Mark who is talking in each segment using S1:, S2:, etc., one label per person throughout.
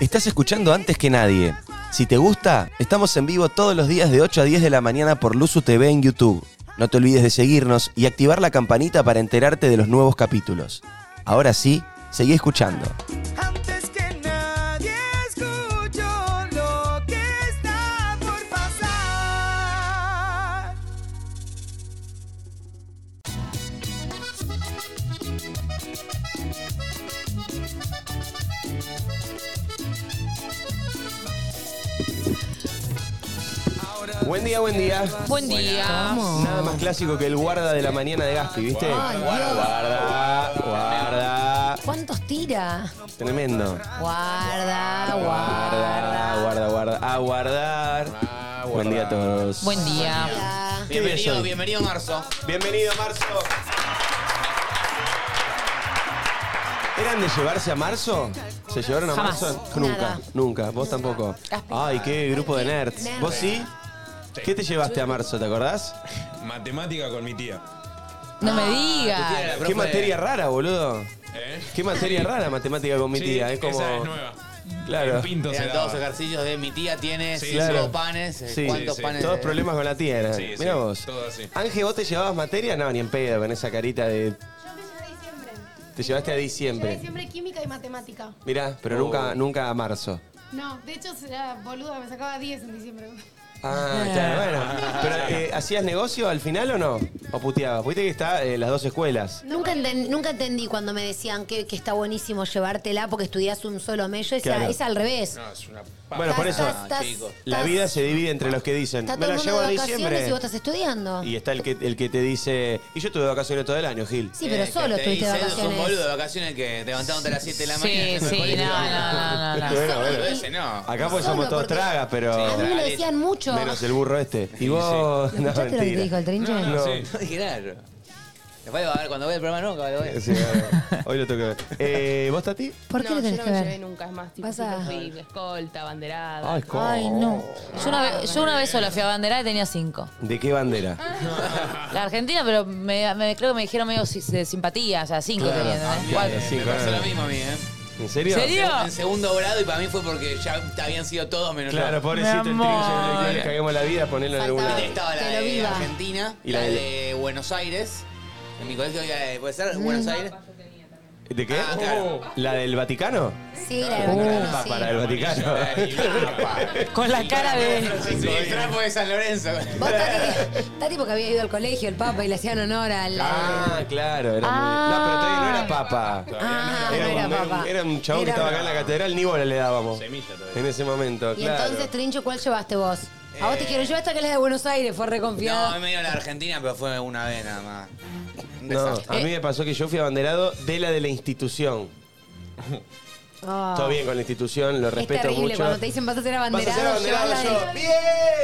S1: Estás escuchando antes que nadie. Si te gusta, estamos en vivo todos los días de 8 a 10 de la mañana por Luzu TV en YouTube. No te olvides de seguirnos y activar la campanita para enterarte de los nuevos capítulos. Ahora sí, seguí escuchando.
S2: Antes que nadie escucho lo que está por pasar.
S1: Buen día, buen día.
S3: Buen día.
S1: Nada más clásico que el guarda de la mañana de Gaspi, ¿viste?
S3: Ay, Dios.
S1: Guarda, guarda.
S3: ¿Cuántos tira?
S1: Tremendo.
S3: Guarda, guarda.
S1: Guarda, guarda, guarda. A guardar. Buen día a todos.
S3: Buen día.
S1: Bienvenido,
S4: Bienvenido, bienvenido marzo.
S1: Bienvenido, Marzo. ¿Eran de llevarse a Marzo? ¿Se llevaron a
S3: Jamás.
S1: Marzo? Nunca,
S3: Nada.
S1: nunca. Vos tampoco.
S3: Gaspi.
S1: Ay, qué grupo de nerds.
S3: Nerds.
S1: ¿Vos sí?
S5: Sí.
S1: ¿Qué te llevaste a Marzo, te acordás?
S5: Matemática con mi tía.
S3: No me
S4: Tiene la
S3: digas.
S4: profe-
S1: Qué materia rara, boludo.
S5: ¿Eh?
S1: Qué materia rara matemática con mi
S5: Sí,
S1: tía. Es como...
S5: Esa es nueva.
S1: Claro.
S5: En Pinto se
S4: Eran
S5: daba.
S4: todos ejercicios de mi tía tiene
S5: Sí,
S4: cinco
S1: claro.
S4: panes. eh,
S1: Sí,
S4: ¿Cuántos
S5: sí, sí.
S4: panes?
S1: Todos
S4: eh?
S1: problemas con la tía eran.
S5: Sí,
S1: Mirá
S5: sí,
S1: vos.
S5: todo así.
S1: Ángel, ¿vos te llevabas materia? No, ni en pedo, con esa carita de...
S6: Yo me llevé diciembre.
S1: Te llevaste a
S6: Yo
S1: diciembre.
S6: diciembre química y matemática.
S1: Mirá, pero
S4: Oh.
S1: nunca, nunca a Marzo.
S6: No, de hecho era boluda, me sacaba 10 en diciembre.
S1: Ah,
S7: Eh.
S1: claro, bueno. Pero, eh, ¿hacías negocio al final o no? ¿O puteabas? Viste que está eh, las dos escuelas.
S7: Nunca, enten- nunca entendí cuando me decían que, que está buenísimo llevártela porque estudias un solo mes. Yo decía,
S1: Claro.
S7: es al revés.
S5: No, es una papa.
S1: Bueno, por eso
S7: Estás- estás-
S4: chicos.
S1: la
S7: estás-
S1: vida se divide entre los que dicen,
S7: Está
S1: me
S7: todo el
S1: la
S7: mundo
S1: llevo a
S7: de vacaciones
S1: diciembre.
S7: y vos estás estudiando.
S1: Y está el que, el que te dice, y yo estuve de vacaciones todo el año, Gil.
S7: Sí, pero
S4: Eh, que
S7: solo
S4: te
S7: estuviste de
S4: dice, "Sos un boludo de
S7: vacaciones.
S4: vacaciones que te levantaron a las 7 de la mañana.
S3: Sí,
S4: yendo al
S3: sí,
S4: colegio".
S3: no, no, no, no, no.
S1: Bueno, bueno.
S4: Pero ese no.
S1: Acá pues
S7: Solo
S1: somos todos
S7: porque-
S1: tragas, pero
S7: A mí me lo
S4: Dale.
S7: decían mucho.
S1: menos el burro este. Y vos, no,
S7: ¿Escuchaste lo que te dijo
S1: mentira.
S7: el trinche?
S5: No,
S1: No.
S5: sí.
S4: Claro. Después va a ver, cuando vea el programa nunca lo voy a ver.
S1: Sí, bueno, hoy lo tengo que ver. Eh, ¿Vos, Tati?
S7: ¿Por qué
S8: no,
S7: lo
S8: yo
S7: tenés
S8: no
S7: que
S8: me
S7: ver?
S8: llevé nunca, es más tipo
S7: Vas a-
S8: siempre fui escolta, banderada.
S1: Ay, ¿cómo?
S3: Ay, no. Yo una, vez, yo una vez solo fui a bandera y tenía cinco.
S1: ¿De qué bandera?
S3: La Argentina, pero me, me- creo que me dijeron medio si- de simpatía, o sea, cinco tenía, ¿entendés? Cuatro.
S1: Sí,
S4: me
S1: claro.
S4: pasó lo mismo a mí, ¿eh?
S1: ¿En serio?
S3: ¿En serio?
S4: En segundo grado y para mí fue porque ya te habían sido todos menos
S1: Claro,
S4: yo.
S1: pobrecito el trinche,
S3: Mi amor.
S1: no le caguemos la vida, ponerlo en algún
S7: Faltaba- eh.
S1: lado.
S4: Estaba la
S7: Que lo
S4: de
S7: viva.
S4: Argentina,
S1: Y
S4: la
S1: la de-
S4: de Buenos Aires. En mi colegio había de- puede ser Buenos
S7: Mm.
S4: Aires.
S1: ¿De qué? Oh,
S4: Ah, claro.
S1: ¿La del Vaticano?
S7: Sí, la verdad.
S1: Pa-
S7: sí.
S1: Para el Vaticano.
S3: Con la cara de.
S4: Sí, el trapo de San Lorenzo.
S7: Vos, Tati, Tati, porque había ido al colegio, el Papa, y le hacían honor al.
S1: Ah, claro. Era muy...
S3: Ah.
S1: No, pero todavía no era papa.
S7: Ah, no
S1: un-
S7: era
S1: un-
S7: papa.
S1: era un chabón que
S7: Era-
S1: estaba acá en la catedral, ni bola le dábamos.
S5: Semilla todavía.
S1: En ese momento,
S7: Y
S1: claro. Eh.
S7: entonces, Trincho, ¿cuál llevaste vos? A vos te quiero llevar hasta que la de Buenos Aires, fue
S4: No, a
S7: reconfiada.
S4: mí me dio la Argentina, pero fue una vez nada más. Un
S1: No,
S4: desastre.
S1: a mí me pasó que yo fui abanderado de la de la institución.
S7: Ah.
S1: Todo bien con la institución, lo
S7: es
S1: respeto
S7: terrible
S1: mucho.
S7: cuando te dicen vas a ser
S1: Vas a ser
S7: abanderado,
S1: abanderado
S7: llevas la
S1: yo.
S7: de-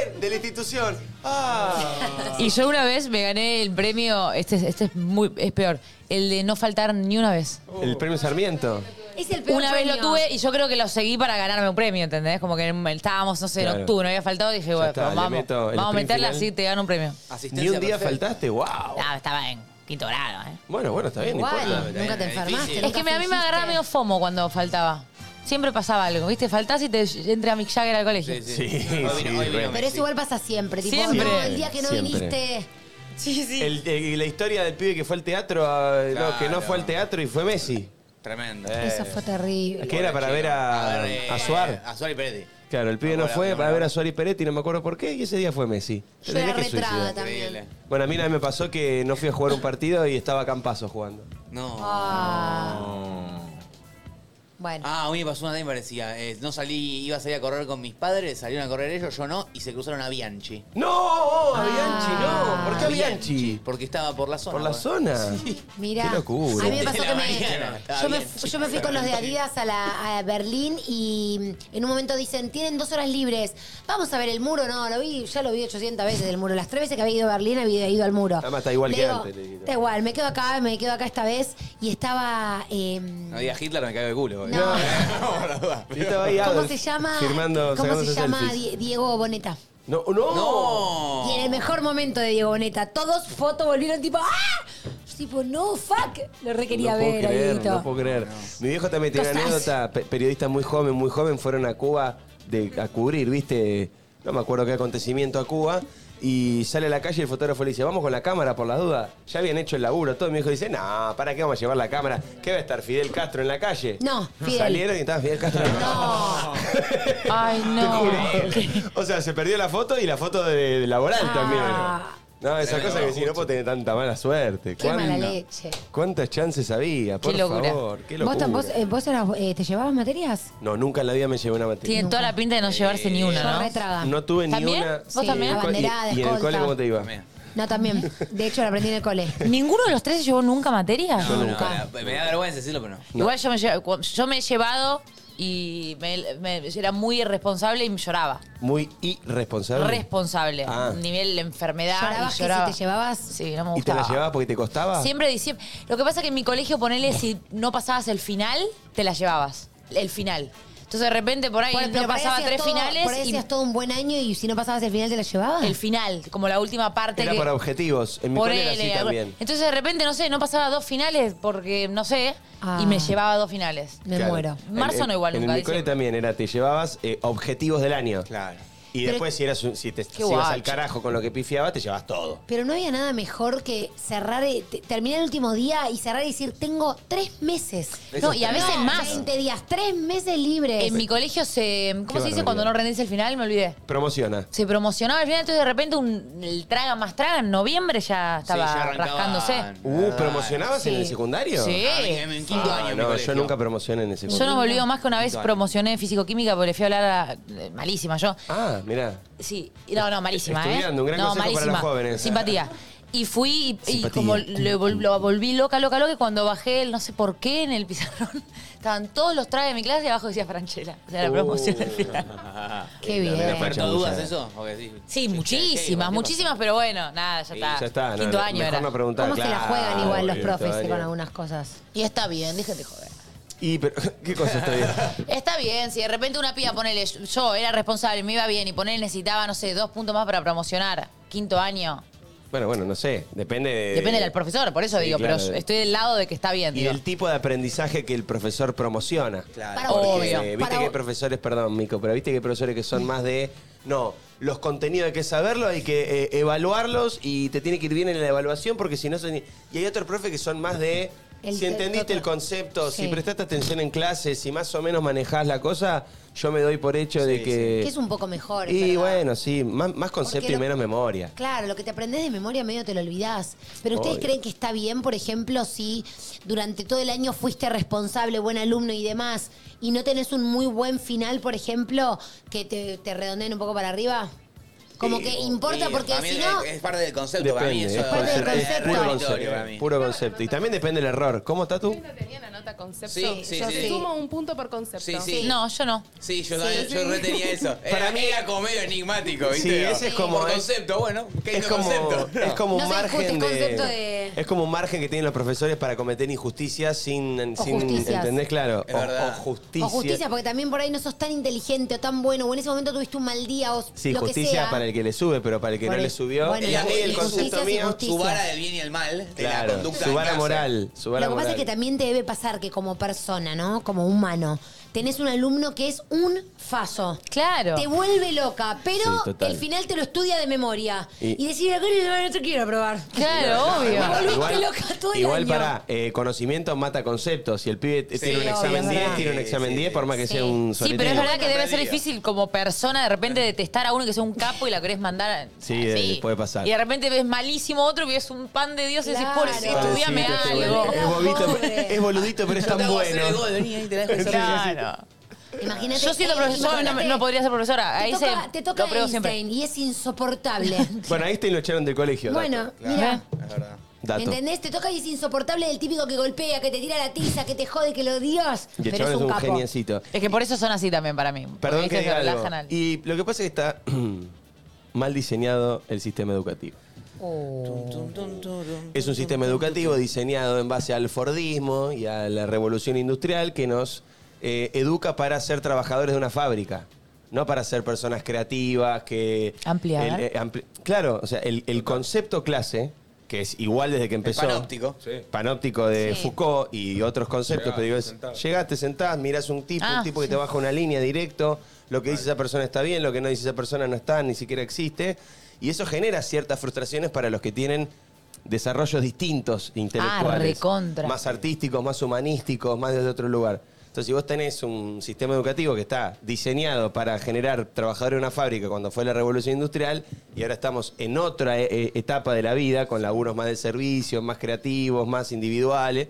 S1: ¡Bien! De la institución. ¡Ah!
S3: Y yo una vez me gané el premio, este, es- este es muy, es peor, el de no faltar ni una vez.
S1: El premio Sarmiento.
S7: Es el peor
S3: Una vez lo
S7: premio.
S3: tuve y yo creo que lo seguí para ganarme un premio, ¿entendés? Como que estábamos, no sé,
S1: Claro.
S3: en octubre, había faltado y dije, bueno,
S1: está, le
S3: vamos,
S1: meto el
S3: vamos a
S1: sprint
S3: meterla
S1: final.
S3: así te gano un premio.
S1: Ni
S4: Asistencia
S1: un día
S4: perfecta.
S1: faltaste, wow.
S3: Ah, estaba en quinto grado, ¿eh?
S1: Bueno, bueno, está bien, no importa.
S7: Igual, nunca
S4: Difícil.
S7: te enfermaste.
S4: Es
S3: Es
S7: nunca
S3: que me- a mí me
S7: fingiste.
S3: agarraba medio FOMO cuando faltaba. Siempre pasaba algo, ¿viste? Faltás y te entra Mick Jagger al colegio.
S4: Sí, sí.
S1: Sí,
S4: Hoy vino- hoy
S1: sí,
S4: vino
S1: re.
S7: Pero eso
S4: Messi.
S7: igual pasa siempre. Tipo,
S3: Siempre.
S7: no, el día que no
S1: Siempre.
S7: viniste.
S3: Sí, sí.
S1: El- el- la historia del pibe que fue al teatro, a- no, que no
S4: Claro.
S1: fue al teatro y fue Messi. Eh,
S4: Tremendo.
S7: Eso fue terrible. Ah,
S1: Que era para ver a,
S4: ver, eh,
S1: a Suar.
S4: A Suar y Peretti.
S1: Claro, el pibe no
S4: Ahora,
S1: fue
S4: no,
S1: para
S4: no.
S1: ver a Suárez Peretti, no me acuerdo por qué, y ese día fue Messi. Te
S7: Yo
S1: tenés
S7: era
S1: que
S7: retrada
S1: suicidar.
S7: también.
S4: Increíble.
S1: Bueno, a mí una vez me pasó que no fui a jugar un partido y estaba Campazo jugando.
S4: No.
S7: Ah. Bueno.
S4: Ah, a mí me pasó una vez me parecía. eh, no salí, iba a salir a correr con mis padres, salieron a correr ellos, yo no, y se cruzaron a Bianchi.
S1: ¡No! ¡A Bianchi, no!
S4: Ah,
S1: ¿Por qué a Bianchi?
S4: Porque estaba por la zona.
S1: ¿Por la
S4: bueno.
S1: zona? Uh,
S7: Mirá,
S1: Qué locura.
S7: a mí me pasó
S4: De
S7: que
S4: la
S7: me,
S4: mañana, está
S7: yo, me,
S4: bien.
S7: yo me fui con los de Adidas a, la, a Berlín y en un momento dicen, tienen dos horas libres, vamos a ver el muro. No, lo vi, ya lo vi 800 veces el muro. Las tres veces que había ido a Berlín había ido al muro.
S1: Además, está igual
S7: Le
S1: que
S7: digo,
S1: antes, le digo.
S7: Está igual, me quedo acá, me quedo acá esta vez y estaba... eh,
S4: No digas Hitler, me caigo de culo. boludo.
S7: No.
S4: por la duda.
S1: Yo estaba ahí
S7: ¿Cómo
S1: Adolf,
S7: se llama?
S1: Firmando,
S7: ¿Cómo se
S1: sacándose
S7: llama
S1: selfies.
S7: Die- Diego Boneta?
S1: No, no.
S4: No.
S7: Y en el mejor momento de Diego Boneta, todos foto volvieron tipo ¡Ah! tipo, no, fuck. Lo requería
S1: no puedo
S7: ver,
S1: creer,
S7: Aguilito.
S1: No puedo creer. Mi viejo también tiene una
S7: Cosas.
S1: anécdota. pe- periodistas muy joven, muy joven, fueron a Cuba de, a cubrir, ¿viste? No me acuerdo qué acontecimiento a Cuba. Y sale a la calle y el fotógrafo le dice, vamos con la cámara por las dudas. Ya habían hecho el laburo. Todo mi hijo dice, no, ¿para qué vamos a llevar la cámara? ¿Qué va a estar Fidel Castro en la calle?
S7: No, Fidel.
S1: Salieron y estaba Fidel Castro.
S7: No.
S3: Ay, no.
S1: o sea, se perdió la foto y la foto de, de laboral
S7: Ah.
S1: también. No, esa
S9: Pero
S1: cosa que si no puedo tener tanta mala suerte.
S7: Qué
S1: ¿Cuán-
S7: mala leche.
S1: ¿Cuántas chances había? Por
S3: locura.
S1: favor, qué
S7: ¿Vos,
S1: locura.
S7: tam- vos, eh, vos eras, eh, te llevabas materias?
S1: No, nunca en la vida me llevé una materia.
S3: Tiene toda la pinta de no llevarse ni una,
S7: Yo
S3: ¿no?
S7: retraga.
S1: No tuve ni
S3: ¿También?
S1: una.
S3: ¿Vos
S1: Sí, ¿Y-
S3: también?
S7: Abanderada,
S1: ¿Y, en el
S7: escolta.
S1: cole cómo te iba?
S4: También.
S7: No, también. De hecho, lo aprendí en el cole.
S3: ¿Ninguno de los tres se llevó nunca materia?
S4: No, no, me- me da vergüenza decirlo, pero no.
S3: Igual yo me, lle- cu- yo me he llevado y me- me- era muy irresponsable y lloraba.
S1: Muy irresponsable.
S3: Responsable.
S1: Ah.
S3: Nivel de enfermedad.
S7: ¿Llorabas
S3: y
S7: que
S3: lloraba.
S7: si te llevabas?
S3: Sí, no me
S1: ¿Y te
S3: gustaba.
S1: la llevabas porque te costaba?
S3: Siempre diciembre. Lo que pasa es que en mi colegio, ponele, si no pasabas el final, te la llevabas. El final. Entonces de repente por ahí
S7: Bueno,
S3: no
S7: por ahí
S3: pasaba
S7: hacías
S3: tres
S7: todo- Por ahí
S3: finales y
S7: hacías todo un buen año y si no pasabas el final te la llevabas.
S3: el final, como la última parte
S1: Era
S3: que.
S1: para objetivos. En mi cole era así
S3: Ponele,
S1: también.
S3: eh, Entonces de repente, no sé, no pasaba dos finales porque no sé.
S7: Ah.
S3: Y me llevaba dos finales.
S7: Me
S1: Claro.
S7: muero.
S1: En-
S3: Marzo
S1: en-
S3: no igual
S1: en
S3: nunca,
S1: el cole
S3: diciembre.
S1: también era, te llevabas eh, objetivos del año.
S4: Claro.
S1: Y después si, eras un- si te si ibas
S3: guacho.
S1: al carajo con lo que pifiabas, te llevabas todo.
S7: Pero no había nada mejor que cerrar, eh, te- terminar el último día y cerrar y decir, tengo tres meses.
S3: No, y a veces
S7: No,
S3: más.
S7: 20 días, tres meses libres.
S3: En mi colegio se. ¿Cómo se dice
S1: barbaridad.
S3: cuando no rendís el final? Me olvidé.
S1: Promociona.
S3: Se promocionaba el final, entonces de repente un, el traga más traga en noviembre ya estaba
S4: ya arrancaban.
S3: rascándose.
S1: Uh,
S4: Ah,
S1: ¿promocionabas en el secundario?
S3: Sí.
S4: Ah, en en quinto
S1: Ah,
S4: año. en mi
S1: no, yo
S4: colegio.
S1: nunca promocioné en el secundario.
S3: Yo no me olvido más que una vez
S4: Dale.
S3: promocioné fisicoquímica porque le fui a hablar a- eh, malísima yo.
S1: Ah, mirá.
S3: Sí, no, no, malísima, ¿eh?
S1: Estudiando, un gran
S3: no,
S1: consejo para los jóvenes. ¿eh?
S3: Simpatía. Y fui y, y
S1: Simpatía.
S3: como lo, vol- lo volví loca, loca, loca, y cuando bajé, no sé por qué, en el pizarrón, estaban todos los trajes de mi clase y abajo decía Franchella. O sea,
S1: Uh.
S3: la promoción del final.
S7: Qué
S4: ¿Te
S7: bien.
S4: despertó
S1: Facha
S4: dudas
S1: mucha.
S4: eso? Porque sí.
S3: Sí,
S4: Sí, sí,
S3: muchísimas,
S4: sí,
S3: muchísimas, pero bueno, nada, ya está.
S1: Ya está. no,
S3: Quinto
S1: no,
S3: año
S1: mejor
S3: era.
S1: no preguntar,
S7: ¿Cómo se la
S1: claro,
S7: juegan igual los
S1: Ah, obvio,
S7: profes eh,
S1: Tania.
S7: con algunas cosas?
S3: Y está bien, déjate joder.
S1: Y, pero, ¿qué cosa está bien?
S3: Está bien, si de repente una piba, ponele, yo era responsable, me iba bien y ponele, necesitaba, no sé, dos puntos más para promocionar. Quinto año.
S1: Bueno, bueno, no sé. Depende de-
S3: Depende del profesor, por eso
S1: Eh, Sí,
S3: digo,
S1: claro.
S3: pero estoy del lado de que está bien,
S1: Y
S3: digo.
S1: del tipo de aprendizaje que el profesor promociona.
S4: Claro.
S7: Para
S1: Porque,
S3: Obvio.
S1: Viste
S7: Para
S1: que hay
S7: vos-
S1: profesores, perdón, Mico, pero viste que hay profesores que son más de. No, los contenidos hay que saberlos, hay que eh, evaluarlos y te tiene que ir bien en la evaluación porque si no son. Y hay otros profes que son más de.
S7: El
S1: si
S7: te-
S1: entendiste
S7: total.
S1: el concepto, si
S7: Sí.
S1: prestaste atención en clase, si más o menos manejás la cosa, yo me doy por hecho de que.
S7: Que es un poco mejor. es
S1: Y
S7: verdad.
S1: bueno, sí, más, más concepto
S7: Porque
S1: y
S7: lo-
S1: menos memoria.
S7: Claro, lo que te aprendes de memoria medio te lo olvidás. Pero ustedes
S1: Obvio.
S7: creen que está bien, por ejemplo, si durante todo el año fuiste responsable, buen alumno y demás, y no tenés un muy buen final, por ejemplo, que te, te redondeen un poco para arriba. Como
S4: Sí,
S7: que
S4: sí,
S7: importa porque
S4: para mí
S7: si
S4: es-
S7: no.
S4: Es, parte del concepto para mí.
S1: Depende,
S4: Eso
S1: es
S7: parte del
S1: concepto, es
S7: concepto.
S1: puro
S4: territorio
S1: concepto.
S4: para mí.
S1: Puro concepto. Y también depende del error. ¿Cómo está tú?
S8: tenía la nota concepto?
S4: Sí, sí,
S8: yo
S4: sí.
S8: te sumo un punto por concepto.
S4: Sí, sí.
S3: No, yo no.
S4: Sí, yo, también- yo retenía eso. Para mí era como medio enigmático, ¿viste?
S1: Sí, ese es como-
S4: Por
S1: es-
S4: concepto, bueno. ¿Qué
S1: Es
S4: lindo
S1: como,
S4: concepto?
S1: es como un
S7: No se
S1: margen
S7: discute el
S1: de,
S7: concepto de-
S1: Es como un margen que tienen los profesores para cometer injusticias sin.
S7: O
S1: sin
S7: justicias.
S1: ¿Entendés? Claro.
S4: Es
S1: o,
S4: verdad.
S1: o justicia.
S7: O justicia, porque también por ahí no sos tan inteligente o tan bueno, o en ese momento tuviste un mal día o
S1: Sí,
S7: lo que
S1: justicia
S7: sea.
S1: para el que le sube, pero para el que
S7: Por
S1: no le
S7: eso.
S1: subió.
S7: Bueno,
S1: y a mí el
S4: y
S1: concepto
S7: justicias y
S1: mío.
S7: justicia.
S4: Su vara del bien y el mal, de la
S1: Claro,
S4: conducta.
S1: su
S4: en
S1: vara
S4: clase.
S1: moral. Su vara
S7: Lo que pasa
S1: moral.
S7: es que también te debe pasar que como persona, ¿no? Como humano, tenés un alumno que es un faso.
S3: Claro.
S7: Te vuelve loca, pero
S1: Sí, total.
S7: el final te lo estudia de memoria.
S1: Y-
S7: Y, decís, "Acá no no te quiero probar.
S3: Claro, obvio.
S7: volviste loca todo el
S1: igual
S7: año.
S1: para eh, conocimiento mata conceptos. Si el pibe t-
S4: Sí,
S1: tiene un
S4: obvio,
S1: examen
S7: es
S1: 10,
S7: verdad.
S1: tiene un examen
S4: Sí, sí,
S1: 10, por más que
S7: sí.
S1: sea un
S3: Sí, pero
S1: solitario.
S3: es verdad que debe ser
S4: Aprendido.
S3: difícil como persona de repente detestar a uno que sea un capo y la querés mandar.
S1: Sí, de-
S3: así.
S1: puede pasar.
S3: Y de repente ves malísimo otro y ves un pan de Dios y decís,
S7: Claro.
S3: pobrecito,
S7: Pobrecito,
S3: estudiame
S1: este
S3: algo.
S1: boludo. es, bobito,
S7: Pobre.
S1: es boludito, pero es
S4: Yo te
S1: tan
S4: hago hacer el
S1: bueno.
S4: gol, vení, ahí te la dejo hacer.
S3: Claro.
S7: Imagínate.
S3: Yo siendo
S7: eh,
S3: profesora no,
S7: imagínate,
S3: no podría ser profesora. Ahí
S7: te toca,
S3: se,
S7: te toca
S3: lo pruebo
S7: Einstein
S3: siempre.
S7: y es insoportable.
S1: Bueno, a este lo echaron del colegio. dato.
S7: bueno,
S4: Claro,
S7: mira.
S4: Es verdad.
S1: dato.
S7: ¿Entendés? Te toca y es insoportable el típico que golpea, que te tira la tiza, que te jode, que lo odias.
S1: Y el
S7: Pero
S1: chabón
S7: es
S1: es
S7: un
S1: un
S7: capo.
S1: geniecito.
S3: Es que por eso son así también para mí. Porque,
S1: Perdón
S3: viste,
S1: que diga
S3: se
S1: algo.
S3: relajan al-
S1: Y lo que pasa es que está mal diseñado el sistema educativo. Es un sistema educativo diseñado en base al Fordismo y a la revolución industrial que nos eh, educa para ser trabajadores de una fábrica. No para ser personas creativas que...
S3: Amplia,
S1: el,
S3: ¿eh?
S1: eh, ampli- claro, o sea, el, el concepto clase que es igual desde que empezó.
S4: panóptico.
S9: Sí.
S1: Panóptico de
S3: Sí.
S1: Foucault y otros conceptos,
S9: Llegás,
S1: pero digo, es,
S9: sentás.
S1: llegás, te sentás, mirás un tipo,
S3: Ah,
S1: un tipo que
S3: sí.
S1: te baja una línea directo, lo que dice esa persona está bien, lo que no dice esa persona no está, ni siquiera existe, y eso genera ciertas frustraciones para los que tienen desarrollos distintos intelectuales,
S3: Ah, recontra.
S1: más artísticos, más humanísticos, más desde otro lugar. Entonces, si vos tenés un sistema educativo que está diseñado para generar trabajadores de una fábrica cuando fue la revolución industrial y ahora estamos en otra eh, eh, etapa de la vida con laburos más de servicio, más creativos, más individuales,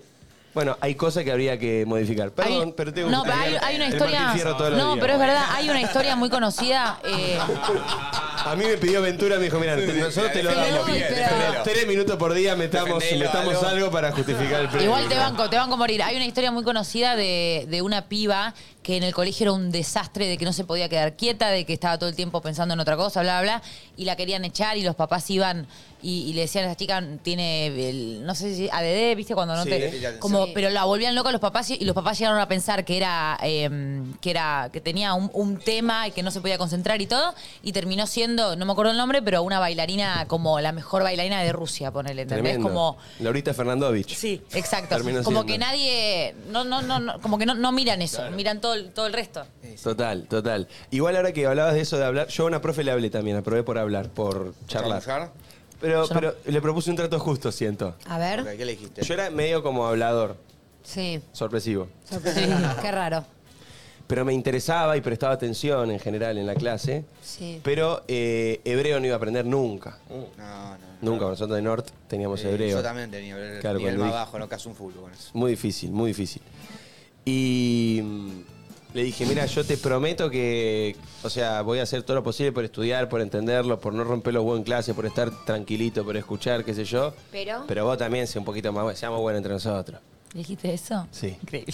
S1: bueno, hay cosas que habría que modificar. Perdón,
S3: Hay-
S1: pero tengo
S3: no,
S1: que
S3: pero hay,
S1: estudiar
S3: hay una
S1: el
S3: historia.
S1: Martín Fierro todos los
S3: no,
S1: días.
S3: pero es verdad, hay una historia muy conocida. eh,
S1: A mí me pidió Ventura, me dijo, mira, te- nosotros te lo
S4: Defendelo,
S1: damos.
S3: Uy,
S4: bien,
S3: pero-
S4: defendelo.
S1: Tres minutos por día metamos,
S4: Defendelo,
S1: metamos
S4: algo.
S1: algo para justificar el premio.
S3: Igual te banco, te banco a morir. Hay una historia muy conocida de, de una piba que en el colegio era un desastre, de que no se podía quedar quieta, de que estaba todo el tiempo pensando en otra cosa, bla, bla, bla, y la querían echar y los papás iban y, y le decían a esa chica, tiene, el- no sé si ADD, viste, cuando no
S1: Sí,
S3: te... Como, Pero la volvían loca los papás y, y los papás llegaron a pensar que era, eh, que era, que tenía un, un tema y que no se podía concentrar y todo, y terminó siendo, no me acuerdo el nombre, pero una bailarina como la mejor bailarina de Rusia, ponele, ¿entendés?
S1: Tremendo.
S3: Como...
S1: Laurita Fernandovich.
S3: Sí, exacto.
S1: Termina
S3: como
S1: siendo.
S3: que nadie, no, no, no, no, como que no, no miran eso, miran todo, el- todo el resto.
S1: Total, total. Igual ahora que hablabas de eso de hablar, yo a una profe le hablé también, aprobé por hablar, por charlar.
S4: ¿Charlar?
S1: Pero, pero le propuse un trato justo, siento.
S7: A ver.
S4: Ok, ¿Qué le dijiste?
S1: Yo era medio como hablador,
S7: Sí.
S1: sorpresivo.
S7: Qué raro.
S1: Pero me interesaba y prestaba atención en general en la clase.
S7: Sí.
S1: Pero eh, hebreo no iba a aprender nunca.
S4: Uh. No, no.
S1: Nunca. Nosotros de Norte teníamos
S4: Eh,
S1: hebreo.
S4: Yo también tenía el
S1: Claro,
S4: nivel
S1: con
S4: más
S1: Luis.
S4: bajo, no casi un fútbol con eso.
S1: Muy difícil, muy difícil. Y mm, le dije, mira, yo te prometo que, o sea, voy a hacer todo lo posible por estudiar, por entenderlo, por no romper los huevos en clase, por estar tranquilito, por escuchar, qué sé yo.
S7: Pero-
S1: Pero vos también sé un poquito más, bueno, seamos buenos entre nosotros.
S3: ¿Dijiste eso?
S1: Sí.
S3: Increíble.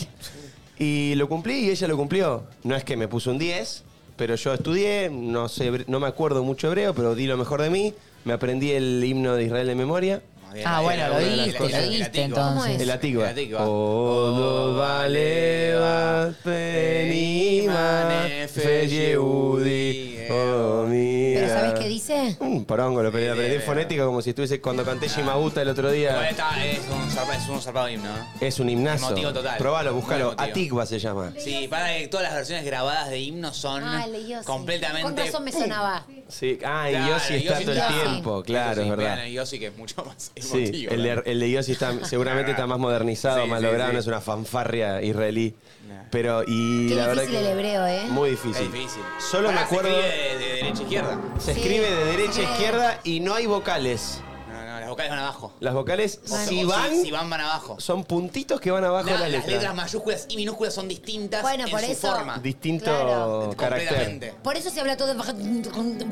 S1: Y lo cumplí y ella lo cumplió. No es que me puso un 10, pero yo estudié, no sé, hebre- no me acuerdo mucho hebreo, pero di lo mejor de mí, me aprendí el himno de Israel de memoria.
S4: Más bien,
S3: Ah,
S4: ahí
S3: bueno,
S4: era
S3: lo
S4: una de las
S3: diste,
S4: cosas.
S3: lo diste,
S4: El Atigua.
S7: ¿Cómo
S3: entonces.
S7: es?
S1: El Atigua.
S4: El Atigua. Oh,
S1: Odo valeva penima fe yehudi omia.
S7: ¿Pero sabes qué dice?
S1: Oh, Un porongo, lo aprendí, aprendí fonética como si estuviese cuando canté Shimabuta el otro
S4: Igual
S1: día.
S4: está- Es un zarpa- es un zarpado himno, ¿no?
S1: Es un himnazo.
S4: Emotivo total.
S1: Probalo, buscalo.
S4: Muy emotivo.
S1: Atigua se llama.
S4: Sí, para que todas las versiones grabadas de himnos son
S7: Ah, leí Yossi.
S4: completamente.
S7: Con razón me sonaba.
S1: Sí, ah, y
S4: Claro,
S1: Yossi está
S4: Yossi
S1: todo el
S7: está-
S1: tiempo, claro, es verdad.
S4: Vean, el Yossi que es mucho más emotivo.
S1: Sí, el de, el de Yossi está, seguramente está más modernizado,
S4: Sí,
S1: más
S4: sí,
S1: logrado,
S4: sí.
S1: no es una fanfarria israelí.
S4: Nah.
S1: Pero, y
S7: Qué
S1: la verdad
S7: difícil
S1: que-
S7: el hebreo, ¿eh?
S1: Muy
S4: Es
S1: difícil.
S4: difícil.
S1: Solo
S4: Pará,
S1: me
S4: se
S1: acuerdo.
S4: escribe de, de derecha a izquierda.
S1: Se
S7: Sí,
S1: escribe de derecha
S7: sí.
S1: a izquierda y no hay vocales.
S4: No, no, las vocales van abajo.
S1: Las vocales,
S4: O- o
S1: si van,
S4: Si, van, van abajo.
S1: son puntitos que van abajo
S4: La-
S1: de la
S4: las
S1: letra.
S4: letras mayúsculas y minúsculas son distintas
S7: Bueno,
S4: en
S7: por
S4: su
S7: eso-
S4: forma.
S1: Distinto
S7: Claro.
S1: carácter.
S4: Completamente.
S7: Por eso se habla todo de baja-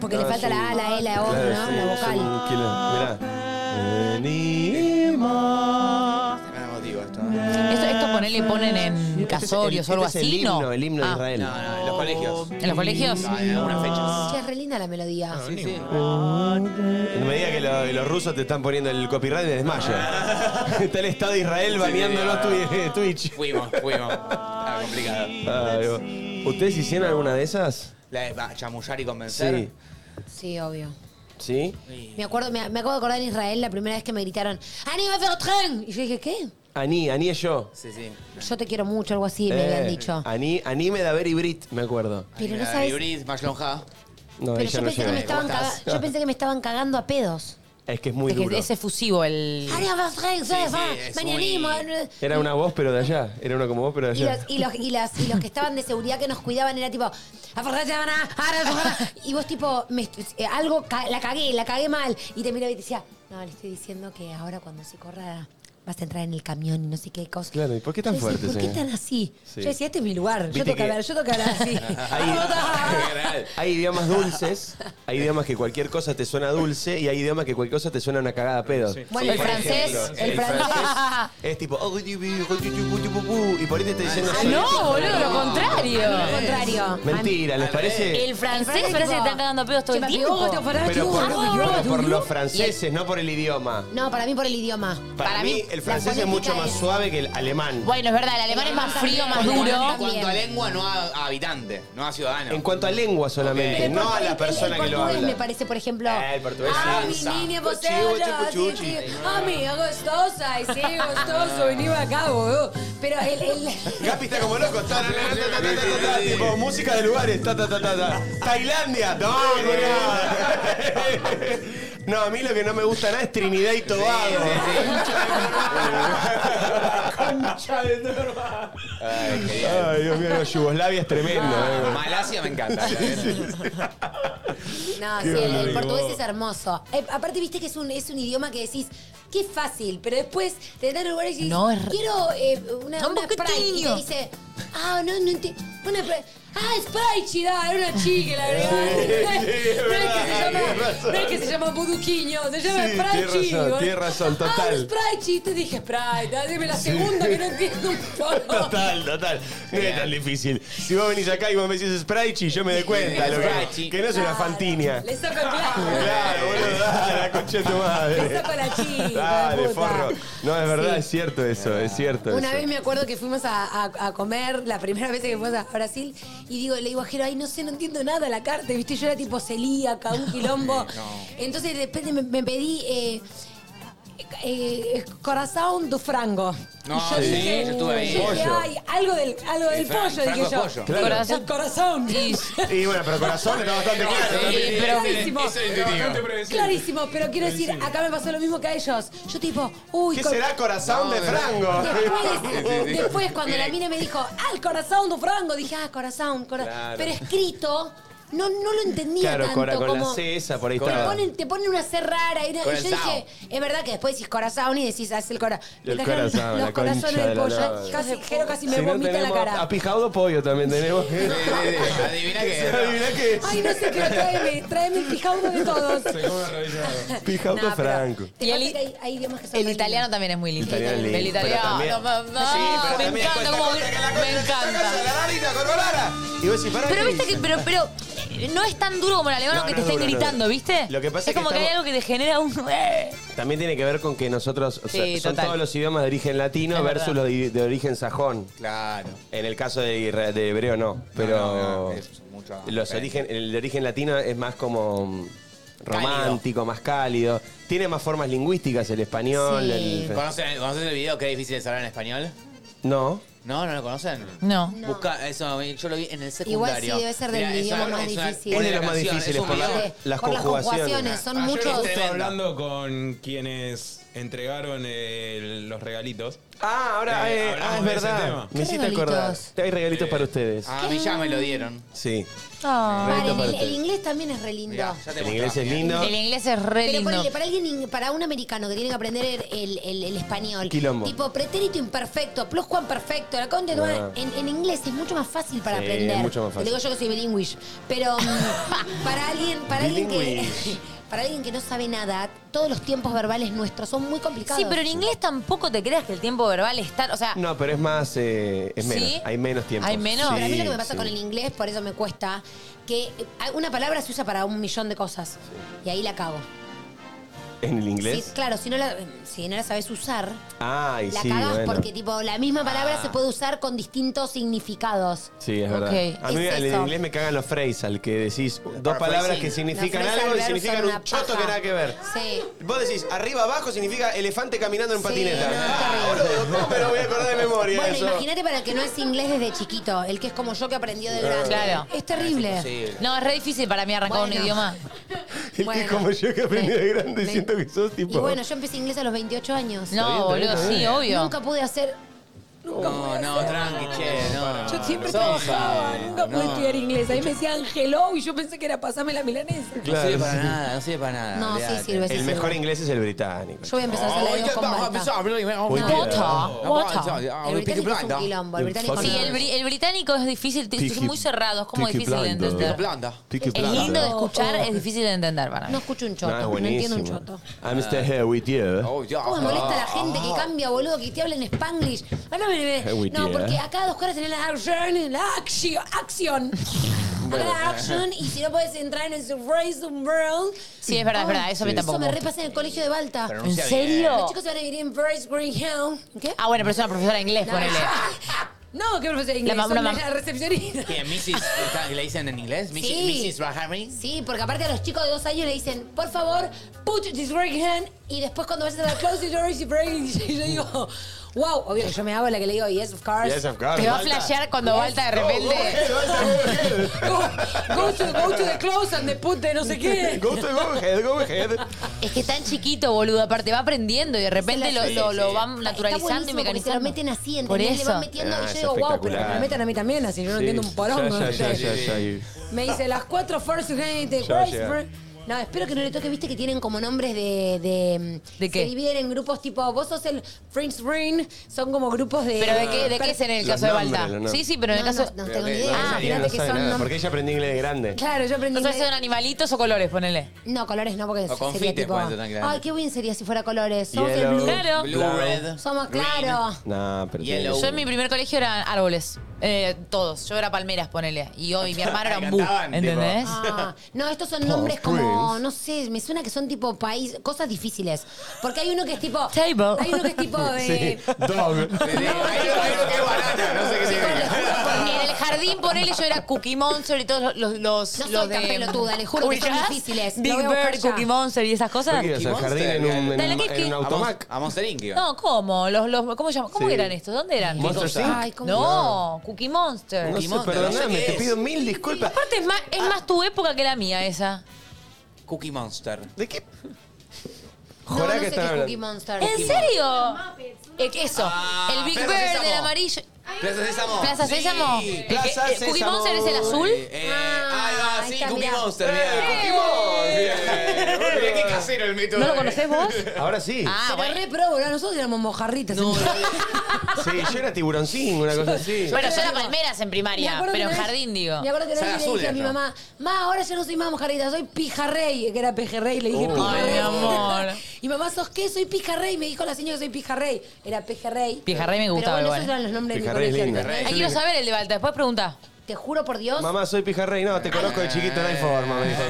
S7: porque le
S1: No,
S7: falta
S1: es un-
S7: la A, la E, la O,
S1: Ah, claro,
S7: ¿no?
S1: sí,
S7: la
S1: es un
S7: vocal.
S1: quilombo. Mirá. Venimos.
S4: Es más emotivo esto. ¿eh?
S3: Esto, esto ponele, ponen en casorios o algo
S1: Este es
S3: así,
S1: el
S3: ¿no?
S1: himno, el himno de
S3: Ah,
S1: Israel.
S4: No, no, en los colegios.
S3: ¿En los colegios?
S4: No, Ah, en algunas fechas. Ah,
S7: Che, es re linda la melodía.
S4: Sí, sí.
S1: No me digas que, lo- que los rusos te están poniendo el copyright de desmayo. Está el Estado de Israel baneándolo tu- Twitch.
S4: Fuimos, fuimos. Estaba complicado.
S1: Ay, ¿Ustedes hicieron alguna de esas?
S4: La de va, chamullar y convencer.
S1: Sí.
S7: Sí, obvio.
S1: ¿Sí?
S7: Me acuerdo, me, me acabo de acordar en Israel la primera vez que me gritaron, ¡Ani va a hacer tren! Y yo dije, ¿qué?
S1: Aní, Aní es yo.
S4: Sí, sí.
S7: Yo te quiero mucho, algo así, me
S1: Eh,
S7: habían dicho.
S1: Aní, Aní me da ver y Brit, me acuerdo.
S7: Pero no
S4: La de
S7: sabes-
S4: Ibrid, Maslonja.
S1: No,
S7: Pero
S1: ella
S7: yo
S1: no
S7: pensé, que
S1: llega.
S7: me estaban
S4: ¿Cómo estás?
S7: caga- yo pensé que me estaban cagando a pedos.
S1: Es que es muy
S3: es que
S1: duro.
S3: es efusivo el...
S7: "Ani va a hacer tren, se
S4: sí,
S7: va,
S4: es
S7: mañanismo".
S4: muy-
S1: Era una voz, pero de allá. Era una como vos, pero de
S7: Y los,
S1: allá.
S7: y, los, y, las- y los que estaban de seguridad que nos cuidaban era tipo, "Aferrate, maná, ara, aferrate". y vos tipo, me- eh, algo, ca- la cagué, la cagué mal. Y te miraba y te decía, no, le estoy diciendo que ahora cuando se corra vas a entrar en el camión y no sé qué cosa.
S1: Claro, ¿y por qué tan
S7: Yo decía,
S1: fuerte,
S7: ¿Por qué
S1: señora?
S7: tan así?
S1: Sí.
S7: Yo decía, este es mi lugar,
S1: Viste
S7: yo tengo que
S1: que-
S7: hablar, yo tengo que hablar así. Ah,
S1: Hay, hay idiomas dulces, hay idiomas que cualquier cosa te suena dulce y hay idiomas que cualquier cosa te suena una cagada a pedo.
S7: bueno, el
S1: Por
S7: francés,
S1: ejemplo,
S7: el francés.
S1: Es tipo. Y por ahí te está diciendo.
S3: Ah, no, boludo, lo contrario.
S7: Al contrario.
S1: Mentira, ¿les parece?
S3: El francés parece que están cagando pedos todo el tiempo.
S1: Pero por, pero por los franceses, no por el idioma.
S7: No, para mí por el idioma.
S1: Para,
S3: Para
S1: mí,
S3: mí-
S1: el el francés es mucho más suave que el alemán.
S3: Bueno, es verdad, el alemán es más frío, más
S4: En
S3: duro.
S4: cuanto a lengua, no a, a habitante, no a ciudadano.
S1: En cuanto a lengua solamente,
S7: El
S1: no a
S7: portugués-
S1: la persona
S7: el
S1: que lo
S7: portugués
S1: habla.
S7: Pues me parece, por ejemplo.
S1: Eh, el portugués
S7: Ah,
S1: sí.
S7: mi
S1: Danza.
S7: niña, vos
S1: Cuchi,
S7: hablas
S1: cuchi,
S7: así, "Ah,
S1: cuchi.
S7: sí. Amiga, gostosa, y sí, gostoso, venimos acá, boludo. Pero el. el...
S1: Gapi está como loco, ta, ta, ta, ta, ta, ta, ta, ta, tipo, música de lugares, ta, ta, ta, ta, ta. Tailandia, no, culiao. No, a mí lo que no me gusta nada es Trinidad y Tobago. Concha de tu hermano.
S4: Ay, qué bien.
S1: Ay, Dios mío, no, Yugoslavia es tremendo. eh.
S4: Malasia me encanta.
S7: No, sí, el, el portugués es hermoso. Eh, aparte, viste que es un, es un idioma que decís. Qué fácil, pero después te dan lugares y dices,
S3: No, es-
S7: quiero eh, una,
S3: Son
S7: una Sprite. Y te
S3: poquitiño.
S7: dice, ah, no, no entiendo. Una Sprite. Ah, Sprite, chida, era una chica, la verdad.
S1: Sí, sí, es
S7: no, es que se
S1: verdad,
S7: llama,
S1: tenés razón.
S7: no es que se llama Buduquiño, se llama
S1: Sí, tenés
S7: Sprite.
S1: razón,
S7: boludo.
S1: tenés razón,
S7: Ah,
S1: total.
S7: Sprite, te dije Sprite, ah, dime la segunda que no entiendo un poco.
S1: Total, total. No es tan difícil. Si vos venís acá y vos me decís Sprite, yo me doy cuenta, loco.
S4: Sprite.
S1: Que no es una
S7: Claro,
S1: fantinia.
S7: Le saco claro.
S1: Claro, boludo, dale, la concha de tu madre.
S7: Le saco la chica,
S1: Dale,
S7: puta.
S1: forro. No, es verdad,
S7: Sí.
S1: es cierto eso, es cierto
S7: Una
S1: eso.
S7: vez me acuerdo que fuimos a, a- a comer, la primera vez que fuimos a Brasil, y digo, le digo a Jero, ay, no sé, no entiendo nada la carta, ¿viste? Yo era tipo celíaca, un quilombo. Entonces, de repente me, me pedí eh, eh, corazón do frango.
S4: No,
S7: y yo
S4: sí,
S7: dije,
S4: yo estuve ahí.
S7: yo dije,
S1: Pollo.
S7: ay, algo del, algo del
S4: fran-
S7: pollo,
S4: frango
S7: dije
S4: es
S7: yo.
S4: pollo.
S1: Claro.
S7: El corazón.
S1: Y bueno, pero corazón está bastante claro.
S3: Sí,
S1: también.
S3: pero-
S7: Clarísimo. Clarísimo, pero quiero decir, acá me pasó lo mismo que a ellos. Yo tipo, uy,
S1: ¿Qué
S7: cor-
S1: será corazón de frango?
S7: Después, Eh, después cuando la
S4: Bien.
S7: mina me dijo, ah, el corazón do frango, dije, ah, corazón, corazón.
S1: Claro.
S7: Pero escrito, no, no lo entendía
S1: Claro,
S7: tanto
S1: Cora, con la
S7: como.
S1: C esa por ahí
S7: te,
S1: está.
S7: ponen, te ponen una C rara. Y, una- y yo
S4: Corazón.
S7: dije, es verdad que después decís corazón y decís, haz el corazón.
S1: El corazón,
S7: los
S1: la
S7: corazones
S1: concha
S7: de
S1: de la
S7: pollo.
S1: lora.
S7: Casi, Jero casi me
S1: Si no
S7: vomita en la
S1: tenemos
S7: cara.
S1: Apijado pollo también tenemos.
S4: Adivina que.
S1: Adivina qué es.
S7: Ay, no sé, pero tráeme, tráeme el pijaudo de todos.
S9: Se come rayado.
S1: Pijaudo
S7: No, pero
S1: franco.
S7: te
S3: Y el
S7: pasa
S3: i-
S7: que hay, hay idiomas que son
S3: El
S7: re
S3: italiano también es muy lindo.
S1: Italiano es lindo,
S3: El
S1: pero
S3: italiano.
S1: también-
S3: no, no, me encanta, como, me encanta.
S1: Y vos decís, pará,
S3: Pero
S1: ¿qué
S3: viste que,
S1: dicen?
S3: pero, pero eh, no es tan duro como el alemán
S1: No,
S3: lo que
S1: no
S3: te
S1: es
S3: estén
S1: duro, no es
S3: gritando,
S1: duro.
S3: ¿viste?
S1: Lo que pasa
S3: es
S1: es que
S3: como que hay
S1: estamos-
S3: algo que te genera un. eh,
S1: También tiene que ver con que nosotros, o sea,
S3: Sí,
S1: son
S3: total.
S1: todos los idiomas de origen latino
S3: Es
S1: versus
S3: verdad.
S1: los de, de origen sajón.
S4: Claro.
S1: En el caso de, irra- de hebreo no, pero
S4: no, no, es mucho más
S1: los
S4: diferente.
S1: origen, el de origen latino es más como mm, romántico, más cálido. Tiene más formas lingüísticas el español.
S3: Sí.
S1: el-
S4: ¿Conocen, ¿Conocen el video que es difícil de saber en español?
S1: no.
S4: No, no lo conocen.
S3: No.
S4: Busca, eso, yo lo vi en el
S7: Igual
S4: secundario.
S7: sí, debe ser del
S4: Mirá, es
S7: idioma
S4: una-
S7: más
S4: es una-
S7: difícil.
S1: Es de los
S4: una
S1: más
S4: canción, es
S1: difíciles
S4: un Ah,
S1: por, la-
S4: video.
S7: Sí,
S1: las
S7: por las
S1: conjugaciones.
S7: conjugaciones, son muchos.
S9: Estuve
S4: Tremendo.
S9: hablando con quienes entregaron eh, los regalitos.
S1: Ah, ahora
S9: Eh,
S1: eh, ah, es
S9: hablamos de ese
S1: verdad.
S9: tema.
S1: Me
S7: ¿Qué
S1: hiciste
S7: regalitos?
S1: acordar. Hay regalitos para ustedes.
S4: Ah, a mí ya me lo dieron.
S1: Sí.
S7: Vale,
S1: Regalitos
S7: el,
S1: para
S7: el
S1: ustedes.
S7: inglés también es re lindo.
S4: Mirá, ya te
S1: El
S4: mostré.
S1: inglés es lindo.
S3: El inglés es re
S7: Pero
S3: lindo.
S7: ponele, para alguien, in- para un americano que tiene que aprender el, el- el español,
S1: Quilombo.
S7: tipo pretérito imperfecto, plus cuan perfecto, la conte no.
S1: Ah.
S7: en, en inglés es mucho más fácil para
S1: Sí,
S7: aprender.
S1: es mucho más fácil.
S7: Te digo yo que soy bilingüe. Pero mm, para alguien, para alguien que
S1: Bilingüe.
S7: para alguien que no sabe nada, todos los tiempos verbales nuestros son muy complicados.
S3: Sí, pero en inglés tampoco te creas que el tiempo verbal está. O sea,
S1: No, pero es más, eh, es
S3: ¿Sí?
S1: menos. Hay menos tiempo.
S3: ¿Hay menos?
S7: Pero a mí lo que me pasa
S1: sí.
S7: con el inglés, por eso me cuesta, que eh, una palabra se usa para un millón de cosas. Y ahí la cago.
S1: ¿En el inglés?
S7: Sí, claro, si no la, em, si no la sabes usar,
S1: Ay,
S7: La
S1: sí,
S7: cagás
S1: bueno. Ah.
S7: porque tipo la misma palabra se puede usar con distintos significados.
S1: Sí, es verdad.
S3: Ok,
S1: A mí
S7: eh, es
S1: en
S7: eso.
S1: inglés me cagan los phrasal, que decís dos
S4: Para
S1: palabras
S4: phrasing.
S1: que significan
S7: Los phrasal
S1: algo y
S7: verbs
S1: significan
S7: son
S1: un
S7: una
S1: choto
S7: paja.
S1: que nada que ver.
S7: Sí.
S1: Vos decís, arriba abajo significa elefante caminando en
S7: Sí,
S1: patineta.
S7: no,
S1: ah,
S7: está bien.
S1: boludo, ¿cómo me lo voy a acordar de memoria
S7: Bueno,
S1: eso?
S7: imagínate para el que no es inglés desde chiquito, el que es como yo que aprendió de grande.
S3: Claro.
S7: Es terrible.
S4: Sí.
S3: no, es re difícil para mí arrancar un
S7: Bueno.
S3: idioma.
S1: El que
S7: bueno.
S1: como yo que aprendí de grande
S7: Me-
S1: siento que sos tipo...
S7: Y bueno, yo empecé inglés a los 28 años.
S3: No,
S1: bien, está bien,
S3: boludo, sí,
S1: está
S3: obvio.
S7: Nunca pude hacer.
S4: No, no, tranqui, che, no.
S7: Yo siempre
S4: Sos,
S7: trabajaba,
S4: eh,
S7: nunca pude
S4: no.
S7: estudiar inglés. Ahí me decían hello y yo pensé que era pasame la milanesa.
S4: No sirve para
S1: Claro.
S4: nada, no sirve para nada.
S7: No, sí
S4: olvidate.
S7: sirve.
S1: el
S7: sí,
S1: mejor
S7: seguro.
S1: inglés es el británico.
S7: Yo voy a empezar a hacer la
S4: Oh,
S7: de dos
S4: ya
S7: con
S4: vamos a
S7: Marta.
S4: empezar, pero-
S1: Hoy
S4: No,
S1: día.
S3: Bota, bota.
S7: El británico es un quilombo. El
S1: El
S7: británico
S1: fucking-
S3: Sí,
S7: no.
S3: el, bri- el británico es difícil, t- es
S1: Tiki-
S3: muy cerrado, es como
S1: Tiki
S3: difícil de
S1: Blinder.
S3: entender.
S4: Planta.
S1: Picky
S3: Es lindo de
S1: platter.
S3: escuchar,
S7: Oh.
S3: es difícil de entender para
S7: No
S3: mí.
S7: escucho un choto,
S1: No, es
S7: no entiendo un
S1: buenísimo. Ah,
S7: choto.
S1: I'm still here with you.
S4: Oh, ya.
S7: ¿Cómo me molesta la gente
S9: Ah.
S7: que cambia, boludo, que te habla en spanglish? Ah, No, me- me-
S1: Hey, we
S7: no,
S1: did,
S7: porque
S1: eh.
S7: acá dos horas tenés la action, la acción, acción.
S4: huevo.
S7: Action, y si no puedes entrar en el Surprise World.
S3: Sí, es verdad, es verdad, eso a mí
S7: Eso
S3: tampoco.
S7: me repasa en el colegio de Balta.
S4: Pronuncia
S3: ¿En
S4: bien.
S3: serio?
S7: Los chicos se van a vivir en Bryce Green Hill. ¿Qué?
S3: Ah, bueno, pero es una profesora de inglés, ponele.
S7: No, qué profesor de inglés.
S3: La
S7: La,
S3: ma- una ma-
S7: recepcionista.
S4: ¿Qué, Mrs. está- ¿Le dicen en inglés? Mrs.
S7: Sí.
S4: Mrs. Rahami.
S7: Sí, porque aparte a los chicos de dos años le dicen, por favor, put this right hand. Y después cuando vas a la close the door is breaking. Y yo digo, wow, obvio que yo me hago la que le digo, yes, of course.
S1: Yes, of course.
S3: Te va a flashear cuando Balta de repente.
S7: Go,
S4: Ah.
S7: go to, go to the close and the put the no sé qué.
S1: Go to go ahead, go ahead.
S3: Es que es tan chiquito, boludo. Aparte, va aprendiendo y de repente lo, lo, lo van naturalizando y
S7: Está buenísimo porque Se
S3: mecanizando.
S7: lo meten así, ¿entendés?
S3: Por
S7: Le
S3: eso.
S7: van metiendo
S1: Ah,
S7: y yo
S1: es
S7: digo, wow, pero que me
S1: espectacular.
S7: metan a mí también así, yo no entiendo un porongo.
S1: Ya, ya, ya,
S7: ¿entendés?
S1: ya, ya, ya.
S7: Me dice, las cuatro first hand de
S1: Ya
S7: Grace
S1: llega.
S7: Br- No, espero que no le toque, viste que tienen como nombres de. ¿De,
S3: ¿De qué?
S7: Se dividen en grupos tipo, vos sos el Prince Ring, son como grupos de.
S3: ¿Pero de qué, de qué es en el
S1: Los
S3: caso de Balta?
S1: nombres, los nombres.
S3: Sí, sí, pero en el
S7: No,
S3: caso.
S7: No, no
S4: Pero
S7: tengo
S4: que-
S7: ni
S4: no,
S7: idea.
S3: no,
S1: Ella
S7: Imagínate
S1: no
S7: que
S1: sabe
S7: son.
S1: nada,
S7: nom-
S1: porque ella aprendió inglés de grande.
S7: Claro, yo aprendí.
S3: ¿No sabes si
S7: inglés-
S3: son animalitos o colores, ponele?
S7: No, colores no, porque
S4: O
S7: sería
S4: confites
S7: tipo.
S4: pueden ser tranquilamente.
S7: Ay, qué bien sería si fuera colores. Somos el
S1: Yellow.
S7: blue.
S3: Claro.
S4: Blue,
S1: Claro.
S4: red.
S7: Somos,
S4: green.
S7: claro.
S1: No, pero tiene-
S4: Yellow.
S3: Yo en mi primer colegio eran árboles. Eh, todos. Yo era palmeras, ponele. Y hoy mi hermano era un bu.
S4: Ah, Cantaban, tipo.
S3: ¿Entendés?
S7: Ah, no, estos son nombres como, no sé, me suena que son tipo país, cosas difíciles. Porque hay uno que es tipo.
S3: Table.
S7: Hay uno que es tipo eh, de.
S4: Hay uno hay uno que es banana, no sé qué significa.
S3: Y en el jardín, ponele, yo era Cookie Monster y todos los, los,
S7: No soy
S3: los
S7: tan
S3: de...
S7: pelotuda, les juro que son
S3: Ubicás
S7: difíciles. Lo
S3: Big
S7: voy a buscar
S3: Bird,
S7: ya.
S3: Cookie Monster y esas cosas.
S1: ¿Qué ibas al
S4: Monster,
S1: jardín en un, en
S3: Dale,
S1: un-
S3: ¿qué-
S1: en un
S3: qué?
S4: A Mon-
S1: automac?
S4: A Monster Inc. iba.
S3: No, ¿cómo? Los, los, ¿Cómo, llaman? ¿Cómo
S1: Sí.
S3: eran estos? ¿Dónde eran?
S1: Monster
S4: cosa?
S1: Inc.
S7: Ay, ¿cómo?
S3: No, Cookie Monster.
S1: No
S4: Cookie
S1: sé,
S4: Monster, no sé
S1: perdóname,
S4: qué
S1: te
S4: es.
S1: pido mil disculpas.
S3: Aparte, es más, es más tu época que la mía esa.
S4: Cookie Monster.
S1: ¿De qué?
S7: No,
S1: Jorá que
S7: no sé qué
S1: están
S7: es Cookie
S1: hablando.
S7: Monster.
S3: ¿En serio?
S10: Muppets, ¿no?
S3: Eh, Eso,
S4: Ah,
S3: el Big
S4: Plaza
S3: Bird,
S4: Sésamo.
S3: el amarillo.
S4: Plaza Sésamo.
S3: Plaza
S4: Sí.
S3: Sésamo.
S4: Eh,
S3: El que-
S1: Plaza
S3: eh, Cookie
S1: Sésamo.
S3: Monster es el azul. Ah,
S4: eh, ahí va,
S7: ahí
S4: sí,
S7: está,
S4: Cookie
S7: mirá.
S4: Monster. mirá.
S1: ¡Eh, Cookie Monster!
S4: Mirá qué casero el método.
S3: ¡Eh! ¿No lo
S4: de-
S3: conocés vos?
S1: Ahora sí.
S3: Ah,
S7: Pero
S3: bueno.
S7: re pro, boludo, eh, nosotros éramos mojarritas.
S4: No,
S7: ¿entendés?
S1: Sí, yo era tiburoncín, una cosa así.
S3: Bueno, yo era palmeras en
S7: Me
S3: primaria,
S7: acuerdo
S3: pero en
S7: que una vez-
S3: jardín digo.
S7: Me acuerdo que una
S4: Saga
S7: vez le dije a
S4: azul
S7: mi
S4: era yo.
S7: mamá, ma, ahora ya no soy más mojarrita, soy pijarrey, que era pejerrey, le dije pijarrey.
S3: Ay, mi amor.
S7: y mamá, ¿sos qué? Soy pijarrey, me dijo la señora que soy pijarrey. Era pejerrey.
S3: Pijarrey me gustaba
S7: Pero bueno,
S3: igual.
S7: esos eran los nombres
S1: Pijarrey
S7: de
S1: es
S7: mi colegio.
S1: lindo.
S7: ¿entendés?
S3: Ay, quiero saber el de Balta, después pregunta.
S7: Te juro por Dios,
S1: Mamá, soy pijarrey. No, te conozco de chiquito, no hay forma, me dijo.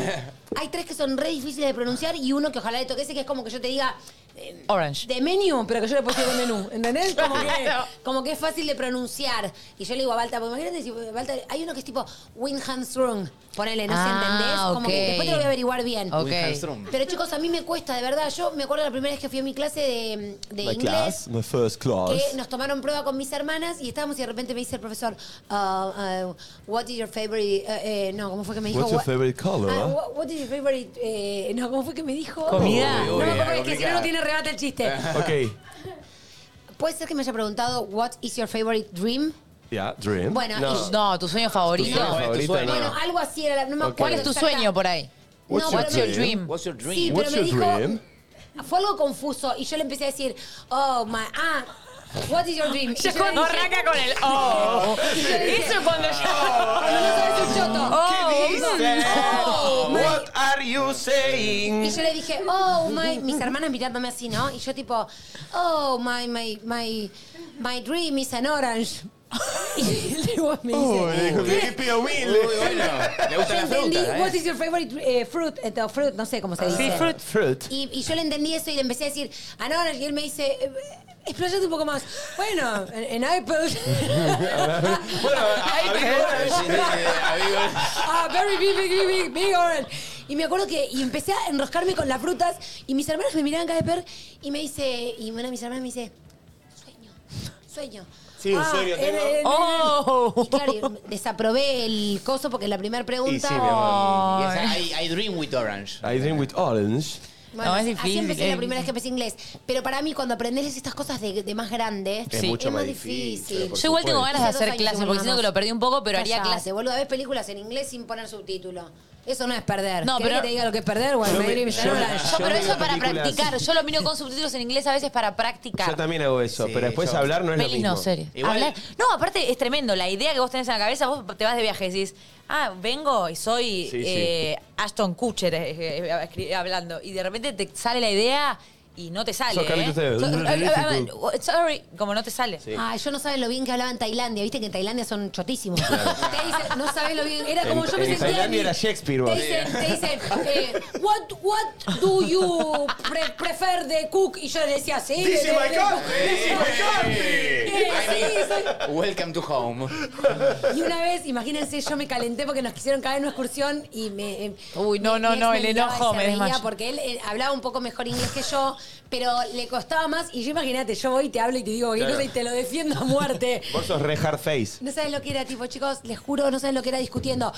S7: hay tres que son re difíciles de pronunciar y uno que ojalá le toque ese, que es como que yo te diga... eh,
S3: Orange.
S7: De menú, pero que yo le puse de menú, ¿entendés? Como que,
S3: Claro.
S7: como que es fácil de pronunciar. Y yo le digo a Balta, porque imagínate si eh, Balta, hay uno que es tipo Windhamstrung, ponele, no sé,
S3: Ah,
S7: ¿entendés? Como
S3: ok.
S7: que después te lo voy a averiguar bien.
S3: Ok.
S4: Wilhelmstrom.
S7: Pero chicos, a mí me cuesta, de verdad. Yo me acuerdo la primera vez que fui a mi clase de, de inglés.
S1: my first
S7: Que nos tomaron prueba con mis hermanas y estábamos y de repente me dice el profesor, ah, ah, what is your favorite, eh, eh, no, ¿cómo fue que me dijo?
S1: What's your
S7: What-
S1: favorite color,
S7: Ah,
S1: ah?
S7: what, what is your favorite, eh, no, ¿cómo fue que me dijo?
S3: Comida.
S7: No,
S4: Uy,
S7: me acuerdo,
S4: era
S7: es que si no, no
S4: complicado.
S7: tiene rebate el chiste.
S1: Ok.
S7: Puede ser que me haya preguntado, what is your favorite dream?
S1: Yeah, dream.
S7: Bueno,
S1: ¿Eh? no.
S7: y-
S3: No, tu sueño favorito.
S4: No, es tu
S1: Favorito,
S4: sueño.
S7: Bueno, algo así era, la- no me
S1: Ok.
S7: acuerdo.
S3: ¿Cuál es tu
S7: exacta-
S3: sueño por ahí?
S1: What's
S7: No,
S1: your
S7: pero me
S3: dream?
S7: dijo-
S3: dream?
S4: What's your dream?
S7: Sí, pero
S1: What's
S7: me
S1: your
S7: dijo.
S1: dream?
S7: Fue algo confuso y yo le empecé a decir, oh my, ah, what is your dream? Y
S3: Ya
S7: yo
S3: cuando
S7: le dije-
S3: arranca con el oh.
S7: Y yo le dije,
S3: Eso es cuando
S4: Oh.
S3: ya.
S7: cuando no sabes un choto. Oh,
S3: Oh,
S4: Oh.
S1: What are you
S7: Y
S1: saying?
S7: yo le dije, oh my, mis hermanas mirándome así, ¿no? Y yo tipo, oh my, my, my, my dream is an orange. Y el tipo me dice,
S1: Oh, dijo, qué pido
S4: Uy, bueno, le
S7: yo
S4: gustan las
S7: entendí,
S4: frutas,
S7: what
S4: ¿eh? Ah,
S7: is your favorite eh, fruit? Eh, no, fruit, no sé cómo se dice.
S1: Fruit.
S7: Y, y yo le entendí eso y le empecé a decir, an orange. Y él me dice, eh, expláyate un poco más. Bueno, en, en Apple.
S1: Bueno, a- a ver,
S4: Sí, sí, sí, amigo.
S7: Ah, very big, big, big, big, big orange. Y me acuerdo que y empecé a enroscarme con las frutas y mis hermanas me miraban cada vez peor y me dice, y una de mis hermanas me dice, sueño, sueño. Ah,
S1: Sí,
S4: Ah,
S1: un sueño tengo.
S3: Oh.
S7: Y claro, y desaprobé el coso porque la primera pregunta...
S1: Y sí, mi amor.
S4: Y esa- I, I dream with orange.
S1: I dream with orange.
S7: Bueno,
S3: No, es
S7: Así
S3: difícil,
S7: empecé
S3: eh.
S7: la primera vez que empecé inglés. Pero para mí, cuando aprendes estas cosas de, de más grande,
S1: Es mucho más difícil, por
S3: Yo igual tengo ganas de
S7: Hace dos
S3: hacer
S7: años
S3: clases
S7: que
S3: porque
S7: volvamos.
S3: siento que lo perdí un poco, pero haría
S7: Cállate,
S3: clases.
S7: boludo, ves películas en inglés sin poner subtítulo. Eso no es perder.
S3: No,
S7: No, pero
S3: pero-
S7: que te diga lo que es perder, bueno,
S1: Yo
S7: me,
S1: me-
S7: me,
S1: yo-
S3: Yo, pero
S1: Yo
S3: eso
S1: miro
S3: para
S1: películas.
S3: practicar. Yo lo miro con subtítulos en inglés a veces para practicar.
S1: Yo también hago eso,
S4: Sí,
S1: pero después
S4: yo-
S1: hablar no es lo
S3: Pelis
S1: mismo.
S3: no, serio.
S4: Igual-
S3: Hablar- No, aparte es tremendo. La idea que vos tenés en la cabeza, vos te vas de viaje y decís, ah, vengo y soy
S1: Sí, sí.
S3: eh, Ashton Kutcher eh, eh, escri- hablando. Y de repente te sale la idea y no te sale.
S1: Sos Carlitos
S3: ¿eh?
S1: Tevez.
S3: So- ay, ay, ay, sorry, como no te sale.
S7: Ay, yo no sabes lo bien que hablaba en Tailandia. Viste que en Tailandia son chotísimos. Te dicen, no sabes lo bien. Era como
S1: En-
S7: yo me
S1: en
S7: sentía.
S1: Tailandia
S7: en-
S1: era Shakespeare,
S7: Te
S1: vos.
S7: dicen, te dicen eh, what, what do you pre- prefer the cook? Y yo le decía, sí.
S1: This is
S7: de-
S1: my
S7: de-
S1: country,
S7: this is my country. Sí, sí, sí.
S4: Welcome to home.
S7: Y una vez, imagínense, yo me calenté porque nos quisieron caer en una excursión y me. eh,
S3: Uy, no,
S7: mi- mi
S3: no,
S7: ex
S3: no,
S7: me
S3: el
S7: miraba y
S3: enojo
S7: se
S3: me
S7: reía
S3: desmayo.
S7: Porque él eh, hablaba un poco mejor inglés que yo, pero le costaba más. Y yo, imagínate, yo voy y te hablo y te digo, cualquier
S1: Claro.
S7: cosa y te lo defiendo a muerte.
S1: Vos sos re hard face.
S7: No sabes lo que era, tipo, chicos, les juro, no sabes lo que era discutiendo.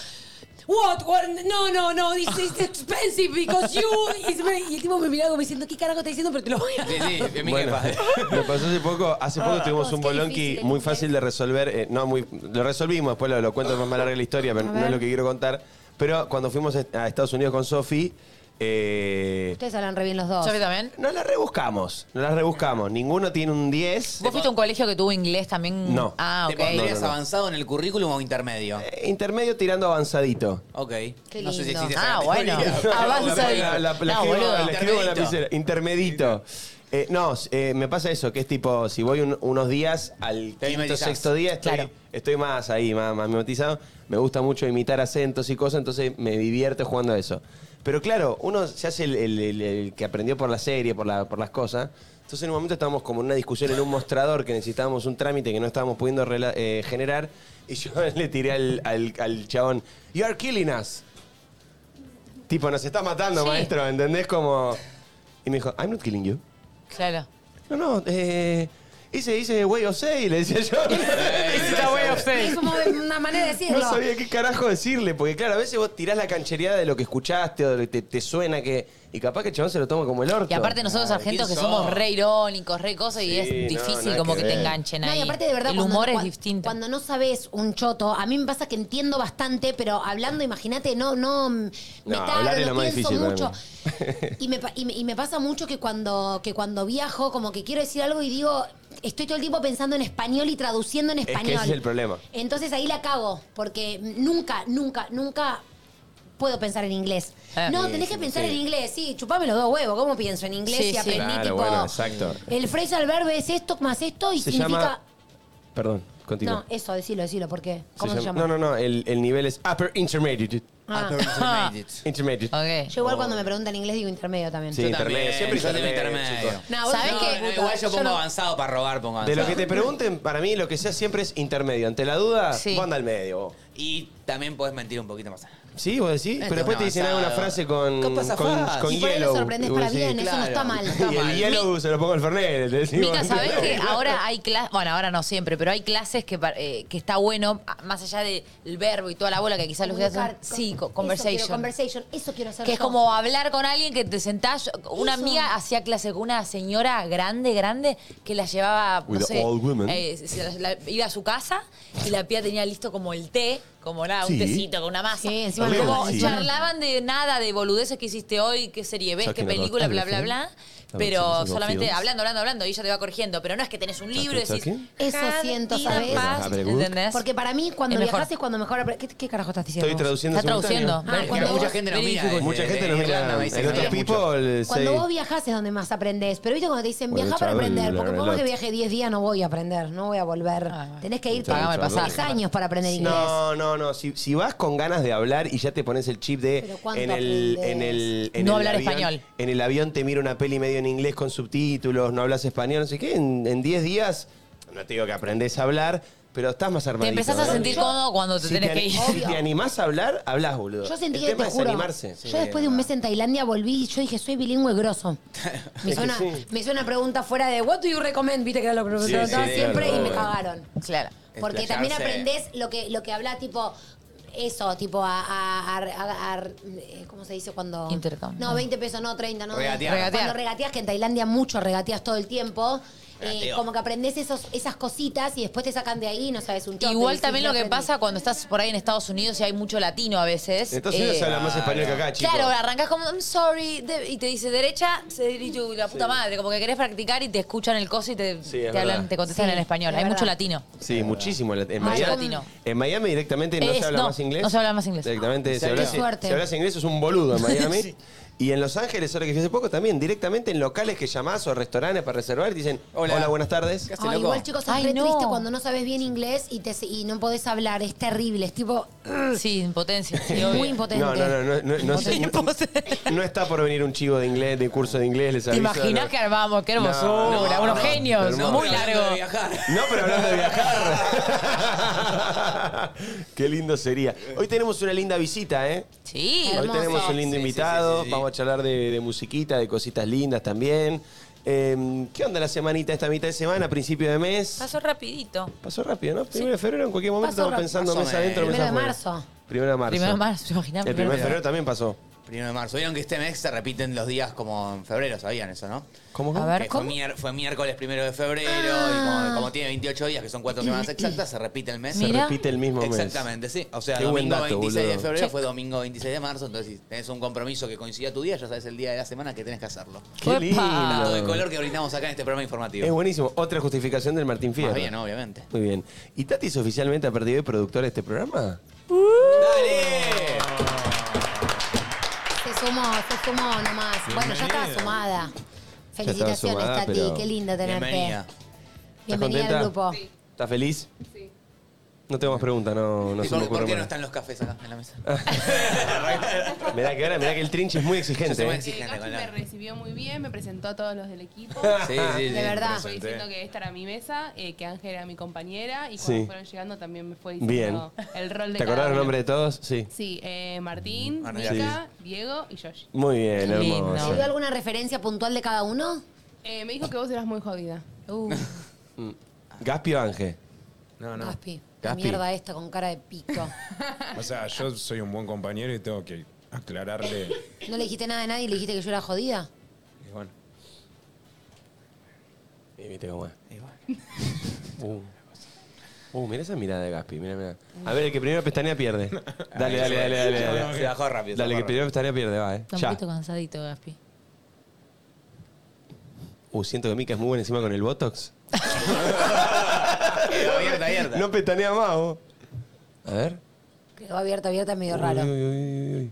S7: What? What? No, no, no, this is expensive because you. is very-" Y el tipo me miraba como diciendo, ¿qué carajo está diciendo? Pero te lo voy a.
S4: Sí, sí, es mi
S1: Bueno,
S4: jefa.
S1: me pasó hace poco, hace poco tuvimos
S7: Vos,
S1: un
S7: qué
S1: bolonqui
S7: difícil,
S1: muy
S7: ¿eh?
S1: fácil de resolver, eh, no muy, lo resolvimos, después lo, lo cuento más más larga la historia, pero
S10: A
S1: no es
S10: ver.
S1: lo que quiero contar. Pero cuando fuimos est- a Estados Unidos con Sofi, eh,
S7: Ustedes hablan re bien los dos.
S3: Sofi también.
S1: no la rebuscamos, no la rebuscamos, ninguno tiene un 10.
S3: ¿Vos fuiste a un colegio que tuvo inglés también?
S1: No.
S3: Ah,
S4: ¿Te
S3: ok.
S4: pondrías avanzado en el currículum o intermedio?
S1: Eh, Intermedio tirando avanzadito.
S4: Ok.
S7: Qué
S4: No sé si
S7: lindo.
S4: existe esa
S3: Ah, bueno.
S4: categoría.
S3: Avanzadito.
S1: La, la- la
S3: No,
S1: escribo-
S3: boludo.
S1: la escribo con la
S4: Intermedito.
S1: lapicera. Intermedito. Eh, no, eh, me pasa eso, que es tipo, si voy un- unos días al
S4: Te
S1: quinto,
S4: mimetizás.
S1: sexto día, estoy,
S3: Claro.
S1: estoy más ahí, más, más mimetizado. Me gusta mucho imitar acentos y cosas, entonces me divierte jugando a eso. Pero claro, uno se hace el, el- el- el que aprendió por la serie, por, la- por las cosas. Entonces en un momento estábamos como en una discusión en un mostrador que necesitábamos un trámite que no estábamos pudiendo rela- eh, generar. Y yo le tiré al, al, al chabón, You are killing us. Tipo, nos está matando,
S3: Sí.
S1: maestro, ¿entendés? Como... Y me dijo, I'm not killing you.
S3: Claro.
S1: No, no, eh... Hice, hice way of say, le decía yo.
S7: Es como una manera de decirlo.
S1: No sabía qué carajo decirle, porque claro, a veces vos tirás la canchereada de lo que escuchaste o de lo que te, te suena que... Y capaz que el chabón se lo toma como el orto.
S3: Y aparte nosotros
S4: Ay,
S3: argentos que
S4: ¿quién
S3: somos
S4: sos?
S3: re irónicos, re cosas, y
S1: Ah, Sí,
S3: es
S1: no,
S3: difícil
S1: nada
S3: como
S1: que
S3: que te
S1: ver.
S3: enganchen
S7: No,
S3: ahí.
S7: y aparte de verdad
S3: el
S7: cuando-
S3: humor
S7: cua-
S3: es distinto.
S7: Cuando no sabes un choto, a mí me pasa que entiendo bastante, pero hablando, imagínate, no, no mm, me
S1: No,
S7: tardo,
S1: hablar es
S7: lo
S1: lo más
S7: pienso
S1: difícil para
S7: mucho. Y me, pa- y me- y me pasa mucho que cuando, que cuando viajo, como que quiero decir algo y digo, estoy todo el tiempo pensando en español y traduciendo en
S1: que
S7: español.
S1: ese es el problema.
S7: Entonces ahí la cago, porque nunca, nunca, nunca puedo pensar en inglés.
S3: Ah.
S7: no, tenés que pensar en inglés, sí, chupame los dos huevos, ¿cómo pienso en inglés?
S3: Sí,
S7: y
S3: sí.
S7: aprendí
S1: Claro,
S7: tipo,
S1: bueno, exacto.
S3: Eh,
S7: el phrasal al verbo es esto más esto y
S1: Se
S7: significa...
S1: llama... Perdón, continúa.
S7: No, eso, decilo, decilo, ¿por qué?
S1: Se
S7: ¿Cómo se, llama?
S1: No, no, no, el, el nivel es upper intermediate.
S7: Ah.
S4: Upper intermediate.
S1: Intermediate.
S3: Ok.
S7: Yo igual cuando me preguntan inglés digo intermedio también.
S1: Oh. Sí.
S4: Yo
S1: intermedio,
S4: también,
S1: siempre
S4: yo tengo
S1: intermedio,
S4: intermedio.
S1: chicos.
S7: No,
S3: ¿Sabés
S4: No,
S3: qué?
S4: no, igual yo pongo
S3: no-
S4: avanzado para robar, pongo
S1: De lo
S4: avanzado.
S1: que te pregunten, para mí lo que sea siempre es intermedio. Ante la duda,
S3: Sí.
S1: vos anda al medio. vos.
S4: Y también podés mentir un poquito más.
S1: Sí, vos decís,
S4: Esto
S1: pero después
S4: es
S1: te dicen alguna
S4: avanzado.
S1: frase con,
S4: ¿Qué pasa,
S1: con, con,
S4: Faz?
S7: Y por ahí lo
S1: yellow,
S7: sorprendés
S1: y vos
S7: para
S1: decís,
S7: bien, eso no está
S4: claro.
S7: mal.
S1: Y el yellow se lo pongo al Fernet. le decimos.
S3: Mica, ¿sabés que ahora hay clases, bueno, ahora no siempre, pero hay clases que, par- eh, que está bueno, a- más allá del verbo y toda la bola que quizás los días
S7: Comunicar,
S3: son- Sí, co-
S7: eso
S3: conversation.
S7: quiero, conversation, eso quiero hacer.
S3: que es
S7: yo.
S3: como hablar con alguien que te sentás. Una
S7: Eso.
S3: amiga hacía clase con una señora grande, grande, que la llevaba.
S1: With
S3: no
S1: the
S3: sé,
S1: old women.
S3: eh, se la- la- iba a su casa y la pía tenía listo como el té, como nada, un
S1: Sí.
S3: tecito con una masa.
S7: Sí, encima
S1: A ver,
S3: como
S1: sí.
S3: charlaban de nada, de boludeces que hiciste hoy, qué serie ves,
S1: Talking
S3: qué
S1: about
S3: película, bla, bla,
S1: everything.
S3: bla.
S1: About
S3: Pero
S1: something about
S3: solamente
S1: films.
S3: hablando, hablando, hablando, y ella te va corrigiendo. Pero no es que tenés un libro y decís.
S1: talking?
S7: Eso
S3: "Cada
S7: siento,
S3: día
S7: ¿sabés?
S3: más",
S1: Abre book.
S3: ¿Entendés?
S7: Porque para mí, cuando
S3: Es mejor.
S7: viajas es cuando mejor... apre- ¿Qué, qué carajo estás diciendo?
S1: Estoy
S7: vos?
S1: traduciendo.
S3: Está traduciendo.
S1: simultáneo.
S7: Ah,
S3: Ver-
S7: cuando
S4: mucha
S7: vos-
S4: gente nos
S3: very
S4: mira. eh,
S3: difficult.
S1: Mucha
S4: desde-
S1: gente nos
S4: desde Irlanda,
S1: mira.
S4: me dice
S1: En
S4: que
S1: otro
S4: mira mucho.
S1: people,
S7: Cuando
S1: say-
S7: vos viajas es donde más aprendés. Pero viste cuando te dicen,
S1: Bueno,
S7: viajá para
S1: travel,
S7: aprender. Porque
S1: learn a
S7: por más que
S1: lot.
S7: viaje 10 días no voy a aprender, no voy a volver.
S3: Ah, bueno.
S7: Tenés que irte
S3: Pagame el pasaje.
S7: 10 años para aprender inglés.
S1: No, no, no. Si, si vas con ganas de hablar y ya te pones el chip de
S7: Pero ¿cuánto
S1: en el,
S7: aprendés?
S1: en el en
S3: No
S1: el
S3: hablar
S1: avión-
S3: español.
S1: En el avión te mira una peli medio en inglés con subtítulos, no hablas español, no sé qué. En en 10 días, no te digo que aprendés a hablar, pero estás más armadito.
S3: Te empezás a
S1: ¿verdad?
S3: sentir cómodo cuando te
S1: Si te
S3: tenés que
S1: ani-
S3: ir.
S1: Si te animás a hablar, hablás, boludo.
S7: Yo sentí
S1: el
S7: que
S1: tema
S7: te
S1: es
S7: juro.
S1: animarse.
S7: Yo después de un mes en Tailandia volví y yo dije, soy bilingüe grosso. Me suena,
S1: sí.
S7: me suena pregunta fuera de what do you recommend, viste que era lo que me
S4: Sí,
S7: preguntaban
S4: sí,
S7: siempre
S1: claro,
S7: y me
S1: obvio.
S7: cagaron.
S3: Claro.
S7: Porque también
S4: Explayarse.
S7: aprendés lo que, lo que habla tipo eso, tipo a, a- a- a- a- eh, ¿cómo se dice cuando?
S3: Intercambio.
S7: No, 20 pesos, no, 30, no.
S4: Regatear.
S3: Regatear.
S7: Cuando regateas, que en Tailandia mucho regateas todo el tiempo. eh,
S4: Regateo.
S7: como que aprendés esos, esas cositas y después te sacan de ahí y no sabes un choto.
S3: Igual
S7: Decís,
S3: también
S7: "No
S3: lo que
S7: aprendí".
S3: pasa cuando estás por ahí en Estados Unidos y hay mucho latino a veces.
S1: Entonces
S3: eh,
S1: ellos hablan más español que acá, chicos.
S3: Claro, arrancas como, I'm sorry, de- y te dice derecha, se dirige la puta madre. Como que querés practicar y te escuchan el coso y te,
S1: Sí, es
S3: te hablan,
S1: verdad.
S3: te contestan
S7: Sí,
S3: en español.
S7: es
S3: Hay
S7: verdad.
S3: mucho latino.
S1: Sí, muchísimo. En
S3: Mucho
S1: Miami,
S3: latino.
S1: en Miami directamente no
S3: Es-
S1: se habla
S3: no,
S1: más inglés.
S3: no se habla más inglés.
S1: Directamente, si
S4: serio?
S1: hablas,
S7: Qué suerte.
S1: si hablas inglés sos un boludo en Miami. Y en Los Ángeles, ahora que fui hace poco, también directamente en locales que llamás o restaurantes para reservar y te dicen, hola,
S4: Hola.
S1: buenas tardes.
S4: ¿Qué haces,
S7: Ay,
S4: loco?
S7: igual, chicos, es
S3: Ay,
S7: re
S3: no.
S7: triste cuando no sabes bien inglés y, te, y no podés hablar. Es terrible. Es tipo.
S3: Sí, impotencia. sí,
S7: Es
S3: obvio.
S7: muy impotente.
S1: No, no, no, no, no, no, sé, no-
S3: Impotente.
S1: no está por venir un chivo de inglés, de curso de inglés, les
S3: ¿Te
S1: aviso.
S3: imaginas
S1: No.
S3: que armamos? ¡Qué hermosura!
S1: No, no,
S3: unos
S1: no,
S3: genios.
S1: hermoso.
S3: Muy
S4: Hablando de
S3: largo.
S4: viajar.
S1: No, pero hablando de viajar. Qué lindo sería. Hoy tenemos una linda visita, ¿eh?
S3: Sí.
S1: Hoy
S7: Hermoso.
S1: tenemos un lindo
S4: Sí, sí,
S1: invitado.
S4: sí, sí, sí.
S1: Vamos a charlar de, de musiquita, de cositas lindas también. Eh, ¿Qué onda la semanita, esta mitad de semana, principio de mes?
S3: Pasó rapidito.
S1: Pasó rápido, ¿no? Primero de febrero, en cualquier momento
S7: Pasó
S1: estamos
S7: rápido.
S1: pensando
S4: Más o
S1: mes adentro, mes
S7: Primero de
S1: afuera.
S7: marzo.
S1: Primero de marzo.
S3: Primero de marzo, ¿te imaginas?
S1: El primero de
S3: Primero
S1: febrero también pasó.
S4: Primero de marzo. Vieron que este mes se repiten los días como en febrero, ¿sabían eso, no?
S1: ¿Cómo?
S3: A ver,
S4: Que fue,
S3: ¿cómo? Ah.
S4: mier- fue miércoles primero de febrero y como, como tiene 28 días, que son cuatro semanas exactas, se repite el mes.
S1: Se
S3: Mira.
S1: repite el mismo mes.
S4: Exactamente, sí. O sea,
S1: Qué buen
S4: domingo
S1: dato,
S4: 26 de
S1: boludo.
S4: febrero fue domingo 26 de marzo, entonces si tenés un compromiso que coincida tu día, ya sabes el día de la semana que tenés que hacerlo.
S1: Qué
S4: Dato de
S1: lindo.
S4: color que brindamos acá en este programa informativo.
S1: Es buenísimo. Otra justificación del Martín Fierro.
S4: Más bien, obviamente.
S1: Muy bien. ¿Y Tati es oficialmente a partir de hoy productora de este programa?
S4: ¡Dale!
S7: Se sumó, se sumó nomás. Bueno, ya estaba
S9: Bienvenida.
S7: sumada.
S1: estaba
S7: Felicitaciones,
S1: sumada,
S7: Tati.
S1: pero-
S7: Qué lindo tenerte.
S4: Bienvenida.
S7: Bienvenida
S1: contenta?
S7: al grupo.
S8: Sí.
S1: ¿Estás feliz?
S8: Sí.
S1: No tengo más preguntas, no, no
S4: ¿Y
S1: se me
S4: ¿Por,
S1: ocurre
S4: por qué no
S1: más.
S4: están los cafés acá en la mesa?
S1: Mirá que ahora, mirá que el trinche es muy
S4: Yo
S1: exigente.
S4: soy muy
S1: ¿eh?
S4: Sí,
S8: Eh,
S4: gente,
S8: Gaspi
S4: con la-
S8: me recibió muy bien, me presentó a todos los del equipo.
S4: Sí, sí, sí.
S7: De verdad.
S8: Fue diciendo que esta era mi mesa, eh, que Ángel era mi compañera y cuando
S1: Sí.
S8: fueron llegando también me fue
S1: Bien.
S8: diciendo el rol de
S1: ¿Te acordás
S8: cada
S1: el
S8: uno.
S1: nombre de todos? Sí.
S8: Sí, eh, Martín,
S4: Bueno,
S8: Mica, Diego y Yoshi.
S1: Muy bien,
S3: Qué lindo.
S7: ¿Te
S1: hermoso.
S7: dio alguna referencia puntual de cada uno?
S8: Eh, me dijo que vos eras muy jodida.
S7: Uh,
S1: Gaspio Ángel.
S9: No, no.
S7: Gaspi. La
S1: Gaspi.
S7: mierda esta con cara de pico.
S9: O sea, yo soy un buen compañero y tengo que aclararle.
S7: ¿No le dijiste nada de nadie y le dijiste que yo era jodida?
S9: Y bueno,
S1: Y viste cómo es. Uh. Uh, mirá esa mirada de Gaspi, mirá, mirá. A ver, el que primero pestañea pierde. Dale, dale, dale, dale.
S4: Se
S1: dale.
S4: bajó, Se bajó rápido. se
S1: Dale,
S4: bajó
S1: que primero pestañea pierde, va, eh.
S3: Está un
S1: Ya.
S3: poquito cansadito, Gaspi.
S1: Uh, siento que Mica es muy buena encima con el Botox.
S4: rápido. Abierta, abierta.
S1: No petanea más, vos. A ver.
S7: Quedó abierta, abierta, medio raro.
S1: Uy, uy, uy, uy, uy.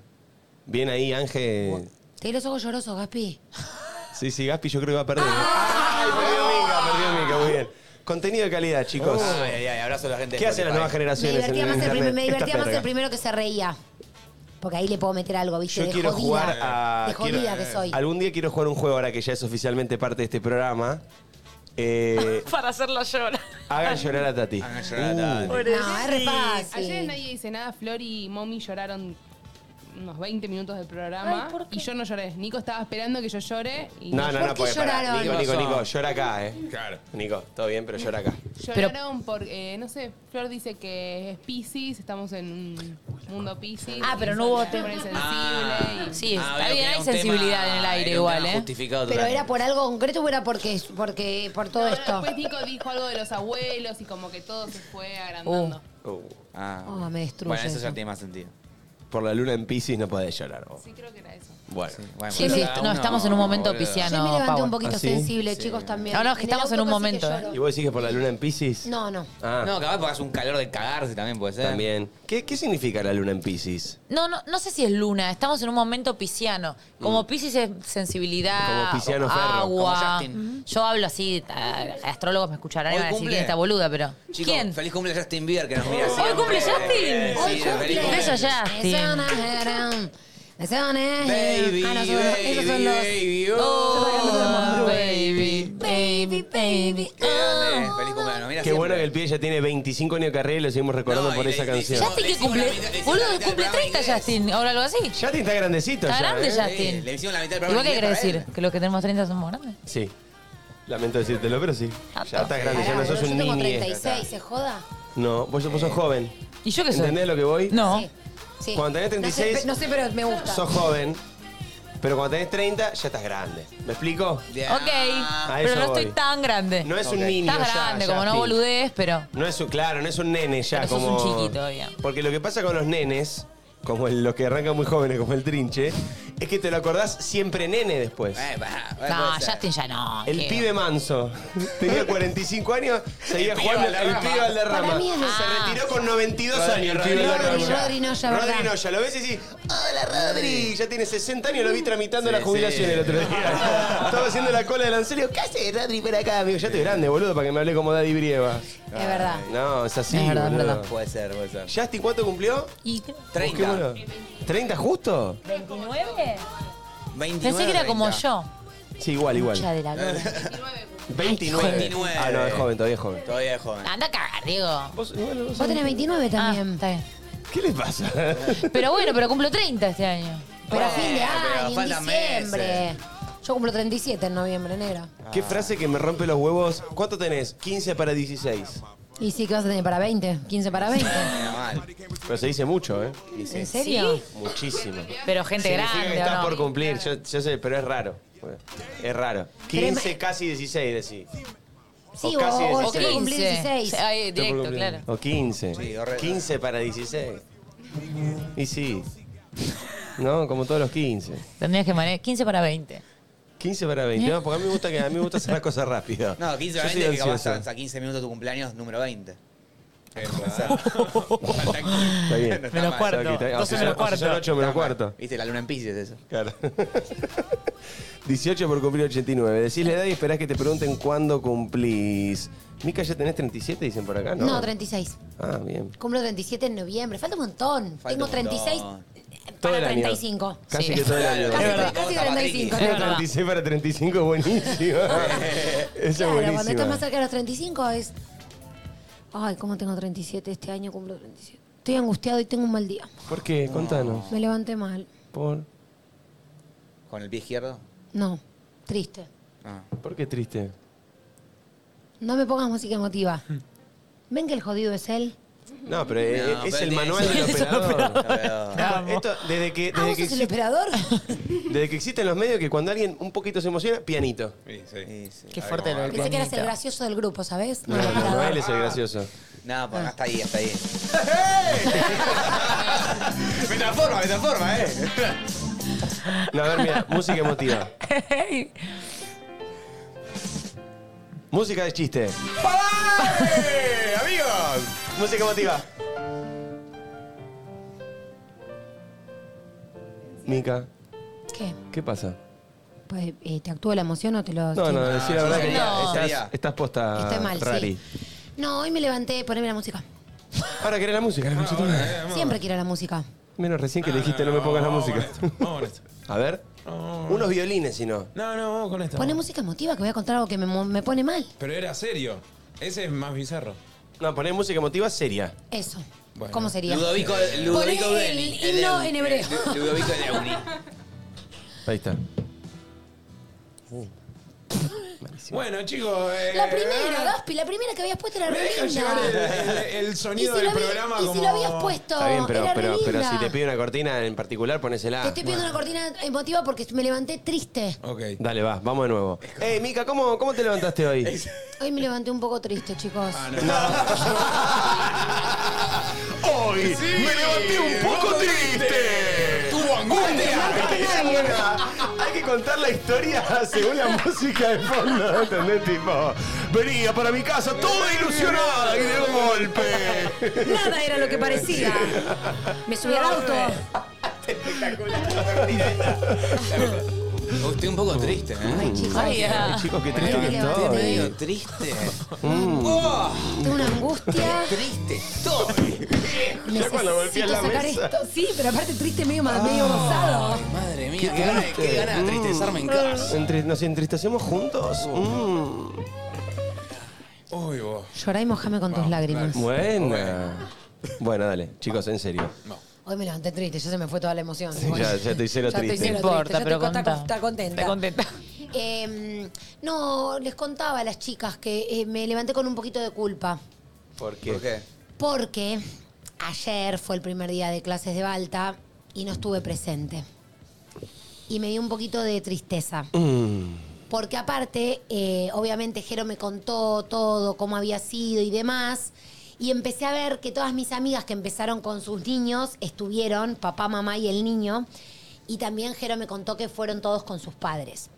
S1: Bien ahí, Ángel.
S7: Te di los ojos llorosos, Gaspi.
S1: Sí, sí, Gaspi yo creo que va a perder.
S7: Ah.
S1: ¡Ay, perdió Mica, perdió Mica, muy bien. Contenido de calidad, chicos.
S4: Oh. Ay, ay, ay, abrazo a la gente. de
S1: ¿Qué hacen las
S4: Spotify.
S1: nuevas
S7: Me
S1: generaciones
S7: divertía
S1: en
S7: más el,
S1: internet?
S7: primer- me
S1: Esta
S7: divertía más el
S1: perra.
S7: primero que se reía. Porque ahí le puedo meter algo, ¿viste?
S1: Yo
S7: de
S1: quiero
S7: jodida.
S1: jugar a-
S7: De jodida
S9: quiero-
S7: que soy.
S1: Algún día quiero jugar un juego ahora que ya es oficialmente parte de este programa. Eh,
S3: Para hacerlo llorar.
S1: hagan llorar a Tati.
S4: Hagan llorar a Tati.
S1: Uh,
S3: Ah,
S7: No, es re fácil.
S8: Ayer nadie dice nada, Flor y Mommy lloraron unos 20 minutos del programa
S3: Ay, ¿por qué?
S8: y yo no lloré. Nico estaba esperando que yo llore y
S1: No, no,
S7: ¿Por
S1: no,
S7: qué
S1: porque pará.
S7: lloraron?
S1: Nico,
S4: ¿Qué
S1: Nico,
S4: pasó?
S1: Nico, llora acá, eh.
S9: claro.
S1: Nico, todo bien, pero llora acá.
S8: lloraron porque, no sé, Flor dice que es Pisces, estamos en un mundo Pisces.
S3: Ah, pero no hubo
S8: tema.
S3: tema.
S1: Ah.
S8: sensible. y-
S3: Sí, está
S4: veo
S3: bien,
S4: que
S3: hay
S4: era un
S3: sensibilidad
S4: tema-
S3: en el aire
S4: era un
S3: igual,
S4: tema
S3: ¿eh?
S4: Justificado
S7: Pero era
S4: totalmente.
S7: por algo concreto o era porque, porque por todo
S8: No, no,
S7: esto.
S3: pues-
S8: Después Nico dijo algo de los abuelos y como que todo se fue agrandando.
S1: Uh,
S4: Ah.
S7: Oh, me destruye
S4: Bueno, eso
S7: eso.
S4: ya tiene más sentido.
S1: por la luna en Pisces no podés llorar. vos.
S8: Sí, creo que era eso.
S1: Bueno.
S4: Bueno,
S3: Sí,
S4: boludo,
S3: sí,
S4: cada
S3: no,
S4: uno,
S3: estamos en un momento
S4: boludo.
S3: pisciano.
S7: Yo me
S3: No,
S7: levanté
S3: Pau.
S7: un poquito
S1: ¿Ah, sí?
S7: sensible, chicos, también.
S3: No, no, es que
S7: En el
S3: estamos en
S7: auto
S3: un
S7: casi que
S3: momento, eh.
S7: lloro.
S1: ¿Y vos decís que por la luna en Pisces?
S7: No, no.
S1: Ah,
S4: No, capaz porque hace un calor de cagarse también puede ser.
S1: también. ¿Qué, qué significa la luna en Pisces?
S3: No, no, no sé si es luna, estamos en un momento pisciano. Como piscis es sensibilidad,
S1: Como pisciano ferro,
S3: agua.
S4: como Justin.
S3: Ujú. Yo hablo así, ah, astrólogos me escucharán y
S4: Hoy
S3: van a decir
S4: cumple.
S3: quién es esta boluda, pero.
S4: Chicos,
S3: ¿Quién?
S4: feliz cumple Justin Bieber que nos mira
S3: ¡Hoy
S4: siempre.
S3: cumple
S4: Eh,
S3: Justin!
S4: sí, feliz cumple.
S3: Beso Justin.
S4: Baby,
S7: Baby, Ah, esos son los...
S4: baby, baby,
S3: Oh,
S4: oh,
S3: baby, baby, baby.
S4: Qué grande, feliz cumple, nos mira
S1: Qué
S4: siempre.
S1: bueno que el pibe ya tiene 25 años de carrera y lo seguimos recordando
S4: No, y
S1: por
S4: le-
S1: esa
S4: le-
S1: canción.
S4: ya-
S3: Justin que cumple. Boludo, cumple 30 Justin, ahora algo así.
S1: Yati está grandecito
S3: Está
S1: ya,
S3: grande
S1: ¿eh?
S3: ya.
S4: Sí, le hicimos la mitad del programa.
S3: Igual qué
S4: en
S3: quiere
S4: inglés para
S3: decir, que los que tenemos 30 somos grandes.
S1: Sí. Lamento decírtelo, pero sí.
S3: Ah,
S1: Ya estás grande, ya
S7: Pará,
S1: no
S7: boludo,
S1: sos
S7: yo
S1: un
S7: tengo
S1: niño.
S7: 36, ¿se joda?
S1: No, vos, vos sos joven.
S3: Eh, ¿Y yo qué soy?
S1: ¿Entendés lo que voy?
S3: No.
S7: Sí. Sí.
S1: Cuando tenés
S7: No sé,
S1: 36,
S7: pe- No sé, pero me gusta.
S1: Sos joven, pero cuando tenés 30 ya estás grande. ¿Me explico?
S4: él. Ya.
S3: Ok,
S1: eso
S3: pero no
S1: voy.
S3: estoy tan grande.
S1: No es un
S4: Ok.
S1: niño ya,
S3: Estás grande, como no
S1: Justin.
S3: boludez, pero.
S1: No es un, claro, no es un nene ya,
S3: Pero sos
S1: como...
S3: un chiquito, ya.
S1: Porque lo que pasa con los nenes como el- los que arrancan muy jóvenes, como el trinche, es que te lo acordás siempre nene después.
S4: Eh, bah, bah,
S3: No,
S4: puede ser.
S3: Justin ya no.
S1: El
S3: que-
S1: pibe manso. Tenía 45 años, seguía
S4: El pibe
S1: jugando el
S4: Valderrama.
S1: pibe Valderrama.
S7: Para mí es de-
S1: Se retiró con 92
S4: Rodri,
S1: años el
S4: Rodri,
S1: pibe
S4: Rodri,
S1: Valderrama.
S7: Rodri Noya, ¿verdad?
S1: Rodri Noya, lo ves y decís, hola Rodri, ya tiene 60 años, lo vi tramitando
S4: Mm. Sí,
S1: la jubilación
S4: sí.
S1: el otro día. Estaba haciendo la cola del Anselio, ¿qué haces Rodri para acá? Amigo, ya estoy grande, boludo, para que me hable como Daddy Brieva.
S7: Es verdad.
S1: No, es así,
S3: Es verdad, es
S1: boludo.
S3: verdad.
S4: Puede ser, puede ser.
S1: Justin, ¿cuánto cumplió?
S3: ¿Y
S1: Busquémoslo.
S4: 30.
S1: ¿30 justo?
S3: 29?
S4: 29,
S3: Pensé que era como
S4: 30.
S3: yo.
S1: Sí, igual,
S3: Mucha
S1: igual.
S3: de la gloria.
S1: 29.
S4: 29.
S1: Ah, no, es joven, todavía es joven.
S4: Todavía es joven.
S3: Anda a cagar, Diego.
S1: Vos- bueno, vos-
S7: Vos tenés 29 también.
S3: Ah, está bien.
S1: ¿Qué les pasa?
S3: Pero bueno, pero cumplo 30 este año.
S7: Pero a fin de
S4: Bueno,
S3: Ah,
S4: pero
S7: año, en
S4: faltan
S7: diciembre.
S4: meses.
S7: Yo cumplo 37 en noviembre, enero.
S1: Qué frase que me rompe los huevos. ¿Cuánto tenés? 15 para 16.
S7: Y sí, ¿qué vas a tener para 20? 15 para 20.
S4: Menos mal.
S1: Pero se dice mucho, ¿eh?
S7: ¿En serio?
S1: Muchísimo.
S3: Pero gente
S1: Significa que
S3: grande,
S1: estás
S3: ¿o no?
S1: por cumplir, yo, yo sé, pero es raro. Es raro. 15, casi 16, decís.
S7: Sí,
S3: Uh,
S1: O
S7: o,
S1: casi
S7: o
S1: es-
S7: yo por cumplir 16.
S3: Ay, directo,
S1: Yo
S3: claro.
S1: O 15.
S4: Sí, horrendo.
S1: 15 para 16. Y sí. No, como todos los 15.
S3: Tendrías que manejar 15 para 20.
S1: 15 para 20. No, porque a mí me gusta, que, a mí me gusta hacer las cosas rápido.
S4: No, 15
S1: Yo
S4: para
S1: soy
S4: 20 que capaz
S1: ansioso.
S4: avanza a 15 minutos tu cumpleaños número 20.
S1: Está bien.
S4: Menos
S1: Está
S4: cuarto,
S1: bien, está bien. O si
S3: 12
S1: son- o si son
S3: menos cuarto.
S1: 8 menos cuarto.
S4: Viste, la luna en Pisces eso.
S1: Claro. 18 por cumplir 89. Decís la edad y esperás que te pregunten cuándo cumplís. Mica, ¿ya tenés 37? Dicen por acá, ¿no?
S7: No, 36.
S1: Ah, bien.
S7: Cumplo 37 en noviembre. Falta un montón.
S4: Falta
S7: Tengo
S4: un montón.
S7: 36
S1: Todo
S7: para
S1: el año.
S7: 35.
S1: Casi
S3: Sí.
S1: que todo el año.
S4: Es
S7: Casi,
S4: verdad.
S7: casi
S4: Vos,
S7: 35.
S3: Patrick.
S7: tengo.
S3: Es verdad.
S1: 36 para 35, buenísimo. Eso
S7: Claro,
S1: es buenísimo.
S7: cuando estás más cerca de los 35 es... Ay, ¿cómo tengo 37? Este año cumplo 37. Estoy angustiado y tengo un mal día.
S1: ¿Por qué? Contanos.
S7: Me levanté mal.
S1: ¿Por,
S4: ¿Con el pie izquierdo?
S7: No, triste.
S4: Ah.
S1: ¿Por qué triste?
S7: No me pongas música emotiva. ¿Ven que el jodido es él?
S1: No, pero eh, es
S4: No, pero
S1: el
S4: tiene-
S1: manual del operador.
S4: Pero-
S1: Esto, desde que,
S7: Ah,
S1: desde,
S7: ¿vos
S1: que
S7: sos el
S1: existe-
S7: operador?
S1: desde que existen los medios, que cuando alguien un poquito se emociona, pianito.
S9: Sí, sí.
S4: Sí, sí.
S3: Qué fuerte lo del
S7: Pensé que eras el
S3: pianito.
S7: gracioso del grupo, ¿sabés? No,
S1: No,
S7: el
S1: no, no,
S7: operador.
S1: él es el gracioso.
S4: No, pues hasta ahí, hasta ahí. me transforma, me transforma, eh.
S1: No, a ver, mira, música emotiva. Música de chiste. ¡Pará! Amigos, música emotiva. Mica,
S7: ¿Qué?
S1: ¿qué pasa?
S7: Pues, eh, ¿Te actúa la emoción o te lo.?
S1: No,
S7: sí.
S1: no, decir la
S4: Ah,
S1: verdad que
S4: No.
S1: estás, estás posta
S7: Estoy mal,
S1: rari.
S7: sí. No, hoy me levanté, poneme la música.
S1: Ahora querés la música, la
S4: Ah,
S1: música.
S7: Siempre quiero la música.
S1: Menos recién que le dijiste no me pongas la
S4: Ah,
S9: vamos
S1: música.
S9: con esto, Vamos con esto.
S1: A ver,
S9: No,
S1: unos violines si no.
S9: No, no, vamos con esto.
S7: Pone música emotiva, que voy a contar algo que me, mo- me pone mal.
S9: Pero era serio. Ese es más bizarro.
S1: No, poner música emotiva seria.
S7: Eso.
S9: Bueno.
S7: ¿Cómo sería?
S4: Ludovico, Ludovico
S7: Poné el
S4: Deuni.
S7: himno
S4: Deuni.
S7: en hebreo.
S4: Lu- Ludovico Deuni.
S1: Ahí está.
S9: Bueno, chicos. eh,
S7: La primera, Gaspi, la primera que habías puesto era
S9: Me
S7: re
S9: dejan
S7: linda.
S9: llevar el, el- el
S7: Y si,
S9: sonido
S7: lo,
S9: del
S7: había-
S9: programa
S7: y si
S9: como.
S7: lo habías puesto,
S1: Está bien, pero,
S7: era re
S1: pero, pero
S7: linda.
S1: si te pide una cortina en particular,
S7: Te
S1: ponésela.
S7: estoy pidiendo una cortina emotiva porque me levanté triste.
S9: Ok.
S1: Dale, va, vamos de nuevo. Ey, Mica, ¿cómo, ¿cómo te levantaste hoy?
S7: Hoy me levanté un poco triste, chicos.
S1: Ah, hoy me levanté un poco triste. Tuvo angustia. Hay que contar la historia según la música de fondo, ¿entendés? Tipo, venía para mi casa toda ilusionada y de golpe.
S7: Nada era lo que parecía. Me subí al auto.
S4: Oh, Estoy un poco triste, ¿eh?
S7: Ay, chicos.
S3: Ay, ah.
S1: Chicos, qué
S7: triste
S1: triste
S7: que
S1: que
S7: estoy.
S4: Estoy
S1: estoy.
S4: medio triste.
S1: Mm.
S4: Oh.
S7: Tengo una angustia.
S4: Triste estoy.
S7: Necesito
S1: cuando golpeas la
S7: sacar
S1: mesa.
S7: esto. Sí, pero aparte triste medio, ma- medio osado.
S4: Ah. Ay, madre mía, qué ganas qué ganas de tristezarme
S7: Mm.
S4: en casa.
S1: Entre- Mm. ¿Nos entristecemos juntos? Mm.
S9: Uy, vos.
S7: Llorá y mojame con tus lágrimas.
S1: Buena. Bueno, dale, chicos, en serio.
S7: Hoy me levanté triste, ya se me fue toda la emoción. Bueno,
S1: ya- ya estoy cero
S7: ya
S1: triste.
S7: cero
S1: No
S3: importa,
S7: triste, ya
S3: pero
S7: estoy contenta.
S3: contá.
S7: contenta.
S3: Está contenta.
S7: Eh, no, les contaba a las chicas que eh, me levanté con un poquito de culpa.
S1: ¿Por qué?
S4: ¿Por qué?
S7: Porque ayer fue el primer día de clases de Balta y no estuve presente. Y me dio un poquito de tristeza.
S1: Mm.
S7: Porque aparte, eh, obviamente Jero me contó todo, cómo había sido y demás. Y empecé a ver que todas mis amigas que empezaron con sus niños estuvieron, papá, mamá y el niño. Y también Jero me contó que fueron todos con sus padres.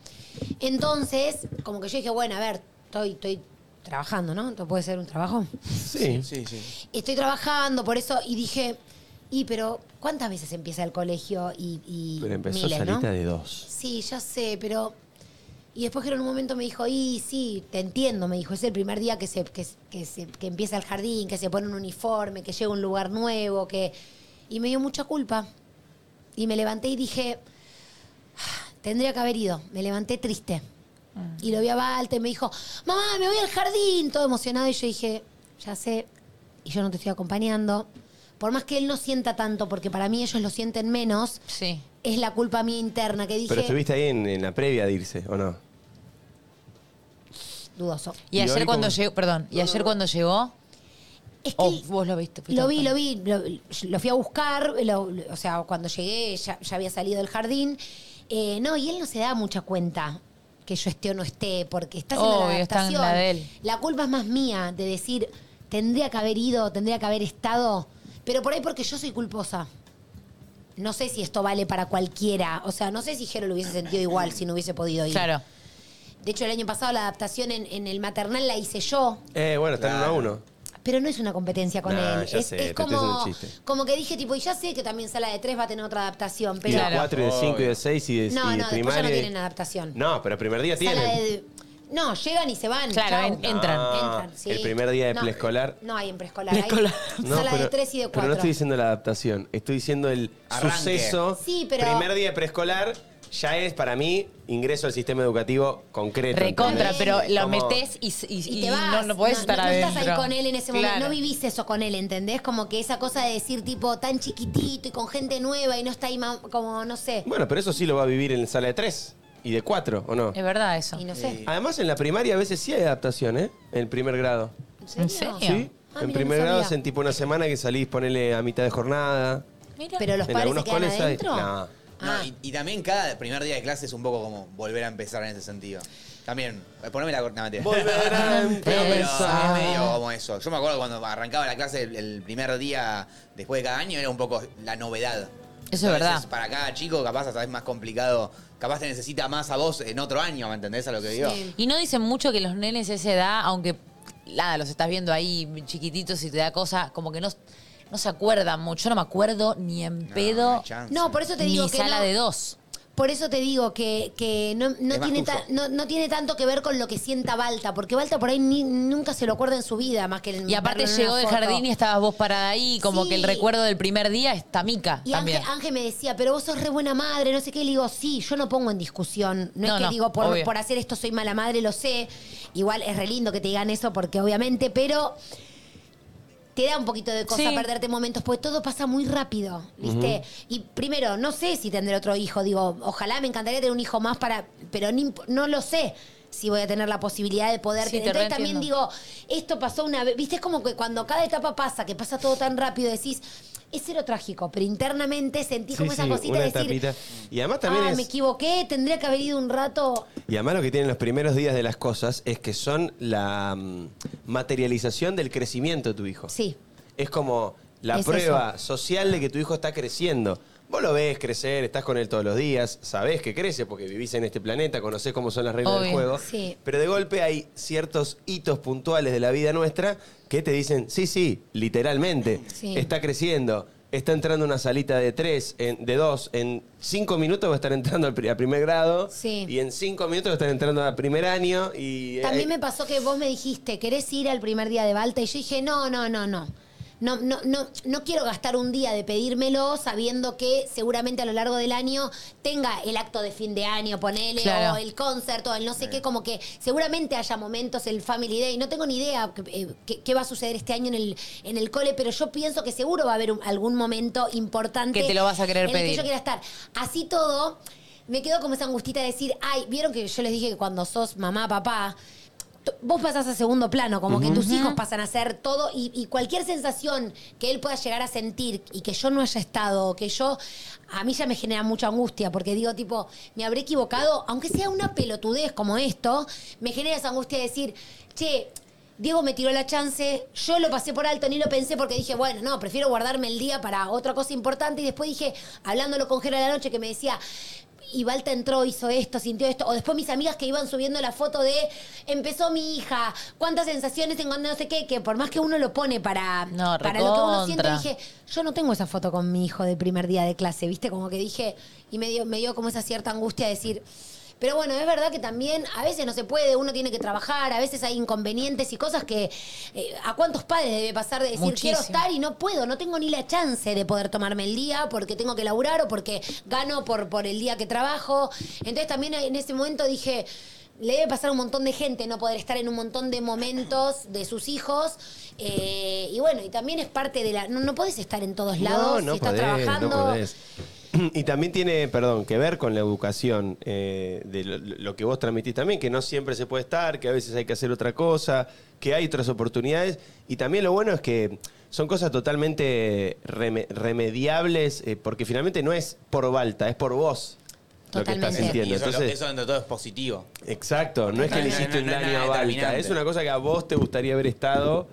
S7: Entonces, como que yo dije, bueno, a ver, estoy, estoy trabajando, ¿no? ¿Esto puede ser un trabajo?
S1: Sí.
S4: Sí, sí.
S7: estoy trabajando por eso y dije, y pero ¿cuántas veces empieza el colegio? Y, y
S1: Pero empezó
S7: miles, ¿no?
S1: Salita de dos.
S7: Sí, ya sé, pero... Y después que en un momento me dijo, y sí, te entiendo, me dijo, es el primer día que, se, que, que se- que empieza el jardín, que se pone un uniforme, que llega a un lugar nuevo, que... Y me dio mucha culpa. Y me levanté y dije, "Ah, tendría que haber ido. Me levanté triste. Y lo vi a Balte, me dijo, mamá, me voy al jardín, todo emocionado. Y yo dije, ya sé, y yo no te estoy acompañando. Por más que él no sienta tanto, porque para mí ellos lo sienten menos,
S3: Sí.
S7: es la culpa mía interna que dije,
S1: Pero estuviste ahí en, en la previa de irse, ¿o no?
S7: dudoso.
S3: Y,
S1: ¿Y
S3: ayer
S1: hoy
S3: cuando
S1: cómo?
S3: llegó, perdón, y ayer cuando llegó,
S7: Es que
S3: o
S7: él-
S3: vos lo viste. fuiste
S7: Lo vi,
S3: buscando.
S7: lo vi, lo, lo fui a buscar, lo- lo- o sea, cuando llegué ya, ya había salido del jardín. Eh, no, y él no se da mucha cuenta que yo esté o no esté, porque está haciendo la
S3: Obvio, está en
S7: adaptación.
S3: la de él.
S7: La culpa es más mía de decir, tendría que haber ido, tendría que haber estado, pero por ahí porque yo soy culposa. No sé si esto vale para cualquiera, o sea, no sé si Jero lo hubiese sentido igual si no hubiese podido ir.
S3: Claro.
S7: De hecho, el año pasado la adaptación en, en el maternal la hice yo,
S1: Eh, bueno, están
S4: Claro.
S1: uno a uno.
S7: pero no es una competencia con
S1: Nah,
S7: él.
S1: ya
S7: Es,
S1: sé,
S7: es
S1: te estoy
S7: como,
S1: haciendo un chiste.
S7: como que dije, tipo, y ya sé que también sala de tres va a tener otra adaptación,
S1: Y
S7: pero.
S1: de cuatro, y de cinco, y de seis, y de,
S7: No,
S1: y de
S7: no, después ya no
S1: primaria.
S7: tienen adaptación.
S1: No, pero primer día
S7: Sala
S1: tienen.
S7: de- no, llegan y se van.
S3: Claro,
S7: chau.
S3: en- entran.
S1: Ah,
S7: Entran, sí.
S1: El primer día de
S7: No,
S1: preescolar.
S7: No hay en preescolar.
S3: Preescolar.
S7: hay
S1: No,
S7: sala de
S1: pero-
S7: tres y de
S1: Pero
S7: cuatro.
S1: no estoy diciendo la adaptación, estoy diciendo el
S4: Arranque.
S1: suceso.
S7: Sí, pero-
S1: Primer día de preescolar ya es para mí ingreso al sistema educativo concreto.
S3: Recontra,
S1: ¿entendés?
S3: pero lo
S1: Como-
S3: metes y, y-
S7: y
S3: y
S7: te vas.
S3: no, no podés estar
S7: no
S3: adentro.
S7: estás ahí con él en ese momento,
S3: Claro.
S7: no vivís eso con él, ¿entendés? Como que esa cosa de decir tipo tan chiquitito y con gente nueva y no está ahí ma- como, no sé.
S1: Bueno, pero eso sí lo va a vivir en la sala de tres y de cuatro, ¿o no?
S7: Eh,
S3: Es verdad eso.
S7: Y no sé.
S1: Además, en la primaria a veces sí hay adaptación, ¿eh? En el primer grado.
S3: ¿En serio?
S1: ¿Sí?
S7: Ah,
S1: en
S7: mira,
S1: primer
S7: no
S1: grado
S7: sabía.
S1: hacen tipo una semana que salís, ponele a mitad de jornada.
S3: Mira.
S7: Pero los
S1: En
S7: padres se
S1: algunos
S7: quedan
S1: coles hay-
S7: adentro.
S1: No.
S4: No,
S7: Ah.
S4: y, y también cada primer día de clase es un poco como volver a empezar en ese sentido. También, eh, poneme la cortina.
S1: Volver a empezar.
S4: es medio como eso. Yo me acuerdo cuando arrancaba la clase el, el primer día después de cada año era un poco la novedad.
S3: Eso es
S4: Entonces,
S3: verdad.
S4: Para cada chico capaz hasta es más complicado, capaz te necesita más a vos en otro año, ¿me entendés a lo que digo?
S3: Y no dicen mucho que los nenes de esa edad, aunque nada, los estás viendo ahí chiquititos y te da cosa, como que no, no se acuerdan mucho. Yo no me acuerdo ni en
S4: No, no hay
S3: pedo,
S4: chance.
S7: No, por eso te digo
S3: ni
S7: que
S3: sala
S7: no.
S3: de dos.
S7: Por eso te digo que, que no, no
S4: Es más
S7: tiene
S4: tuyo.
S7: ta- no, no tiene tanto que ver con lo que sienta Balta, porque Balta por ahí ni- nunca se lo acuerda en su vida, más que en
S3: Y aparte
S7: verlo en
S3: llegó
S7: una
S3: del
S7: foto.
S3: jardín y estabas vos parada ahí, y como
S7: Sí.
S3: que el recuerdo del primer día es Tamica
S7: Y
S3: también.
S7: Ángel, Ángel me decía, pero vos sos re buena madre, no sé qué. Y le digo, sí, yo no pongo en discusión. No,
S3: No,
S7: es que
S3: no,
S7: digo, por,
S3: obvio.
S7: por hacer esto soy mala madre, lo sé. Igual es re lindo que te digan eso, porque obviamente, pero te da un poquito de cosa
S3: Sí.
S7: perderte momentos, porque todo pasa muy rápido, ¿viste? Y primero, no sé si tendré otro hijo. Digo, ojalá me encantaría tener un hijo más para. Pero ni- no lo sé si voy a tener la posibilidad de poder
S3: Sí,
S7: tener.
S3: te
S7: Entonces también
S3: reentiendo.
S7: digo, digo, esto pasó una vez. Viste, es como que cuando cada etapa pasa, que pasa todo tan rápido, decís, es cero trágico, pero internamente sentís como esa cosita
S1: una
S7: de decir,
S1: tapita. Y además también
S7: ah,
S1: es-
S7: me equivoqué, tendría que haber ido un rato.
S1: Y además lo que tienen los primeros días de las cosas es que son la mm, materialización del crecimiento de tu hijo.
S7: Sí.
S1: Es como la
S7: Es
S1: prueba social de que tu hijo está creciendo. Vos lo ves crecer, estás con él todos los días, sabés que crece porque vivís en este planeta, conocés cómo son las reglas del
S3: Obvio,
S1: juego.
S7: sí.
S1: Pero de golpe hay ciertos hitos puntuales de la vida nuestra que te dicen, sí, sí, literalmente,
S7: Sí.
S1: está creciendo. Está entrando una salita de tres, en- de dos, en cinco minutos va a estar entrando al pri- a primer grado.
S7: Sí.
S1: Y en cinco minutos están entrando a primer año y. eh,
S7: También me pasó que vos me dijiste, ¿querés ir al primer día de Balta? Y yo dije, no, no, no, no. No, no, no, no quiero gastar un día de pedírmelo sabiendo que seguramente a lo largo del año tenga el acto de fin de año, ponele,
S3: Claro.
S7: o el concert, o el no sé qué, como que seguramente haya momentos, el Family Day, no tengo ni idea eh, qué, qué va a suceder este año en el, en el cole, pero yo pienso que seguro va a haber un- algún momento importante.
S3: Que te lo vas a querer
S7: en el que
S3: pedir.
S7: yo quiera estar. Así todo, me quedo como esa angustita de decir, ay, vieron que yo les dije que cuando sos mamá, papá, t- vos pasás a segundo plano, como que tus hijos pasan a hacer todo y, y cualquier sensación que él pueda llegar a sentir y que yo no haya estado, o que yo, a mí ya me genera mucha angustia, porque digo tipo, me habré equivocado, aunque sea una pelotudez como esto, me genera esa angustia de decir, che, Diego me tiró la chance, yo lo pasé por alto, ni lo pensé porque dije, bueno, no, prefiero guardarme el día para otra cosa importante. Y después dije, hablándolo con Jera la noche, que me decía, y Balta entró, hizo esto, sintió esto. O después mis amigas que iban subiendo la foto de empezó mi hija, cuántas sensaciones tengo, no sé qué, que por más que uno lo pone para,
S3: No,
S7: para lo que uno siente,
S3: recontra.
S7: dije, yo no tengo esa foto con mi hijo del primer día de clase, ¿viste? Como que dije, y me dio, me dio como esa cierta angustia de decir. Pero bueno, es verdad que también a veces no se puede, uno tiene que trabajar, a veces hay inconvenientes y cosas que eh, a cuántos padres debe pasar de decir quiero
S3: Muchísimo.
S7: estar y no puedo, no tengo ni la chance de poder tomarme el día porque tengo que laburar o porque gano por, por el día que trabajo. Entonces también en ese momento dije, le debe pasar a un montón de gente no poder estar en un montón de momentos de sus hijos. Eh, y bueno, y también es parte de la... No, no podés estar en todos lados si estás trabajando.
S1: no podés. Y también tiene, perdón, que ver con la educación eh, de lo, lo que vos transmitís también, que no siempre se puede estar, que a veces hay que hacer otra cosa, que hay otras oportunidades. Y también lo bueno es que son cosas totalmente reme- remediables, eh, porque finalmente no es por Balta, es por vos. Lo que
S7: Totalmente.
S1: estás sintiendo.
S4: Y eso,
S1: Entonces,
S4: eso dentro de todo es positivo.
S1: Exacto, no es que
S4: No,
S1: le
S4: no,
S1: hiciste
S4: no,
S1: un
S4: no,
S1: daño
S4: nada
S1: a Balta,
S4: determinante.
S1: es una cosa que a vos te gustaría haber estado,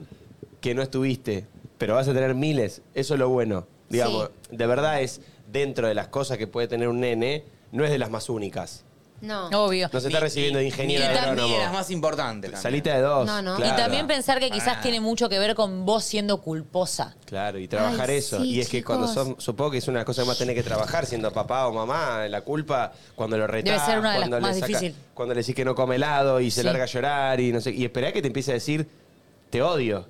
S1: que no estuviste, pero vas a tener miles, eso es lo bueno. Digamos, de verdad es dentro de las cosas que puede tener un nene, no es de las más únicas.
S7: ah, No.
S3: Obvio.
S1: No se está
S4: Ni-
S1: recibiendo de
S4: ni-
S1: ingeniero
S4: ni de las-
S1: agrónomo.
S4: Ni de las más importantes. también.
S1: Salita de dos.
S7: No, no.
S1: Claro,
S3: Y también pensar que quizás
S4: Ah.
S3: tiene mucho que ver con vos siendo culposa.
S1: Claro, y trabajar
S7: Ay,
S1: eso.
S7: sí,
S1: y es que cuando
S7: chicos.
S1: son, supongo que es una cosa que más tenés que trabajar siendo papá o mamá, la culpa, cuando lo retás,
S3: Debe ser una de las
S1: cuando le
S3: más
S1: saca-
S3: difícil.
S1: Cuando le decís que no come helado y se
S3: Sí.
S1: larga a llorar y no sé, y esperá que te empiece a decir, te odio.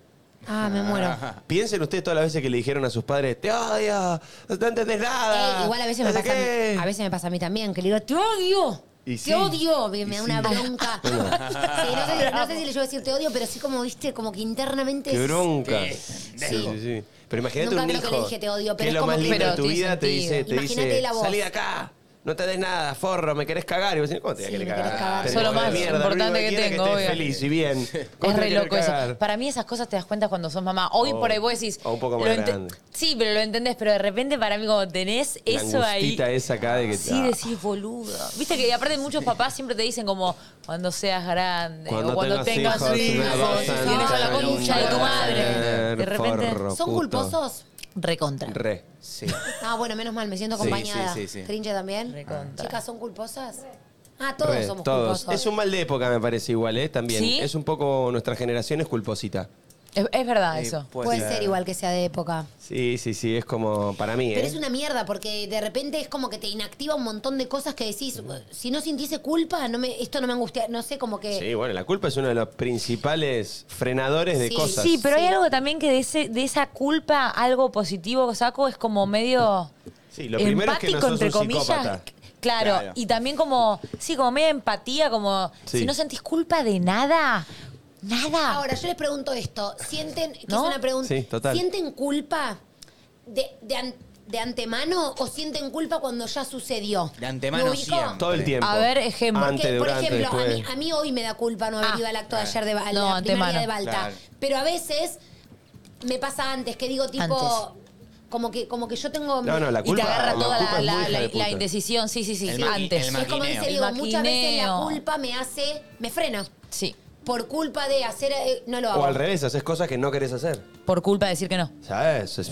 S7: Ah, me muero.
S1: Piensen ustedes todas las veces que le dijeron a sus padres, te odio, no entendés nada.
S7: Eh, igual a veces, me
S1: no sé
S7: pasa a
S1: qué".
S7: mí, a veces me pasa a mí también, que le digo, te odio.
S1: Y
S7: te
S1: sí.
S7: odio, me,
S1: Y
S7: me da
S1: sí.
S7: una bronca. Sí, no, sé, no sé si le llevo a decir te odio, pero sí como, viste, como que internamente...
S1: Qué
S7: es-
S1: bronca.
S4: Sí,
S1: Sí,
S4: sí.
S1: sí, sí. Pero imagínate
S7: Nunca
S1: un
S7: creo que
S1: hijo.
S7: le dije te odio,
S1: que es
S7: pero es
S1: lo
S7: como
S1: más
S7: que-
S1: lindo de
S3: Pero
S1: tu
S3: tiene
S1: vida te
S3: sentido.
S1: dice, te
S7: Imagínate
S1: dice,
S7: la voz.
S1: salí de acá. No te des nada, forro, me querés cagar. Y vos decís, ¿cómo te voy a
S7: Sí,
S1: querer
S7: me querés
S1: cagar?
S7: cagar.
S1: Te
S3: Eso es lo
S1: digo,
S3: más
S1: "Mierda,
S3: importante
S1: único
S3: que
S1: quiero es
S3: tengo,
S1: estés
S3: obvio.
S1: feliz y bien. ¿Cómo
S3: Es
S1: te
S3: re
S1: quiero
S3: loco eso.
S1: cagar?
S3: Para mí esas cosas te das cuenta cuando sos mamá. Hoy
S1: Oh.
S3: por ahí vos decís...
S1: O un poco más
S3: lo ente-
S1: grande.
S3: Sí, pero lo entendés. Pero de repente para mí cuando tenés
S1: La
S3: eso ahí...
S1: angustita esa acá de que-
S3: Sí,
S1: ah.
S3: decís boludo. Viste que aparte muchos papás siempre te dicen como... Cuando seas grande
S1: Cuando
S3: o cuando
S1: tengas
S3: tengas hijos,
S1: hijos, vas a
S3: tienes a la
S1: tener
S3: concha de tu
S1: un
S3: madre.
S1: ser
S3: De repente...
S1: forro.
S7: ¿Son
S1: Puto.
S7: culposos?
S3: Recontra.
S1: Re.
S4: Sí.
S7: Ah, bueno, menos mal, me siento
S4: Sí,
S7: acompañada.
S4: sí, sí, sí.
S7: Trinche también.
S3: Recontra.
S7: Chicas, ¿son culposas? Ah, todos
S1: Re,
S7: somos
S1: todos.
S7: culposos.
S1: Es un mal de época, me parece igual, ¿eh? También.
S3: ¿Sí?
S1: Es un poco, nuestra generación es culposita.
S3: Es, es verdad
S4: Sí,
S3: eso.
S4: puede
S7: Puede
S4: ser.
S7: ser igual que sea de época.
S1: Sí, sí, sí, es como para mí,
S7: Pero
S1: ¿eh?
S7: es una mierda porque de repente es como que te inactiva un montón de cosas que decís, si no sintiese culpa, no me, esto no me angustia, no sé, como que...
S1: Sí, bueno, la culpa es uno de los principales frenadores de
S7: Sí.
S1: cosas.
S3: Sí, pero hay
S7: Sí.
S3: algo también que de, ese, de esa culpa, algo positivo que saco, es como medio
S1: Sí, lo primero es que no sos un psicópata.
S3: Claro,
S4: Claro.
S3: y también como, sí, como media empatía, como
S1: Sí.
S3: si no sentís culpa de nada, nada.
S7: Ahora, yo les pregunto esto. ¿Sienten, que
S3: ¿No?
S7: es una pregunta,
S1: Sí, total.
S7: ¿sienten culpa de, de an- de antemano o sienten culpa cuando ya sucedió?
S4: De antemano
S7: ¿Me ubicó?
S4: siempre.
S1: Todo el tiempo.
S3: A ver, ejemplo.
S7: Porque,
S1: Antes,
S7: por
S1: durante,
S7: ejemplo, a
S1: después.
S7: mí, a mí hoy me da culpa no haber
S3: Ah.
S7: ido al acto de ayer de Balta,
S3: No,
S7: la primer día
S3: antemano.
S7: de Balta.
S4: Claro.
S7: Pero a veces me pasa antes, que digo tipo...
S3: Antes.
S7: Como que, como que yo tengo...
S1: No, no, la
S3: y te
S1: culpa- la
S3: agarra toda
S1: culpa es
S3: la,
S1: muy
S3: la-
S1: hija
S3: la-
S1: de puta.
S3: la indecisión, sí, sí, sí,
S4: El
S3: sí,
S4: maqui-
S3: antes.
S4: el
S7: es como dice
S4: maquineo.
S7: Diego,
S3: El
S7: muchas veces la
S3: maquineo.
S7: culpa me hace... Me frena.
S3: Sí,
S7: Por culpa de hacer... eh, no lo hago.
S1: O al revés, haces cosas que no querés hacer.
S3: por culpa de decir que no.
S1: ¿Sabes? Es-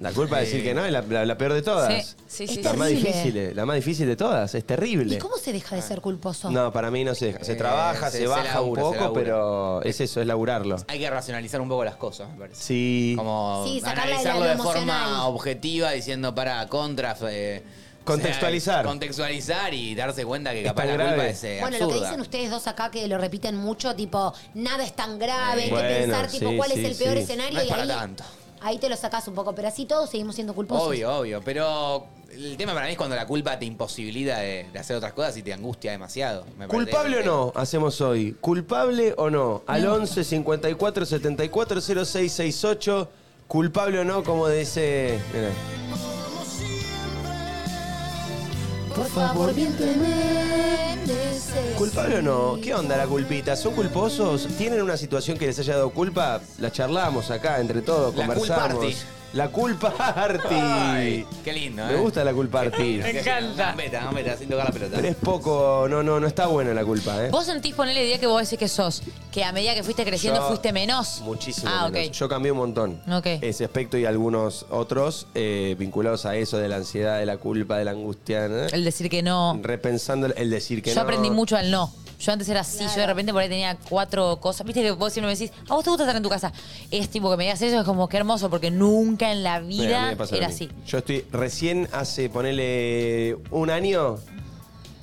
S1: La culpa de decir que no es la, la- la peor de todas.
S3: Sí, sí,
S7: Es
S3: sí.
S1: La
S3: sí.
S1: más
S7: Terrible.
S1: difícil, eh, la más difícil de todas. Es terrible.
S7: ¿Y cómo se deja de ser culposo?
S1: No, para mí no se deja. Se
S4: Eh,
S1: trabaja,
S4: se-
S1: se,
S4: se
S1: baja
S4: labura, se
S1: un poco,
S4: labura.
S1: pero es eso, es laburarlo.
S4: Hay que racionalizar un poco las cosas, me parece.
S1: Sí.
S4: Como
S7: Sí, sacarla de la-
S4: analizarlo de,
S7: lo emocional.
S4: forma objetiva, diciendo para, contra. eh,
S1: Contextualizar.
S4: o sea, contextualizar y darse cuenta que
S1: Es
S4: capaz
S1: tan
S4: la culpa
S1: grave.
S4: es eh,
S7: Bueno, lo que
S4: absurda.
S7: dicen ustedes dos acá que lo repiten mucho, tipo, nada es tan grave, hay que
S1: Bueno,
S7: pensar
S1: sí,
S7: tipo cuál
S1: sí,
S7: es el peor
S1: sí.
S7: escenario
S4: No es
S7: y
S4: para
S7: ahí,
S4: tanto.
S7: ahí te lo sacás un poco, pero así todos seguimos siendo culposos.
S4: Obvio, obvio. Pero el tema para mí es cuando la culpa te imposibilita de, de hacer otras cosas y te angustia demasiado. me parece.
S1: ¿Culpable o no? Hacemos hoy. ¿Culpable o no? Al 11 54 74 06 68. ¿Culpable o no? Como dice. Mirá.
S7: Por favor, miénteme. deseo.
S1: ¿Culpable o no? ¿Qué onda la culpita? ¿Son culposos? ¿Tienen una situación que les haya dado culpa? La charlamos acá entre todos,
S4: La
S1: conversamos.
S4: culparty.
S1: La culpa
S4: Ay,
S1: Arti.
S4: qué lindo, ¿eh?
S1: Me gusta la culpa Arti.
S4: Me encanta. Gambeta, gambeta, sin tocar la pelota.
S1: Pero es poco, no, no, no está buena la culpa, ¿eh?
S3: ¿Vos sentís, ponele día que vos decís que sos? Que a medida que fuiste creciendo
S1: Yo-
S3: fuiste menos.
S1: Muchísimo.
S3: Ah,
S1: menos.
S3: ok.
S1: Yo cambié un montón.
S3: Ok.
S1: Ese aspecto y algunos otros eh, vinculados a eso de la ansiedad, de la culpa, de la angustia. ¿eh?
S3: El decir que no.
S1: Repensando el- el decir que
S3: Yo
S1: no.
S3: aprendí mucho al no. Yo antes era así, yo de repente por ahí tenía cuatro cosas. Viste que vos siempre me decís, ¿a vos te gusta estar en tu casa? Es tipo que me digas eso, es como que hermoso, porque nunca en la
S1: Mira, a mí
S3: vida
S1: me pasa lo
S3: era
S1: mismo.
S3: así.
S1: Yo estoy recién hace, ponele, un año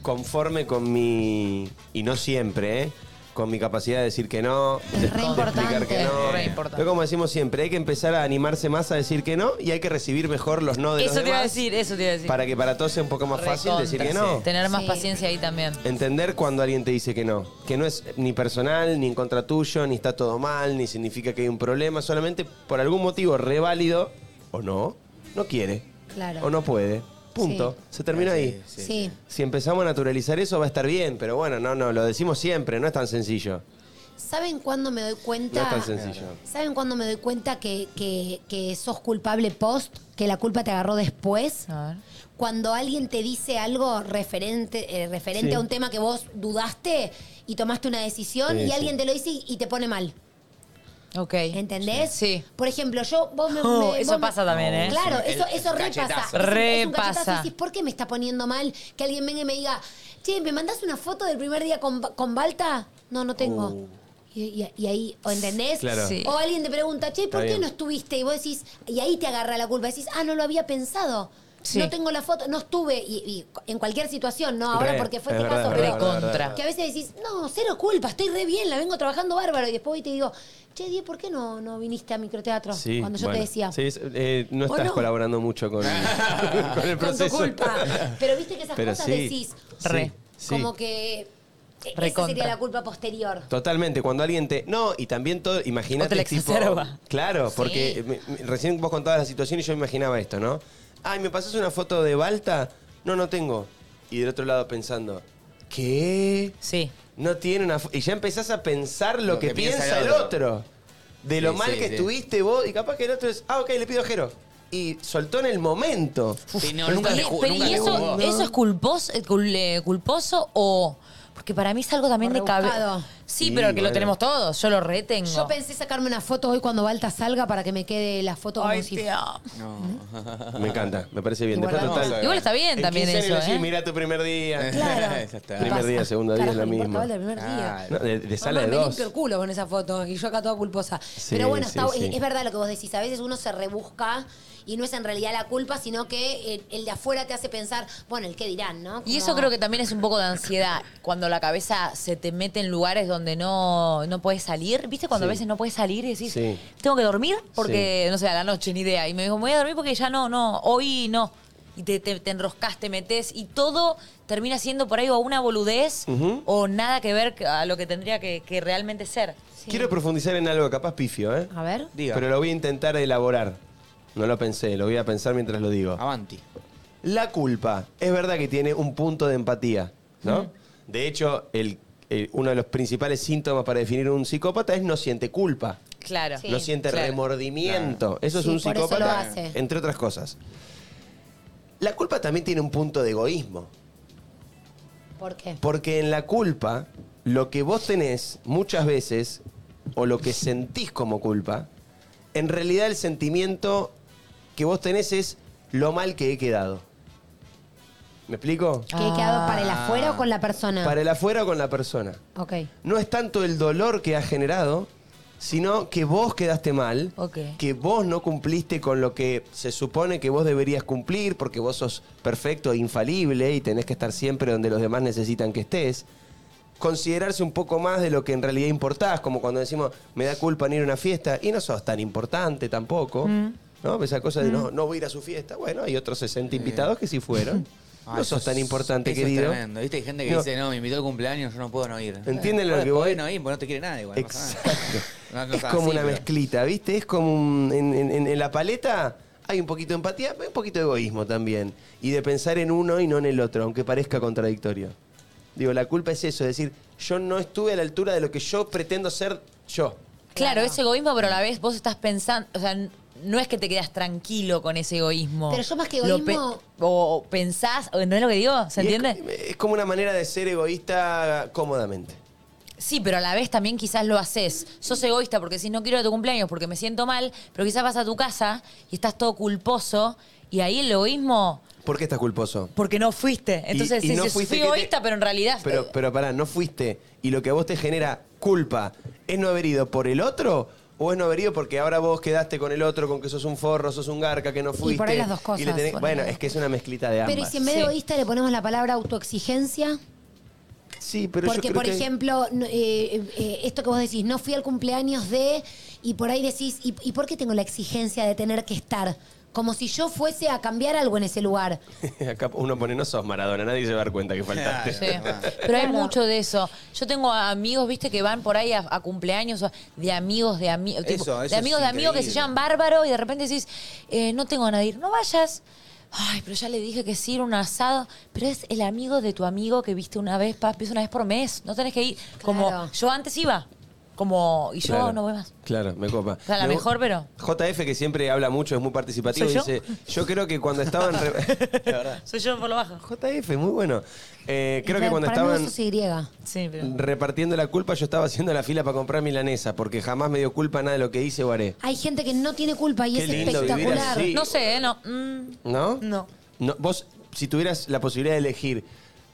S1: conforme con mi. Y no siempre, ¿eh? Con mi capacidad de decir que no,
S3: Es
S1: de
S3: re
S1: explicar que
S3: importante,
S1: no.
S3: es re importante.
S1: Pero como decimos siempre, hay que empezar a animarse más a decir que no y hay que recibir mejor los no de
S3: Eso
S1: los
S3: te iba a
S1: demás
S3: decir, eso te iba a decir.
S1: Para que para todos sea un poco más fácil
S3: Recontra,
S1: decir que
S3: sí.
S1: no.
S3: Tener más
S7: Sí.
S3: paciencia ahí también.
S1: Entender cuando alguien te dice que no. Que no es ni personal, ni en contra tuyo, ni está todo mal, ni significa que hay un problema. Solamente por algún motivo reválido o no, no quiere.
S7: Claro.
S1: O no puede. Punto. Se termina ahí.
S7: Ah, Sí.
S1: Si empezamos a naturalizar eso va a estar bien, pero bueno, no, no, lo decimos siempre, no es tan sencillo.
S7: ¿Saben cuándo me doy
S1: No
S7: cuenta?
S1: es tan sencillo.
S7: ¿Saben cuándo me doy cuenta que, que- que sos culpable post? Que la culpa te agarró después.
S3: A ver.
S7: Cuando alguien te dice algo referente, eh, referente
S1: Sí.
S7: a un tema que vos dudaste y tomaste una decisión
S1: Sí,
S7: y
S1: sí.
S7: alguien te lo dice y y te pone mal.
S3: Ok.
S7: ¿Entendés?
S3: Sí.
S7: Por ejemplo, yo, vos me.
S3: Oh,
S7: me-
S3: eso
S7: vos me-
S3: pasa también, ¿eh?
S7: Claro,
S4: Es un-
S7: eso,
S4: el-
S7: eso
S4: un
S7: repasa.
S4: cachetazo.
S7: Es un- es un
S3: Repasa.
S7: cachetazo y decís, ¿por qué me está poniendo mal que alguien venga y me diga, che, ¿me mandás una foto del primer día con, con Balta? No, no tengo. Y, y- y ahí, ¿o entendés?
S1: Uh. Claro.
S3: Sí.
S7: O alguien te pregunta, che,
S1: Está
S7: ¿por qué
S1: bien.
S7: no estuviste? Y vos decís, y ahí te agarra la culpa. Decís, ah, no lo había pensado.
S3: Sí.
S7: No tengo la foto, no estuve. Y, y en cualquier situación, no ahora
S1: Re,
S7: porque fue
S1: es
S7: este
S1: verdad,
S7: caso,
S1: es
S7: pero.
S1: verdad, es verdad,
S3: Recontra.
S1: es verdad.
S7: Que a veces decís, no, cero culpa, estoy re bien, la vengo trabajando bárbaro. Y después hoy te digo, che, Die, ¿por qué no, no viniste a microteatro?
S1: Sí,
S7: Cuando yo
S1: bueno.
S7: te decía.
S1: Sí, es- eh, no
S7: ¿O
S1: estás
S7: no?
S1: colaborando mucho con, con el
S7: Con tu
S1: proceso.
S7: culpa. Pero viste que esas
S1: Pero
S7: cosas
S1: sí,
S7: decís.
S3: Re.
S1: sí.
S7: Como que. eh, Esa
S3: Recontra.
S7: sería la culpa posterior.
S1: Totalmente, cuando alguien te. No, y también todo.
S3: O te la
S1: Imagínate. tipo-
S3: exacerba.
S1: Claro,
S3: Sí.
S1: porque me- me- recién vos contabas la situación y yo imaginaba esto, ¿no? Ay, ¿me pasás una foto de Balta? No, no tengo. Y del otro lado pensando, ¿qué?
S3: Sí.
S1: No tiene una. fo- Y ya empezás a pensar lo, que, piensa, el otro. De lo
S4: Sí,
S1: mal
S4: sí,
S1: que
S4: sí.
S1: estuviste vos. Y capaz que el otro es, ah, ok, le pido a Jero. Y soltó en el momento.
S4: Sí, no,
S3: Pero
S4: nunca
S3: y-
S4: le ju-
S3: pero
S4: nunca
S3: ¿y
S4: le
S3: eso,
S4: jugó.
S3: eso es culposo, eh, cul- eh, culposo o...? Porque para mí es algo también de cabeza.
S7: Rebuscado.
S3: Sí,
S1: Sí,
S3: pero que
S1: bueno.
S3: lo tenemos todos. Yo lo retengo.
S7: Yo pensé sacarme una foto hoy cuando Balta salga para que me quede la foto como
S3: Ay,
S7: si.
S3: te amo.
S1: Me encanta, me parece bien.
S7: Igual
S1: Después,
S7: no.
S1: total.
S4: Igual
S3: Igual está bien
S1: en
S3: también
S1: 15
S3: eso,
S1: años decís,
S3: ¿eh?
S1: mirá tu primer día.
S7: Claro.
S4: Ya está.
S7: ¿Qué
S1: Primer
S7: pasa?
S1: día, segundo día, es
S7: Carajo,
S1: la
S7: no
S1: misma.
S7: importa, Balta, el primer día.
S1: No, de, de sala
S7: Mamá,
S1: Ah, de
S7: me
S1: dos.
S7: limpio el culo con esa foto y yo acá toda culposa. Pero bueno,
S1: sí,
S7: está-
S1: sí.
S7: es- es verdad lo que vos decís. A veces uno se rebusca y no es en realidad la culpa, sino que el, el de afuera te hace pensar, bueno, el qué dirán, ¿no?
S3: Y
S7: Como-
S3: eso creo que también es un poco de ansiedad, cuando la cabeza se te mete en lugares donde no, no puedes salir. ¿Viste cuando a
S1: Sí.
S3: veces no puedes salir y decís,
S1: Sí.
S3: tengo que dormir? Porque, no sé, a la noche, ni idea. Y me dijo, me voy a dormir porque ya no, no, hoy no. Y te, te, te enroscas, te metes y todo termina siendo por ahí o una boludez o nada que ver a lo que tendría que, que realmente ser.
S1: Quiero profundizar en algo, capaz pifio, ¿eh?
S7: A ver.
S4: Diga.
S1: Pero lo voy a intentar elaborar. No lo pensé, lo voy a pensar mientras lo digo.
S4: Avanti.
S1: La culpa, es verdad que tiene un punto de empatía, ¿no?
S3: Mm.
S1: De hecho, el- el- uno de los principales síntomas para definir un psicópata es no siente culpa.
S3: Claro.
S7: Sí.
S1: no siente
S3: Claro.
S1: remordimiento. Eso es
S7: Sí,
S1: un
S7: por eso lo
S1: psicópata,
S7: hace.
S1: entre otras cosas. La culpa también tiene un punto de egoísmo,
S7: ¿Por qué?
S1: porque en la culpa lo que vos tenés muchas veces, o lo que sentís como culpa, en realidad el sentimiento que vos tenés es lo mal que he quedado. ¿Me explico?
S7: ¿Que he quedado para el afuera o con la persona?
S1: Para el afuera o con la persona.
S7: Ok.
S1: no es tanto el dolor que ha generado, sino que vos quedaste mal,
S3: Ok.
S1: que vos no cumpliste con lo que se supone que vos deberías cumplir, porque vos sos perfecto e infalible y tenés que estar siempre donde los demás necesitan que estés. Considerarse un poco más de lo que en realidad importás, como cuando decimos, me da culpa en ir a una fiesta, y no sos tan importante tampoco. ¿No? Esa cosa
S9: Mm.
S1: de no, no voy a ir a su fiesta. Bueno, hay otros 60 invitados que sí fueron.
S4: Ah,
S1: no
S4: eso
S1: sos tan
S4: es-
S1: importante,
S4: eso
S1: querido.
S4: Es tremendo. Viste, hay gente que
S1: No.
S4: dice, no, me invitó al cumpleaños, yo no puedo no ir.
S1: ¿Entienden lo
S4: Bueno,
S1: que voy?
S4: podés no ir, porque no te quiere nada igual. no pasa nada.
S1: Exacto.
S4: No, no
S1: es
S4: sea
S1: como
S4: así,
S1: una
S4: pero-
S1: mezclita, ¿viste? Es como un- en, en- en la paleta hay un poquito de empatía, pero un poquito de egoísmo también. Y de pensar en uno y no en el otro, aunque parezca contradictorio. Digo, la culpa es eso, es decir, yo no estuve a la altura de lo que yo pretendo ser yo.
S3: Claro, es egoísmo, pero a la vez vos estás pensando, o sea, n- no es que te quedas tranquilo con ese egoísmo.
S7: Pero yo más que
S3: Lo pe-
S7: egoísmo-
S3: o pensás, o- ¿no es lo que digo? ¿Se
S1: Y es-
S3: entiende?
S1: Es, como una manera de ser egoísta cómodamente.
S3: Sí, pero a la vez también quizás lo haces. Sos egoísta porque si no quiero ir a tu cumpleaños porque me siento mal, pero quizás vas a tu casa y estás todo culposo y ahí el egoísmo
S1: ¿Por qué estás culposo?
S3: porque no fuiste. Entonces
S1: y no
S3: dices,
S1: fuiste
S3: fui
S1: que te-
S3: egoísta, pero en realidad
S7: Eh,
S1: Pero, pero pará, no fuiste. ¿Y lo que a vos te genera culpa es no haber ido por el otro? ¿O es no haber ido porque ahora vos quedaste con el otro, con que sos un forro, sos un garca, que no fuiste?
S7: por ahí las dos
S1: y le
S7: cosas,
S1: tenés-
S7: por ahí
S1: Bueno,
S7: las dos.
S1: es que es una mezclita de ambas.
S7: Pero y si en vez de
S3: Sí.
S7: egoísta le ponemos la palabra autoexigencia,
S1: Sí, pero yo
S7: porque
S1: creo
S7: por
S1: que-
S7: ejemplo, no- eh, eh, eh, esto que vos decís, no fui al cumpleaños de, y por ahí decís, ¿y, y por qué tengo la exigencia de tener que estar? Como si yo fuese a cambiar algo en ese lugar.
S1: Acá uno pone, no sos Maradona, nadie se va a dar cuenta que faltaste.
S3: Sí. Pero hay mucho de eso. Yo tengo a- amigos, viste, que van por ahí a, a cumpleaños o de amigos de amigos.
S4: Eso, eso
S3: De amigos
S4: es
S3: de amigos que se
S4: increíble.
S3: llaman bárbaro y de repente decís, eh, no tengo a nadie. No vayas. Ay, pero ya le dije que sí, era un asado. Pero es el amigo de tu amigo que viste una vez, papi, es una vez por mes. No tenés que ir.
S7: Claro.
S3: Como yo antes iba. Como, y yo
S1: Claro.
S3: no voy más.
S1: Claro, me copa.
S3: sea, la
S1: Me gu-
S3: mejor, pero-
S1: JF, que siempre habla mucho, es muy participativo,
S3: ¿Soy yo?
S1: dice: Yo creo que cuando estaban. re-
S3: Soy yo por lo bajo.
S1: JF, muy bueno. Eh, creo
S7: Y
S1: que
S7: para-
S1: cuando
S7: para mí
S1: estaban
S7: vos sos Y.
S3: Sí, pero.
S1: repartiendo la culpa, yo estaba haciendo la fila para comprar milanesa, porque jamás me dio culpa nada de lo que hice o haré.
S7: Hay gente que no tiene culpa y
S1: Qué
S7: es
S1: lindo vivir
S7: espectacular.
S1: así.
S3: No sé, ¿eh? No. Mm,
S1: ¿No?
S3: no.
S1: No, Vos, si tuvieras la posibilidad de elegir,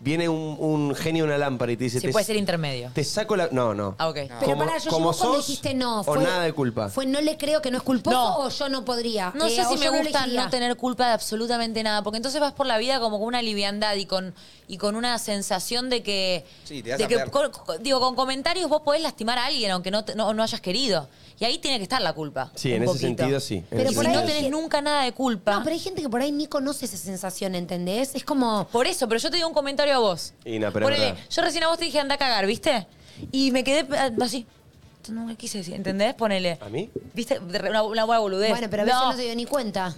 S1: viene un, un genio, una lámpara y te dice:
S3: Si
S1: te,
S3: puede ser intermedio.
S1: te saco la. No, no.
S3: Ah, ok.
S7: Pero
S1: Como-
S7: para yo
S1: como
S7: como vos cuando
S1: sos,
S7: dijiste no.
S1: o nada de culpa.
S7: Fue no le creo que no es culposo
S3: No.
S7: o yo no podría.
S3: No
S7: Eh,
S3: sé
S7: o
S3: si me
S7: yo
S3: gusta no,
S7: elegiría.
S3: tener culpa de absolutamente nada, porque entonces vas por la vida como con una liviandad y con, y con una sensación de que.
S4: Sí, te vas
S3: de
S4: a
S3: que
S4: pegar.
S3: con, con- digo, con comentarios vos podés lastimar a alguien, aunque no, te- no, no hayas querido. Y ahí tiene que estar la culpa.
S1: Sí,
S3: un
S1: en ese
S3: poquito.
S1: sentido sí. Eh, en
S7: Pero
S1: ese
S7: por
S3: Si
S7: ahí-
S3: no
S1: sentido.
S3: tenés nunca nada de culpa.
S7: eh, No, pero hay gente que por ahí ni conoce esa sensación, ¿entendés? Es como.
S3: Por eso, pero yo te digo un comentario a vos.
S1: Y no, pero es
S3: Ponele,
S1: verdad.
S3: yo recién a vos te dije anda a cagar, ¿viste? Y me quedé eh, así. No me quise decir, ¿entendés? Ponele.
S1: ¿A mí?
S3: ¿Viste? De re- Una, una buena boludez.
S7: Bueno, pero a veces no. se dio ni cuenta.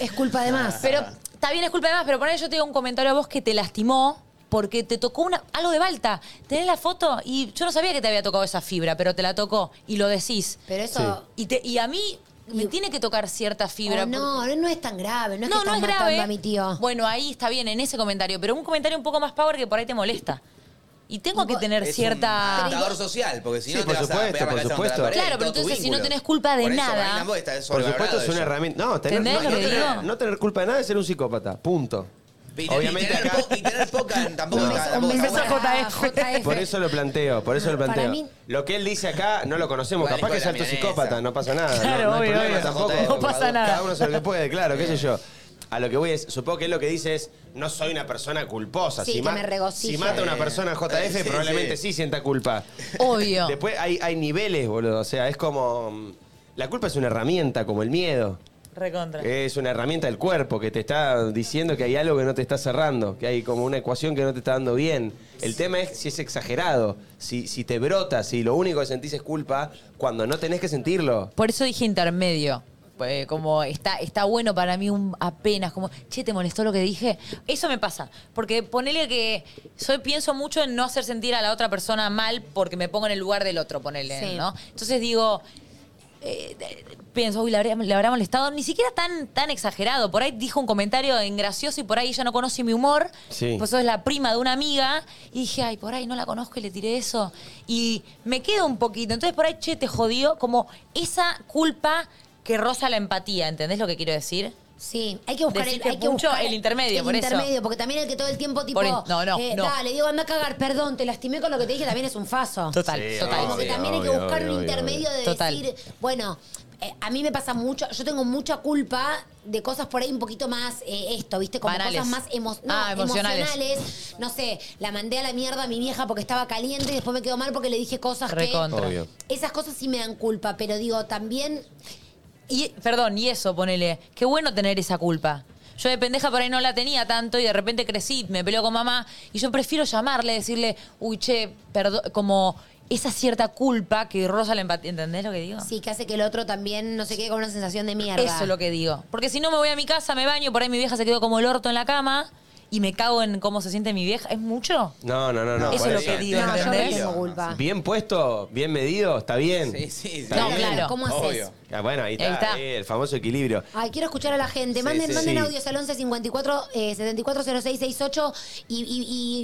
S7: Es culpa de más.
S3: Pero está bien, es culpa de más, pero ponele yo te digo un comentario a vos que te lastimó porque te tocó una, algo de balta. Tenés la foto y yo no sabía que te había tocado esa fibra, pero te la tocó y lo decís.
S7: Pero eso.
S3: Y, te, y a mí me
S7: Y-
S3: tiene que tocar cierta fibra.
S7: Oh, no, no, no es tan grave. No
S3: porque-
S7: es que
S3: no,
S7: estás
S3: no es
S7: matando
S3: grave.
S7: a mi tío.
S3: Bueno, ahí está bien, en ese comentario, pero un comentario un poco más power que por ahí te molesta. Y tengo
S7: Y
S3: que
S7: vos-
S3: tener
S4: un
S3: cierta...
S4: adaptador social, porque si
S1: Sí,
S4: no
S1: por
S4: te vas
S1: supuesto,
S4: a pegar la
S1: por
S4: cabeza contra la
S1: supuesto.
S4: pared
S3: Claro,
S4: y
S3: pero
S4: todo tu
S3: entonces si no
S4: vínculo.
S3: tenés culpa de
S4: Por eso,
S3: nada-
S4: Marina, vos estás
S1: Por supuesto,
S4: sobrevalorado
S1: es una
S4: eso.
S1: herramienta. No, tener,
S3: ¿Entendés
S1: no,
S3: lo
S1: no
S3: que
S1: tener,
S3: digo?
S1: no tener culpa de nada es ser un psicópata. Punto.
S4: Y- y
S1: Obviamente
S4: tener
S1: acá.
S4: po- Y tener poca tampoco.
S7: Un
S4: está-
S7: beso, un
S4: tampoco
S7: beso
S4: está bueno.
S7: para JF.
S1: Por eso lo planteo, por eso lo
S7: Para
S1: planteo.
S7: mí-
S1: Lo que él dice acá no lo conocemos,
S4: Vale,
S1: capaz que es
S4: con la
S1: alto
S4: milanesa.
S1: psicópata, no pasa nada.
S3: Claro,
S1: no, no hay
S3: obvio,
S1: problema
S4: obvio.
S1: tampoco.
S4: No pasa
S3: nada.
S1: Cada uno se lo que puede, claro, qué sé yo. A lo que voy es, supongo que él lo que dice es, no soy una persona culposa.
S7: Sí,
S1: si
S7: que me regocijo.
S1: si mata a una persona JF,
S4: Sí,
S1: probablemente sí. sienta culpa.
S3: Obvio.
S1: Después hay, hay niveles, boludo. O sea, es como... mm, La culpa es una herramienta, como el miedo.
S3: Recontra.
S4: Eh.
S1: Es una herramienta del cuerpo que te está diciendo que hay algo que no te está cerrando, que hay como una ecuación que no te está dando bien. El tema es si es exagerado, si, si te brota, si lo único que sentís es culpa cuando no tenés que sentirlo.
S3: Por eso dije intermedio. Eh, como está, está bueno para mí un apenas, como, che, ¿te molestó lo que dije? Eso me pasa. Porque ponele que soy, pienso mucho en no hacer sentir a la otra persona mal porque me pongo en el lugar del otro, ponele,
S7: Sí.
S3: ¿no? Entonces digo. eh, eh, pienso, uy, le habrá, le habrá molestado. Ni siquiera tan, tan exagerado. Por ahí dijo un comentario en gracioso y por ahí ella no conoce mi humor.
S1: Sí.
S3: Pues es la prima de una amiga. Y dije, ay, por ahí no la conozco y le tiré eso. Y me quedo un poquito. Entonces por ahí, che, te jodió. Como esa culpa que roza la empatía. ¿Entendés lo que quiero decir?
S7: Sí, hay que buscar, el,
S3: Deciste
S7: hay que
S3: mucho
S7: buscar
S3: el intermedio,
S7: el
S3: por eso.
S7: intermedio, porque también el que todo el tiempo tipo,
S3: Por en- no, no,
S7: eh,
S3: no.
S7: dale, digo, anda a cagar, perdón, te lastimé con lo que te dije, también es un faso.
S3: Total, total.
S7: Como que
S1: Obvio,
S7: también hay que
S1: obvio,
S7: buscar
S1: obvio,
S7: un intermedio de
S3: Total.
S7: decir, bueno, eh, a mí me pasa mucho, yo tengo mucha culpa de cosas por ahí un poquito más eh, esto, ¿viste? Como
S3: Banales.
S7: cosas más emo- no,
S3: Ah, emocionales.
S7: emocionales. No sé, la mandé a la mierda a mi vieja porque estaba caliente y después me quedó mal porque le dije cosas
S3: Recontra.
S1: Obvio.
S7: que. Esas cosas sí me dan culpa, pero digo, también
S3: Y, perdón, y eso, ponele. Qué bueno tener esa culpa. Yo de pendeja por ahí no la tenía tanto y de repente crecí, me peleo con mamá y yo prefiero llamarle, decirle, uy, che, perdón, como esa cierta culpa que roza la empatía. ¿Entendés lo que digo?
S7: sí que hace que el otro también no se quede con una sensación de mierda.
S3: Eso es lo que digo. Porque si no me voy a mi casa, me baño, por ahí mi vieja se quedó como el orto en la cama y me cago en cómo se siente mi vieja, ¿es mucho?
S1: No, no, no, no.
S3: Eso
S1: por
S3: es lo
S1: eso.
S3: que digo,
S7: No, yo no
S3: ¿entendés?
S7: tengo culpa.
S1: Bien puesto, bien medido, está bien.
S4: Sí, sí, sí.
S3: No, claro.
S7: ¿Cómo haces?
S4: Obvio.
S1: Ah, bueno, ahí está,
S3: Ahí está.
S1: eh, el famoso equilibrio.
S7: Ay, quiero escuchar a la gente. Manden,
S4: sí,
S7: manden
S1: sí.
S7: audios al 11 54 eh, 74 06 68 y, y-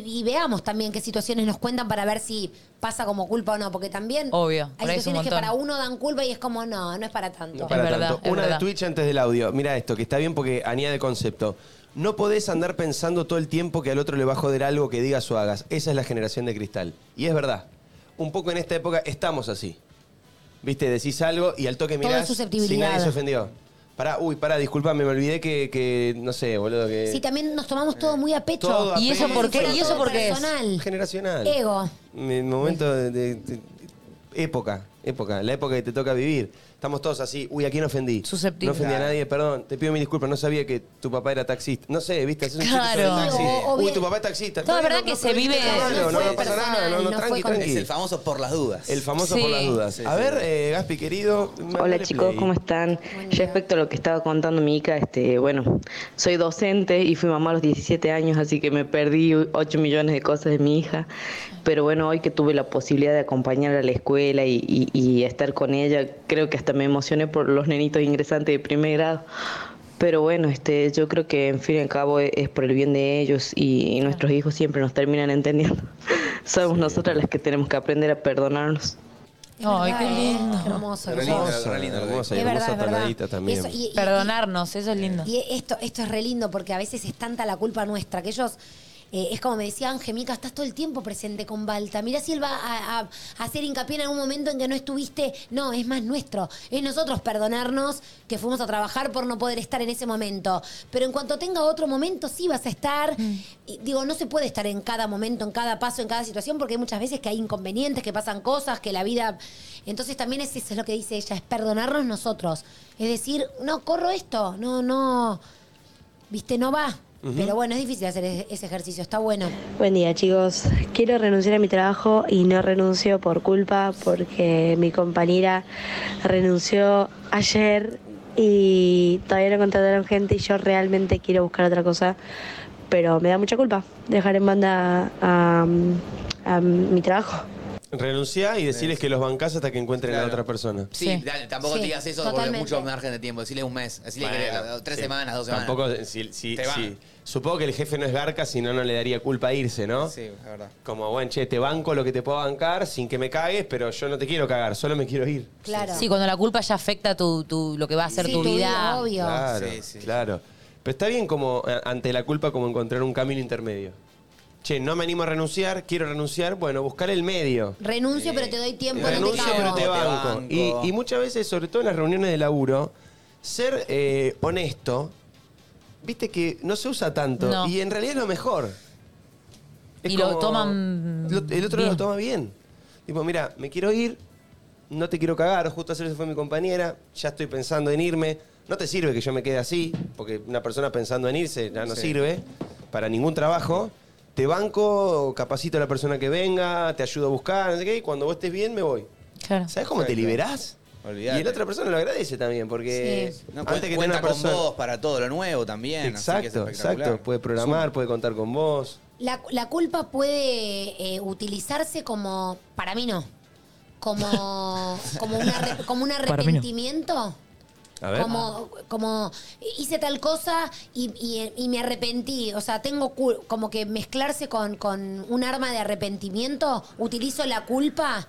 S7: y- y veamos también qué situaciones nos cuentan para ver si pasa como culpa o no. Porque también
S3: Obvio,
S7: hay
S3: por ahí es un
S7: situaciones que
S3: montón.
S7: para uno dan culpa y es como, no, no es para tanto.
S1: No para
S3: Es verdad,
S1: tanto.
S3: es
S1: Una
S3: verdad.
S1: de Twitch antes del audio. Mira esto, que está bien porque añade concepto. No podés andar pensando todo el tiempo que al otro le va a joder algo que digas o hagas. Esa es la generación de cristal. Y es verdad. Un poco en esta época estamos así. Viste, decís algo y al toque
S7: Todo
S1: mirás.
S7: es susceptibilidad.
S1: Si nadie se ofendió. Pará, uy, pará, disculpame, me olvidé que, que, no sé, boludo, que...
S7: Sí, también nos tomamos todo muy a pecho.
S1: Todo a
S3: ¿Y eso
S1: pecho.
S3: por qué? ¿Y eso por qué es?
S7: Personal.
S1: Generacional.
S7: Ego.
S1: Mi momento de, de- de- época, época, la época que te toca vivir. Estamos todos así, uy, aquí no ofendí.
S3: Susceptible.
S1: No ofendí a nadie, perdón, te pido mil disculpas, no sabía que tu papá era taxista. No sé, viste, haces un chiste sobre
S3: Claro.
S1: el taxi.
S7: O- o
S1: uy,
S7: bien-
S1: tu papá es taxista.
S3: No, la verdad que se
S1: pero
S3: vive-
S1: está malo,
S7: No
S1: No,
S7: fue
S1: no pasa nada,
S7: personal,
S1: no, no,
S7: no fue
S1: tranqui,
S7: con-
S1: tranqui.
S4: Es el famoso por las dudas.
S1: El famoso
S3: Sí.
S1: por las dudas.
S4: Sí,
S1: a
S4: sí.
S1: ver, eh, Gaspi querido.
S11: Hola chicos, ¿cómo están? Respecto a lo que estaba contando Mica, este, bueno, soy docente y fui mamá a los 17 años, así que me perdí 8 millones de cosas de mi hija, pero bueno, hoy que tuve la posibilidad de acompañarla a la escuela y, y- y estar con ella, creo que hasta me emocioné por los nenitos ingresantes de primer grado. Pero bueno, este, yo creo que en fin y al cabo e- es por el bien de ellos y, y nuestros hijos siempre nos terminan entendiendo. Somos nosotras las que tenemos que aprender a perdonarnos.
S3: Ay,
S7: Ay,
S3: qué lindo.
S7: Qué hermoso.
S4: Pero
S7: qué
S4: lindo,
S7: hermoso.
S4: re lindo lo que
S1: hermosa,
S7: Es verdad,
S1: hermosa
S7: es verdad.
S1: tonadita también.
S7: Eso, y- y- y-
S3: Perdonarnos, eso es lindo.
S7: Y esto, esto es re lindo porque a veces es tanta la culpa nuestra que ellos. eh, es como me decía Ángel, Mica, estás todo el tiempo presente con Balta. Mirá si él va a, a- a hacer hincapié en algún momento en que no estuviste. No, es más nuestro. Es nosotros perdonarnos que fuimos a trabajar por no poder estar en ese momento. Pero en cuanto tenga otro momento, sí vas a estar.
S3: Mm.
S7: Y digo, no se puede estar en cada momento, en cada paso, en cada situación, porque hay muchas veces que hay inconvenientes, que pasan cosas, que la vida. Entonces también es, eso es lo que dice ella, es perdonarnos nosotros. Es decir, no, corro esto, no, no. Viste, no va. Pero bueno, es difícil hacer e- ese ejercicio, está bueno.
S11: Buen día chicos, quiero renunciar a mi trabajo y no renuncio por culpa porque mi compañera renunció ayer y todavía no contrataron gente y yo realmente quiero buscar otra cosa, pero me da mucha culpa dejar en banda a, a- a mi trabajo.
S1: Renunciá y decirles que los bancás hasta que encuentren a la otra persona.
S4: Sí,
S3: Sí.
S4: dale, tampoco
S7: Sí,
S4: te digas eso porque
S7: totalmente.
S4: mucho margen de tiempo. Decirle un mes, decirle que,
S1: Bueno,
S4: a- a- tres
S1: sí.
S4: semanas, dos semanas.
S1: Tampoco, eh, si- si-
S4: Te van.
S1: si- supongo que el jefe no es garca, si no, no le daría culpa irse, ¿no?
S4: Sí, es verdad.
S1: Como, bueno, che, te banco lo que te puedo bancar sin que me cagues, pero yo no te quiero cagar, solo me quiero ir.
S7: Claro.
S3: Sí, cuando la culpa ya afecta tu, tu- lo que va a ser
S7: Sí,
S3: tu vida.
S7: obvio.
S1: Claro,
S4: Sí, sí.
S1: claro. Pero está bien como eh, ante la culpa como encontrar un camino intermedio. Che, no me animo a renunciar, quiero renunciar, bueno, buscar el medio.
S7: Renuncio, pero te doy tiempo,
S1: Eh, Renuncio,
S7: no te
S1: pero
S7: cago.
S1: te banco.
S4: banco.
S1: Y, y muchas veces, sobre todo en las reuniones de laburo, ser eh, honesto, viste que no se usa tanto.
S3: No.
S1: Y en realidad es lo mejor.
S3: Y lo toman
S1: lo- el otro
S3: bien.
S1: lo toma bien. Tipo, mira, me quiero ir, no te quiero cagar, justo ayer se fue mi compañera, ya estoy pensando en irme. No te sirve que yo me quede así, porque una persona pensando en irse ya no
S4: Sí.
S1: sirve para ningún trabajo. Te banco, capacito a la persona que venga, te ayudo a buscar, no sé qué, y cuando vos estés bien me voy.
S3: Claro.
S1: ¿Sabes cómo te
S4: Perfecto.
S1: liberás?
S4: Olvídate.
S1: Y la otra persona lo agradece también, porque
S7: Sí.
S4: No,
S1: antes que tenga
S4: cuenta
S1: una
S4: con
S1: persona.
S4: vos para todo lo nuevo también. así que es
S1: exacto,
S4: espectacular.
S1: exacto. Puede programar, puede contar con vos.
S7: La, la culpa puede eh, utilizarse como, para mí no, como, como, un arre- como un
S3: Para mí no.
S7: arrepentimiento.
S1: A ver.
S7: Como, como hice tal cosa y, y- y me arrepentí. O sea, tengo cul- como que mezclarse con, con un arma de arrepentimiento, utilizo la culpa.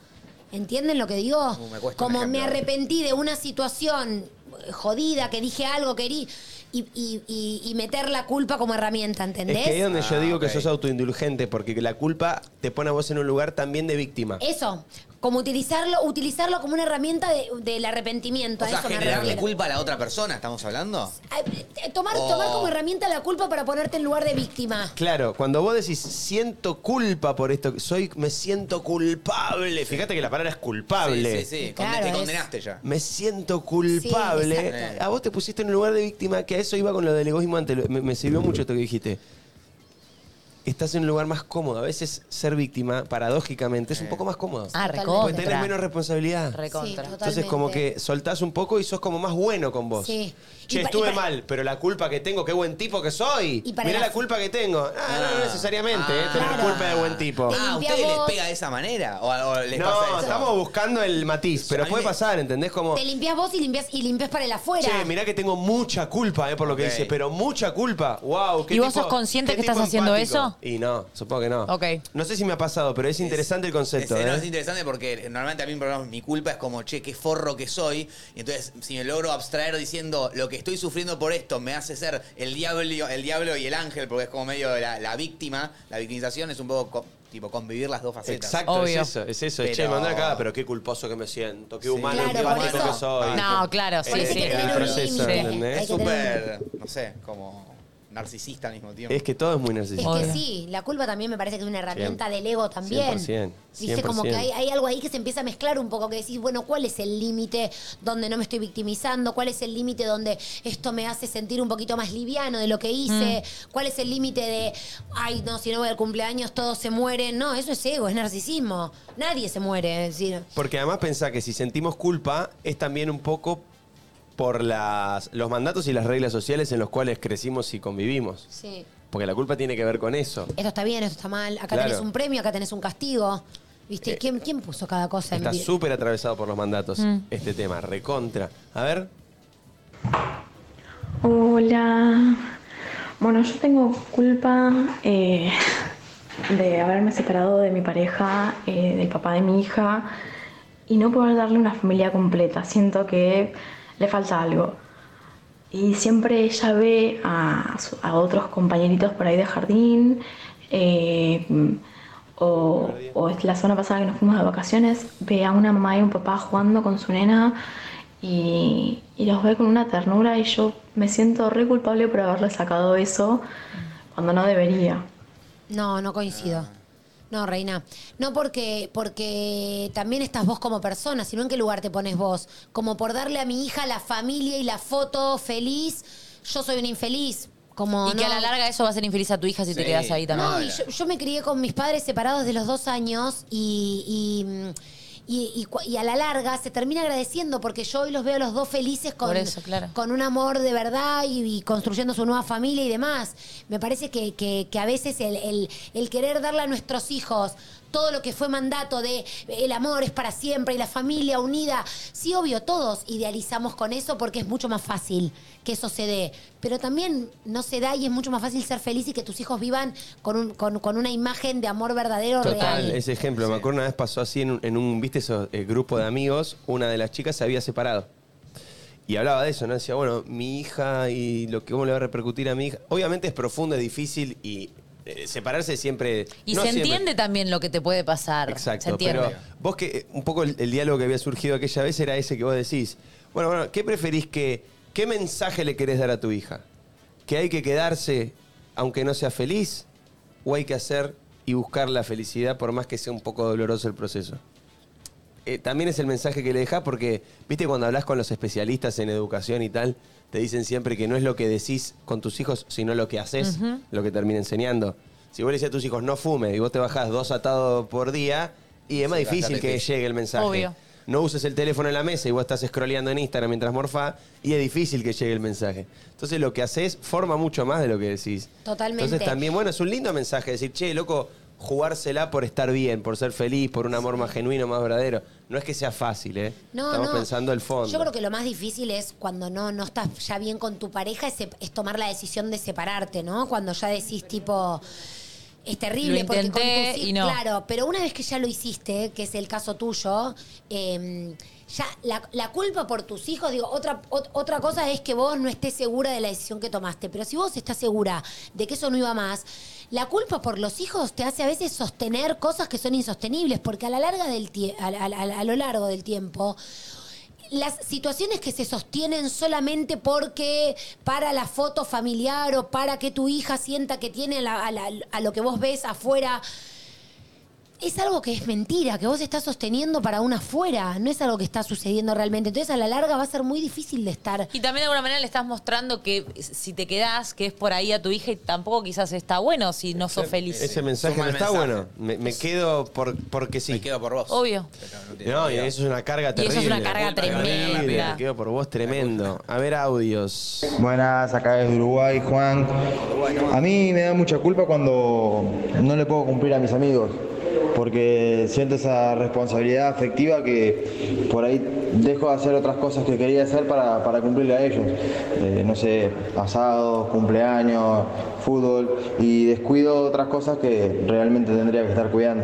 S7: ¿Entienden lo que digo?
S4: Uh, me cuesta un
S7: como me
S4: ejemplo.
S7: arrepentí de una situación eh, jodida, que dije algo, que herí, y, y- y- y meter la culpa como herramienta,
S1: Es
S7: ¿entendés?
S1: que ahí es donde yo
S4: Ah,
S1: digo
S4: ok.
S1: que sos autoindulgente, porque la culpa te pone a vos en un lugar también de víctima.
S7: Eso, como utilizarlo, utilizarlo como una herramienta de- del arrepentimiento.
S4: O sea,
S7: a eso me
S4: generarle
S7: refiero.
S4: culpa a la otra persona, ¿estamos hablando?
S7: Ay, eh, Tomar, tomar
S4: Oh.
S7: como herramienta la culpa para ponerte en lugar de víctima.
S1: Claro, cuando vos decís siento culpa por esto, soy me siento culpable. Fíjate que la palabra es culpable.
S4: Sí, sí, sí.
S7: Claro,
S4: Conde- te
S7: es-
S4: condenaste ya.
S1: Me siento culpable.
S7: Sí, exacto.
S1: a vos te
S4: Mm.
S1: pusiste en un lugar de víctima, que a eso iba con lo del egoísmo antes. Lo- Me, me sirvió mucho esto que dijiste. estás en un lugar más cómodo. A veces ser víctima, paradójicamente,
S4: Eh.
S1: es un poco más cómodo.
S3: Ah, recontra.
S1: Porque tenés menos responsabilidad.
S3: Recontra. Sí,
S1: Entonces como
S3: totalmente.
S1: que soltás un poco y sos como más bueno con vos.
S7: Sí.
S1: Che,
S7: Y pa- y
S1: estuve
S7: para-
S1: mal, pero la culpa que tengo, qué buen tipo que soy.
S7: Y para
S1: Mirá
S7: la-
S1: la culpa que tengo. Ah, no, no necesariamente,
S4: Ah.
S1: eh, tener
S4: Claro.
S1: culpa de buen tipo.
S4: Ah, ¿a ustedes les pega de esa manera? ¿O, o les pasa
S1: No,
S4: eso?
S1: estamos buscando el matiz, pero puede pasar, ¿entendés? Como,
S7: Te limpias vos y limpias y limpias para el afuera.
S1: che, mirá que tengo mucha culpa eh, por lo que
S4: Ok.
S1: dice, pero mucha culpa. Wow, qué
S3: ¿Y vos
S1: tipo-
S3: sos consciente
S1: qué
S3: que
S1: tipo
S3: estás haciendo
S1: empático.
S3: eso?
S1: Y no, supongo que no.
S3: Ok.
S1: No sé si me ha pasado, pero es interesante el
S4: Es,
S1: concepto.
S4: no,
S1: ¿eh?
S4: es interesante porque normalmente a mí por lo menos, mi culpa es como, che, qué forro que soy. Y entonces, si me logro abstraer diciendo lo que estoy sufriendo por esto me hace ser el diablo, el diablo y el ángel, porque es como medio la, la víctima, la victimización es un poco co- tipo convivir las dos facetas.
S1: Exacto, es eso, es eso. es, Che,
S4: Pero-
S1: me andó acá, pero qué culposo que me siento, qué humano,
S7: Claro,
S1: qué
S7: por
S1: empático
S7: eso-
S1: que soy.
S3: No, claro, sí,
S7: Por eso hay
S3: sí.
S7: que
S1: Eh, el
S7: tener un
S1: proceso,
S7: límite.
S1: ¿entendés?
S7: Hay
S4: Es
S7: que tener un-
S4: súper, no sé, como narcisista al mismo tiempo.
S1: Es que todo es muy
S7: Es
S1: narcisista.
S7: que
S3: Obvio.
S7: sí, la culpa también me parece que es una herramienta del ego también.
S1: 100%,
S7: Viste, como que
S1: 100%.
S7: hay, hay algo ahí que se empieza a mezclar un poco, que decís, bueno, ¿cuál es el límite donde no me estoy victimizando? ¿Cuál es el límite donde esto me hace sentir un poquito más liviano de lo que hice? ¿Cuál es el límite de, ay, no, si no voy al cumpleaños todos se mueren? No, eso es ego, es narcisismo. Nadie se muere. es decir,
S1: Porque además pensá que si sentimos culpa es también un poco por las, los mandatos y las reglas sociales en los cuales crecimos y convivimos.
S7: sí.
S1: Porque la culpa tiene que ver con eso.
S7: Esto está bien, esto está mal. Acá
S1: Claro. Eh,
S7: tenés un premio, acá tenés un castigo. ¿Viste? ¿Quién, quién puso cada cosa en
S1: Está
S7: vida?
S1: súper atravesado por los mandatos
S3: Mm.
S1: este tema, recontra. A ver,
S12: Hola. Bueno, yo tengo culpa eh, de haberme separado de mi pareja, eh, del papá de mi hija, y no poder darle una familia completa. Siento que le falta algo. Y siempre ella ve a, su- a otros compañeritos por ahí de jardín, eh, o, o es la zona pasada que nos fuimos de vacaciones, ve a una mamá y un papá jugando con su nena y, y los ve con una ternura y yo me siento re culpable por haberle sacado eso cuando no debería.
S7: No, no coincido. No, Reina. No porque, porque también estás vos como persona, sino en qué lugar te pones vos. Como por darle a mi hija la familia y la foto feliz, yo soy una infeliz. Como,
S3: Y que a
S7: no.
S3: la larga eso va a ser infeliz a tu hija si te
S4: Sí.
S3: quedas ahí también.
S7: No, y yo, yo me crié con mis padres separados de los dos años y, y, mm, y- y cu- y a la larga se termina agradeciendo porque yo hoy los veo a los dos felices con,
S3: Por eso, claro.
S7: con un amor de verdad y, y construyendo su nueva familia y demás. Me parece que, que- que a veces el, el- el querer darle a nuestros hijos todo lo que fue mandato de el amor es para siempre y la familia unida. Sí, obvio, todos idealizamos con eso porque es mucho más fácil que eso se dé. Pero también no se da y es mucho más fácil ser feliz y que tus hijos vivan con, un- con- con una imagen de amor verdadero,
S1: Total,
S7: real.
S1: ese ejemplo. Me acuerdo una vez pasó así en un, en un, viste, esos eh, grupo de amigos, una de las chicas se había separado. Y hablaba de eso, ¿no? Decía, bueno, mi hija y lo que cómo le va a repercutir a mi hija. Obviamente es profundo, es difícil y eh, separarse siempre.
S3: Y
S1: no
S3: se
S1: siempre-
S3: entiende también lo que te puede pasar. Se
S1: Exacto,
S3: entiende.
S1: pero vos que eh, un poco el, el diálogo que había surgido aquella vez era ese que vos decís, bueno, bueno, ¿qué preferís que, qué mensaje le querés dar a tu hija? ¿Que hay que quedarse aunque no sea feliz? ¿O hay que hacer y buscar la felicidad por más que sea un poco doloroso el proceso? Eh, también es el mensaje que le dejás porque, viste, cuando hablas con los especialistas en educación y tal, te dicen siempre que no es lo que decís con tus hijos, sino lo que haces, lo que termina enseñando. Si vos le decís a tus hijos no fume y vos te bajás dos atados por día, y es más
S4: Sí,
S1: difícil
S4: bastante
S1: que
S4: difícil.
S1: llegue el mensaje.
S3: Obvio.
S1: No uses el teléfono en la mesa y vos estás scrolleando en Instagram mientras morfás y es difícil que llegue el mensaje. Entonces lo que haces forma mucho más de lo que decís.
S7: Totalmente.
S1: Entonces también, bueno, es un lindo mensaje decir, che, loco, jugársela por estar bien, por ser feliz, por un amor más genuino, más verdadero. No es que sea fácil, ¿eh?
S7: No,
S1: Estamos
S7: no.
S1: pensando el fondo.
S7: Yo creo que lo más difícil es cuando no, no estás ya bien con tu pareja, es, sep- es tomar la decisión de separarte, ¿no? Cuando ya decís tipo. Es terrible
S3: Lo
S7: porque
S3: intenté
S7: hi-
S3: y no.
S7: Claro, pero una vez que ya lo hiciste, que es el caso tuyo, eh, ya la, la culpa por tus hijos, digo, otra, ot- otra cosa es que vos no estés segura de la decisión que tomaste, pero si vos estás segura de que eso no iba más, la culpa por los hijos te hace a veces sostener cosas que son insostenibles, porque a la larga del tie- a- a- a- a lo largo del tiempo, las situaciones que se sostienen solamente porque para la foto familiar o para que tu hija sienta que tiene la- a, la- a lo que vos ves afuera, es algo que es mentira, que vos estás sosteniendo para una afuera, no es algo que está sucediendo realmente. Entonces a la larga va a ser muy difícil de estar.
S3: Y también de alguna manera le estás mostrando que si te quedás, que es por ahí a tu hija y tampoco quizás está bueno si no sos feliz.
S1: Ese mensaje no está bueno. Me, me quedo por, porque sí. Me quedo
S4: por vos.
S3: Obvio.
S1: No, y eso es una carga
S3: Y eso
S1: terrible.
S3: es una carga tremenda.
S1: Terrible, Me quedo por vos tremendo. A ver audios.
S13: Buenas, acá desde Uruguay, Juan. A mí me da mucha culpa cuando no le puedo cumplir a mis amigos, porque siento esa responsabilidad afectiva que por ahí dejo de hacer otras cosas que quería hacer para, para cumplirle a ellos. Eh, no sé, asados, cumpleaños, fútbol, y descuido otras cosas que realmente tendría que estar cuidando.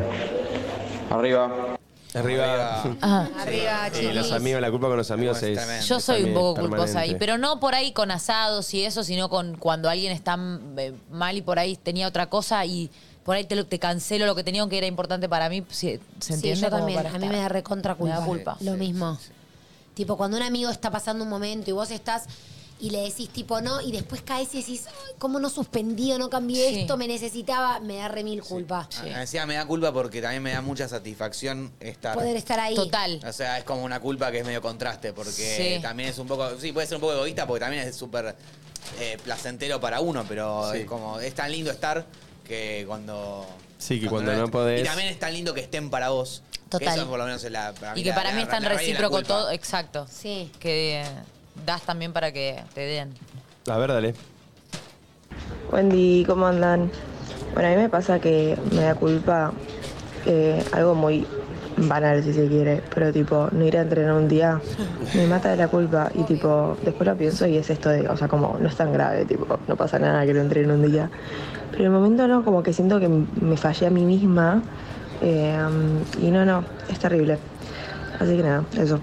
S13: Arriba.
S1: Arriba.
S3: Ajá.
S1: Arriba, Y los amigos, la culpa con los amigos es.
S3: Yo soy un
S1: también
S3: poco
S1: permanente.
S3: culposa ahí, pero no por ahí con asados y eso, sino con cuando alguien está eh, mal y por ahí tenía otra cosa y por ahí te, lo- te cancelo lo que tenía que era importante para mí. ¿Se, se entiende?
S7: Sí, yo
S3: Como
S7: también.
S3: para
S7: A mí
S3: estar.
S7: me da recontra culpa.
S3: Me da culpa.
S7: Lo mismo. Tipo, cuando un amigo está pasando un momento y vos estás y le decís tipo no, y después caes y decís, "Ay, ¿cómo no suspendí o no cambié
S4: Sí.
S7: esto? Me necesitaba, me da re mil culpa.
S4: Ah, Encima me da culpa porque también me da mucha satisfacción estar.
S7: Poder estar ahí. Total.
S4: O sea, es como una culpa que es medio contraste porque
S7: Sí.
S4: también es un poco. Sí, puede ser un poco egoísta porque también es súper eh, placentero para uno, pero
S1: Sí.
S4: es como. Es tan lindo estar que cuando.
S1: Sí, que cuando no
S4: Y
S1: podés.
S4: también es tan lindo que estén para vos.
S3: Total.
S4: Que eso por lo menos es la.
S3: Y que
S4: la-
S3: para
S4: la-
S3: mí es tan
S4: la raíz de la
S3: recíproco
S4: culpa.
S3: todo. Exacto. Sí. Que eh, das también para que te den.
S1: A ver, dale.
S14: Wendy, ¿cómo andan? Bueno, a mí me pasa que me da culpa eh, algo muy banal, si se quiere, pero tipo, no ir a entrenar un día me mata de la culpa y tipo, después lo pienso y es esto de, o sea, como no es tan grave, tipo, no pasa nada que no entrene un día. Pero en el momento no, como que siento que me fallé a mí misma eh, y no, no, es terrible. Así que nada, eso.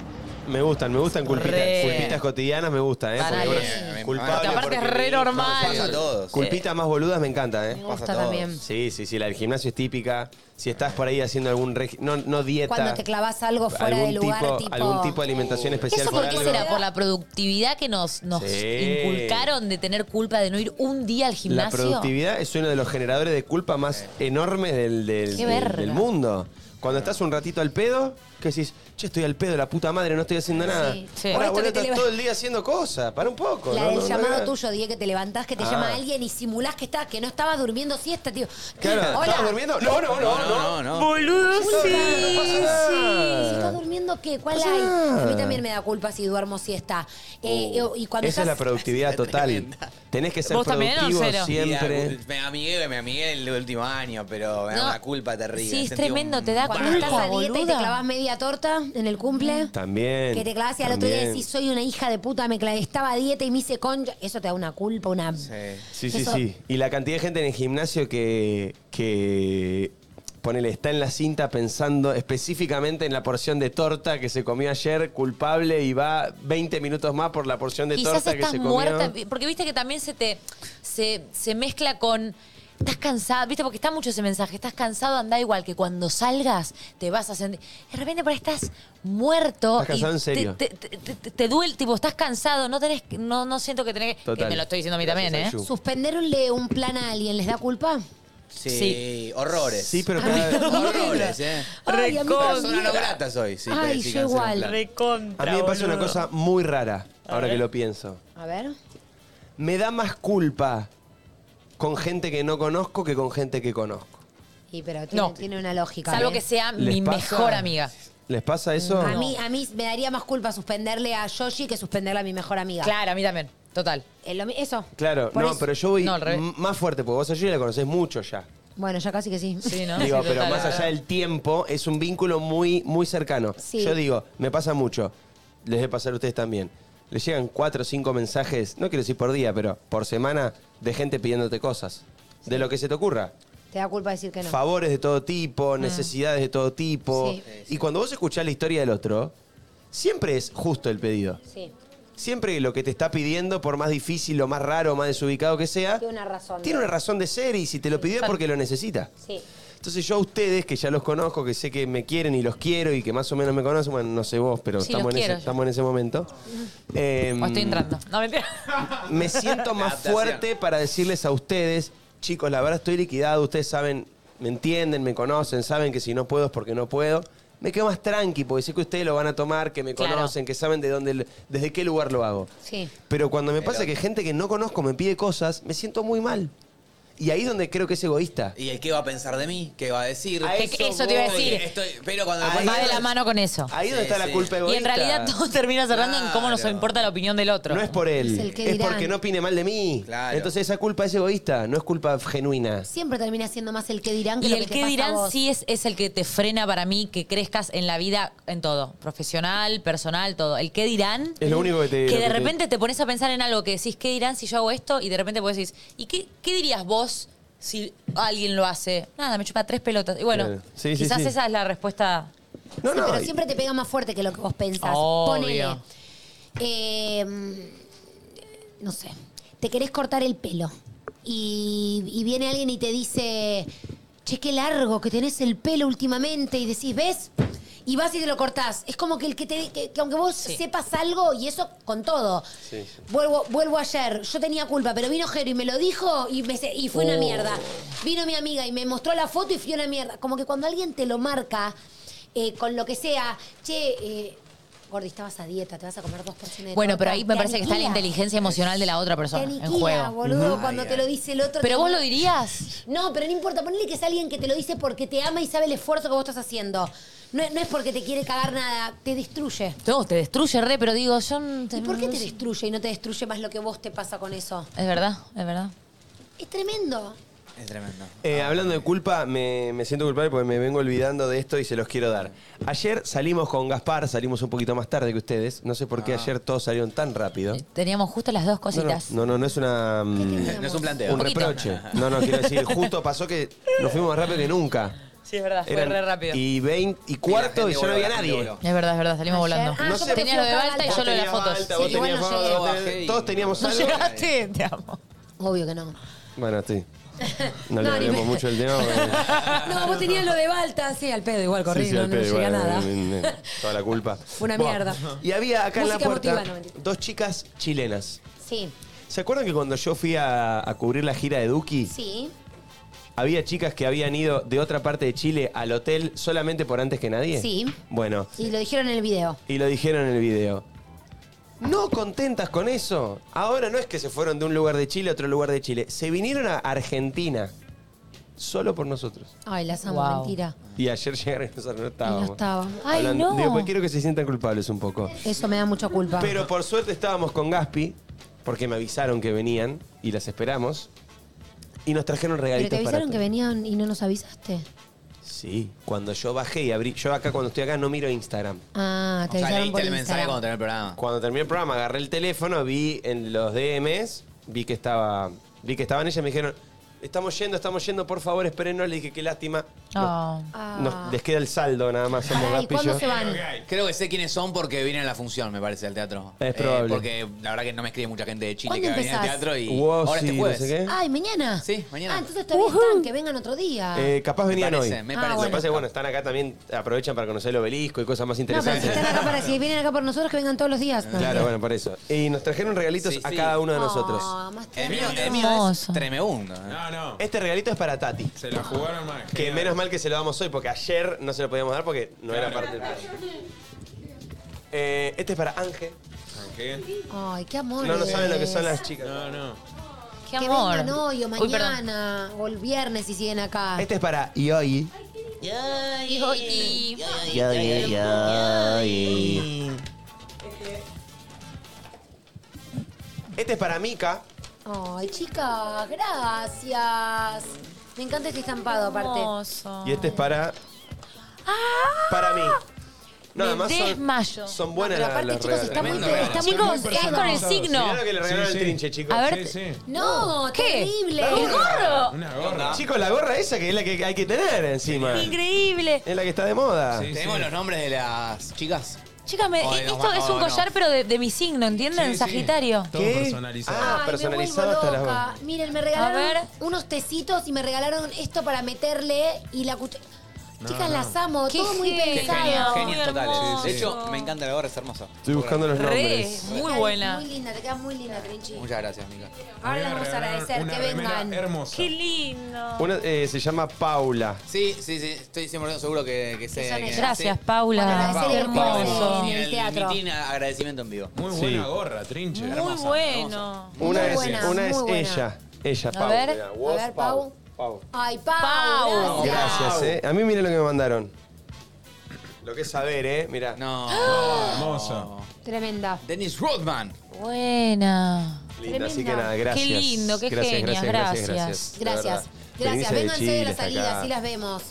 S1: Me gustan, me gustan culpitas.
S14: Re.
S1: Culpitas cotidianas me gusta, ¿eh?
S14: Banales.
S1: bueno,
S14: Sí.
S1: culpable
S14: Porque aparte es re
S1: sí,
S14: normal.
S1: pasa a todos.
S14: Sí.
S1: Culpitas más boludas me encanta, ¿eh?
S7: gusta Pasa a todos. también.
S1: Sí, sí, sí. La del gimnasio es típica. Si estás por ahí haciendo algún regi- no, no dieta.
S7: Cuando te clavas algo fuera
S1: algún
S7: del lugar,
S1: tipo,
S7: tipo.
S1: Algún tipo de alimentación especial
S3: ¿Eso
S1: por
S3: por qué
S1: algo.
S3: será? ¿Por la productividad que nos, nos
S1: Sí.
S3: inculcaron de tener culpa de no ir un día al
S1: La
S3: gimnasio?
S1: productividad es uno de los generadores de culpa más enormes del, del-
S3: Qué
S1: del-
S3: verga.
S1: del mundo. Cuando estás un ratito al pedo, que decís, che, estoy al pedo, la puta madre, no estoy haciendo nada. Ahora,
S7: Esto que
S1: boludo,
S7: te
S1: estás
S7: leva-
S1: todo el día haciendo cosas, para un poco.
S7: La
S1: ¿no?
S7: del
S1: No, no
S7: llamado
S1: hagas-
S7: tuyo, Diego, que te levantás, que te
S1: Ah.
S7: llama alguien y simulás que estás, que no estabas durmiendo siesta, tío.
S1: Claro,
S7: Hola.
S1: ¿estabas durmiendo? No, no, no, no.
S7: Boludo,
S1: Pasa nada, pasa nada.
S7: Si estás durmiendo, ¿qué? ¿Cuál
S1: Pasa
S7: hay?
S1: nada. Uh,
S7: A mí también me da culpa si duermo siesta. Eh, eh, y cuando
S1: Esa es la
S7: estás-
S1: productividad total. Tenés que ser
S7: ¿Vos también o
S1: productivo
S7: cero?
S1: siempre.
S4: Me amigué, me amigué el último año, pero me da
S7: No.
S4: una culpa terrible.
S7: Sí, es
S4: Sentí un-
S7: tremendo, te da
S4: Bah.
S7: Cuando estás a dieta y te clavas media torta en el
S3: Mm.
S7: cumple.
S1: También.
S7: Que te clavas y al otro día
S1: también.
S7: decís, soy una hija de puta, me clavé, estaba a dieta y me hice concha. Eso te da una culpa, una...
S1: Sí, sí,
S7: Eso-
S1: sí. Y la cantidad de gente en el gimnasio que, que ponele, está en la cinta pensando específicamente en la porción de torta que se comió ayer, culpable, y va 20 minutos más por la porción de
S3: Quizás
S1: torta que
S3: estás
S1: se comió.
S3: muerta, porque viste que también se te se, se mezcla con estás cansada, viste, porque está mucho ese mensaje, estás cansado, anda igual que cuando salgas te vas a sentir. De repente por ahí estás muerto.
S1: Estás cansado
S3: y
S1: en serio.
S3: Te, te- te- te- te duele, tipo, estás cansado, no tenés, no, no siento que tenés que.
S1: Total.
S3: que me lo estoy diciendo a mí también, ¿eh?
S7: Suspenderle un plan a alguien, ¿les da culpa?
S4: Sí, horrores.
S1: Sí, pero
S4: horrores, ¿eh?
S7: Ay, a mí Recontra.
S4: Persona no grata soy. Sí,
S7: Ay,
S4: sí, sí, cancelo
S7: yo
S4: un
S7: igual.
S4: plan.
S1: A mí me pasa una cosa muy rara, ahora que lo pienso.
S7: A ver.
S1: Me da más culpa con gente que no conozco que con gente que conozco.
S7: Y pero tiene,
S3: No.
S7: tiene una lógica.
S3: Salvo
S7: ¿eh?
S3: que sea
S1: ¿Les
S3: mi
S1: pasa?
S3: mejor amiga.
S1: ¿Les pasa eso?
S7: A mí, a mí me daría más culpa suspenderle a Yoshi que suspenderle a mi mejor amiga.
S3: Claro, a mí también. Total.
S7: eso.
S1: Claro,
S7: Por
S1: no,
S7: eso-
S1: pero yo voy
S7: No, al revés.
S1: m- más fuerte, porque vos a Yuri la conocés mucho ya.
S7: Bueno, ya casi que sí.
S3: Sí, ¿no?
S1: Digo, pero más allá del tiempo, es un vínculo muy, muy cercano.
S7: Sí.
S1: Yo digo, me pasa mucho. Les debe pasar a ustedes también. Les llegan cuatro o cinco mensajes, no quiero decir por día, pero por semana, de gente pidiéndote cosas. De lo que se te ocurra.
S7: Te da culpa decir que no.
S1: Favores de todo
S3: Mm.
S1: tipo, necesidades de todo tipo.
S7: Sí.
S1: Y cuando vos escuchás la historia del otro, siempre es justo el pedido.
S7: Sí.
S1: Siempre lo que te está pidiendo, por más difícil o más raro o más desubicado que sea,
S7: Tiene una razón.
S1: ¿eh? tiene una razón de ser y si te lo pidió es porque lo necesita.
S7: Sí.
S1: Entonces yo a ustedes, que ya los conozco, que sé que me quieren y los quiero y que más o menos me conocen, bueno, no sé vos, pero
S3: Sí,
S1: estamos,
S3: los
S1: en ese,
S3: quiero yo.
S1: estamos en ese momento, eh,
S3: O estoy entrando. No, mentira.
S1: me siento más
S3: Adaptación.
S1: fuerte para decirles a ustedes, chicos, la verdad estoy liquidado, ustedes saben, me entienden, me conocen, saben que si no puedo es porque no puedo. Me quedo más tranqui porque sé que ustedes lo van a tomar, que me
S3: Claro.
S1: conocen, que saben de dónde, desde qué lugar lo hago.
S3: Sí.
S1: Pero cuando me pasa que gente que no conozco me pide cosas, me siento muy mal. Y ahí es donde creo que es egoísta.
S4: ¿Y el qué va a pensar de mí? ¿Qué va a decir?
S3: A Que- eso eso te iba a voy. decir.
S4: Estoy- pero cuando me
S3: Va
S4: pones-
S3: de la mano con eso.
S1: Ahí donde está la culpa
S3: Y en
S1: egoísta.
S3: realidad todo termina cerrando en cómo nos importa la opinión del otro.
S1: No es por él,
S7: Es el
S1: es,
S7: qué dirán.
S1: porque no opine mal de mí. Entonces esa culpa es egoísta, no es culpa genuina.
S7: Siempre termina siendo más el que dirán que
S3: Y
S7: lo
S3: el
S7: que te
S3: que
S7: pasa a
S3: dirán
S7: vos.
S3: sí es, es el que te frena para mí que crezcas en la vida en todo, profesional, personal, todo. El que dirán
S1: Es lo único que te...
S3: que
S1: lo
S3: de
S1: te-
S3: repente te pones a pensar en algo que decís, ¿qué dirán si yo hago esto? Y de repente vos decís, ¿y qué, qué dirías vos si alguien lo hace? Nada, me chupa tres pelotas. Y bueno,
S1: Claro. Eh, Sí, sí,
S3: quizás
S1: sí.
S3: esa es la respuesta.
S1: No,
S7: Sí,
S1: no,
S7: pero
S1: y-
S7: siempre te pega más fuerte que lo que vos pensás.
S3: Obvio.
S7: Ponele. eh, mm, no sé. Te querés cortar el pelo. Y, y viene alguien y te dice, che, qué largo que tenés el pelo últimamente. Y decís, ¿ves? Y vas y te lo cortás. Es como que el que te. que, que aunque vos sepas algo, y eso con todo. Vuelvo, vuelvo ayer, yo tenía culpa, pero vino Jero y me lo dijo y, me se- y fue una
S15: Oh.
S7: mierda. Vino mi amiga y me mostró la foto y fue una mierda. Como que cuando alguien te lo marca eh, con lo que sea, che, eh, Gordi, estabas a dieta, te vas a comer dos porciones de
S3: Bueno,
S7: torta",
S3: pero ahí me
S7: te
S3: parece que está la
S7: aniquila.
S3: inteligencia emocional de la otra persona
S7: Te aniquila,
S3: en juego.
S7: boludo, cuando te lo dice el otro.
S3: Pero
S7: te-
S3: vos lo dirías.
S7: No, pero no importa, ponle que es alguien que te lo dice porque te ama y sabe el esfuerzo que vos estás haciendo. No, no es porque te quiere cagar nada, te destruye.
S3: No, te destruye re, pero digo, yo... no
S7: ¿Y por qué te destruye y no te destruye más lo que vos te pasa con eso?
S3: Es verdad, es verdad.
S7: Es tremendo.
S4: Es tremendo.
S1: Eh, hablando de culpa, me, me siento culpable porque me vengo olvidando de esto y se los quiero dar. Ayer salimos con Gaspar, salimos un poquito más tarde que ustedes. No sé por qué ayer todos salieron tan rápido.
S3: Teníamos justo las dos cositas.
S1: No, no, no es una. No
S4: es un planteo.
S1: Un
S4: Poquito.
S1: reproche. No, no, quiero decir, justo pasó que nos fuimos más rápido que nunca.
S3: Sí, es verdad,
S1: Eran- Y 20 y cuarto y, ya
S4: gente
S1: no
S4: voló,
S1: había
S4: la gente
S1: nadie.
S4: voló.
S3: Es verdad, es verdad, salimos volando.
S1: Ah, No yo sé- me
S3: Tenías lo de Balta y yo lo de las fotos.
S1: Alta, vos tenías fotos, vos tenés- Todos teníamos
S3: No
S1: algo.
S3: llegaste, te amo.
S7: Obvio que no.
S1: Bueno, sí. No,
S7: No,
S1: le
S7: ni
S1: hablemos
S7: me-
S1: mucho el tema. porque-
S7: No, vos tenías lo de Balta, sí, al pedo igual, corrí,
S1: Sí, sí,
S7: no,
S1: al
S7: no
S1: pedo,
S7: llega
S1: igual,
S7: nada.
S1: eh, eh, Toda la culpa.
S7: Fue una
S1: Buah.
S7: mierda.
S1: Y había acá
S7: Música
S1: en la puerta
S7: emotiva, no, mentira.
S1: dos chicas chilenas.
S7: Sí,
S1: ¿Se acuerdan que cuando yo fui a, a cubrir la gira de Duki,
S7: sí.
S1: había chicas que habían ido de otra parte de Chile al hotel solamente por antes que nadie?
S7: Sí.
S1: Bueno,
S7: Y lo dijeron en el video.
S1: y lo dijeron en el video. No contentas con eso. Ahora no es que se fueron de un lugar de Chile a otro lugar de Chile. Se vinieron a Argentina. Solo por nosotros.
S7: Ay, las amo,
S1: Wow.
S7: mentira.
S1: Y ayer llegaron y nosotros no estábamos.
S7: estábamos. Ay, no.
S1: Digo, pues quiero que se sientan culpables un poco.
S7: Eso me da mucha culpa.
S1: Pero por suerte estábamos con Gaspi, porque me avisaron que venían y las esperamos. Y nos trajeron
S7: Pero te
S1: regalitos para
S7: avisaron que
S1: todos.
S7: venían y no nos avisaste.
S1: Sí, cuando yo bajé y abrí. Yo acá, cuando estoy acá, no miro Instagram.
S7: Ah, te avisaron por Instagram.
S1: terminé el programa. Cuando terminé el programa, agarré el teléfono, vi en los DMs, vi que estaba. Vi que estaban ellas y me dijeron, estamos yendo, estamos yendo, por favor, espérenos. Le dije, qué lástima.
S7: Ah.
S1: Nos- les queda el saldo nada más, somos Gaspi y yo.
S4: Creo que sé quiénes son porque vienen a la función, me parece, al teatro. Eh,
S1: Es probable.
S4: porque la verdad que no me escribe mucha gente de Chile
S7: ¿Cuándo
S4: que va a venir al
S7: empezás?
S4: teatro y
S1: Wow,
S4: ahora
S1: sí,
S4: este
S1: no
S4: jueves.
S1: sé qué.
S7: Ay, mañana. Sí,
S4: mañana.
S7: Ah, entonces todavía están, que vengan otro día.
S1: Eh, capaz
S4: Me
S1: venían
S4: parece,
S1: hoy.
S4: me
S7: Ah,
S1: Lo
S7: parece.
S1: que
S7: bueno.
S1: pasa es que, bueno, están acá también, aprovechan para conocer el obelisco y cosas más
S7: no, pero
S1: interesantes.
S7: si están acá para si vienen acá por nosotros, que vengan todos los días. No,
S1: Claro,
S7: mentira.
S1: bueno, por eso. Y nos trajeron regalitos a cada uno de nosotros.
S7: Ah, más
S4: El mío,
S7: tierno.
S4: el mío es tremendo. ¿eh?
S1: Este regalito es para Tati. Se la jugaron más. Que menos mal que se lo damos hoy, porque ayer no se lo podíamos dar porque no era parte del plan. Eh, este es para Ángel. ¿Ángel?
S7: Ay, qué amor.
S1: No, no saben lo que son las chicas. No, no.
S7: Qué amor.
S3: amor.
S7: Que vengan hoy o
S3: Uy, perdón.
S7: mañana o el viernes si siguen acá.
S1: Este es para Ioi.
S7: Hijo, y-
S1: Ioi, Ioi. Este es para Mika.
S7: Ay, chicas, gracias. Me encanta este estampado, aparte. Ah,
S1: Y este es para. Para mí. No,
S7: Me
S1: además
S7: desmayo.
S1: son, son buenas
S7: No,
S1: las-
S7: pero aparte,
S1: los
S7: chicos,
S1: regalos.
S7: está muy- Tremendo, está muy
S3: Chicos, es con el signo.
S1: Mirá lo que le regalaron al trinche, chicos.
S3: A ver,
S7: No,
S3: ¿Qué?
S7: terrible.
S3: ¡El gorro!
S1: Una gorra. Chicos, la gorra esa que es la que hay que tener encima.
S3: Increíble.
S1: Es la que está de moda.
S4: ¿Tenemos los nombres de las chicas?
S3: Chicas, me- eh,
S4: Ay, no,
S3: esto es un
S4: no, no.
S3: collar, pero de, de mi signo, ¿entienden?
S4: Sí, sí.
S3: Sagitario.
S4: Todo ¿Qué? personalizado.
S1: Ah,
S7: Ay,
S1: personalizado
S7: me
S1: hasta
S7: vuelvo
S1: las
S7: loca.
S1: manos.
S7: Miren, me regalaron
S3: A ver.
S7: unos tecitos y me regalaron esto para meterle y la cuchara. Chicas, las amo.
S3: Qué
S7: Todo muy
S3: genial.
S4: Qué
S7: pensado.
S4: genios, genios
S3: Muy
S4: totales.
S3: hermoso.
S4: De hecho, me encanta la gorra, es hermosa.
S1: Estoy buscando los nombres.
S3: muy buena.
S7: Muy linda, te queda muy linda, Trinchi.
S4: Muchas gracias, amiga.
S7: Ahora les vamos a agradecer que vengan.
S1: hermosa.
S7: Qué lindo.
S1: Una, eh, se llama Paula.
S4: Sí, sí, sí, estoy 100% seguro que, que sé.
S7: son
S4: que-
S7: ellas.
S3: Gracias,
S4: sí.
S3: Paula.
S4: Bueno,
S3: Agradecer
S4: Paula, Paula,
S3: hermoso.
S4: Paula,
S3: en el
S4: el
S3: teatro.
S4: mitin, agradecimiento en vivo.
S9: Muy
S1: Sí.
S9: buena gorra, trinche.
S4: Muy
S9: hermosa,
S3: bueno.
S9: hermosa.
S1: Una
S7: Muy
S1: es,
S7: buena,
S1: una es
S7: muy buena.
S1: ella. Ella,
S7: A
S1: Paula.
S7: ver,
S1: Mira,
S7: a
S1: vos,
S7: ver, Pau.
S1: Pau.
S7: Ay, Pau.
S3: Pau.
S7: gracias.
S1: Gracias, eh. A mí mira lo que me mandaron. Lo que es saber, eh. Ah, Mira.
S4: No. hermoso.
S7: Tremenda.
S4: Dennis Rodman.
S3: Buena.
S1: Linda, así
S7: Tremenda.
S1: que nada, gracias.
S3: Qué lindo, qué
S1: gracias,
S3: genias,
S1: gracias, gracias, gracias.
S3: gracias.
S1: de
S7: Gracias.
S1: verdad.
S7: Gracias.
S1: Berenice
S7: Vénganse de,
S1: Chile
S7: las
S1: está
S7: salidas
S1: acá.
S7: y las vemos.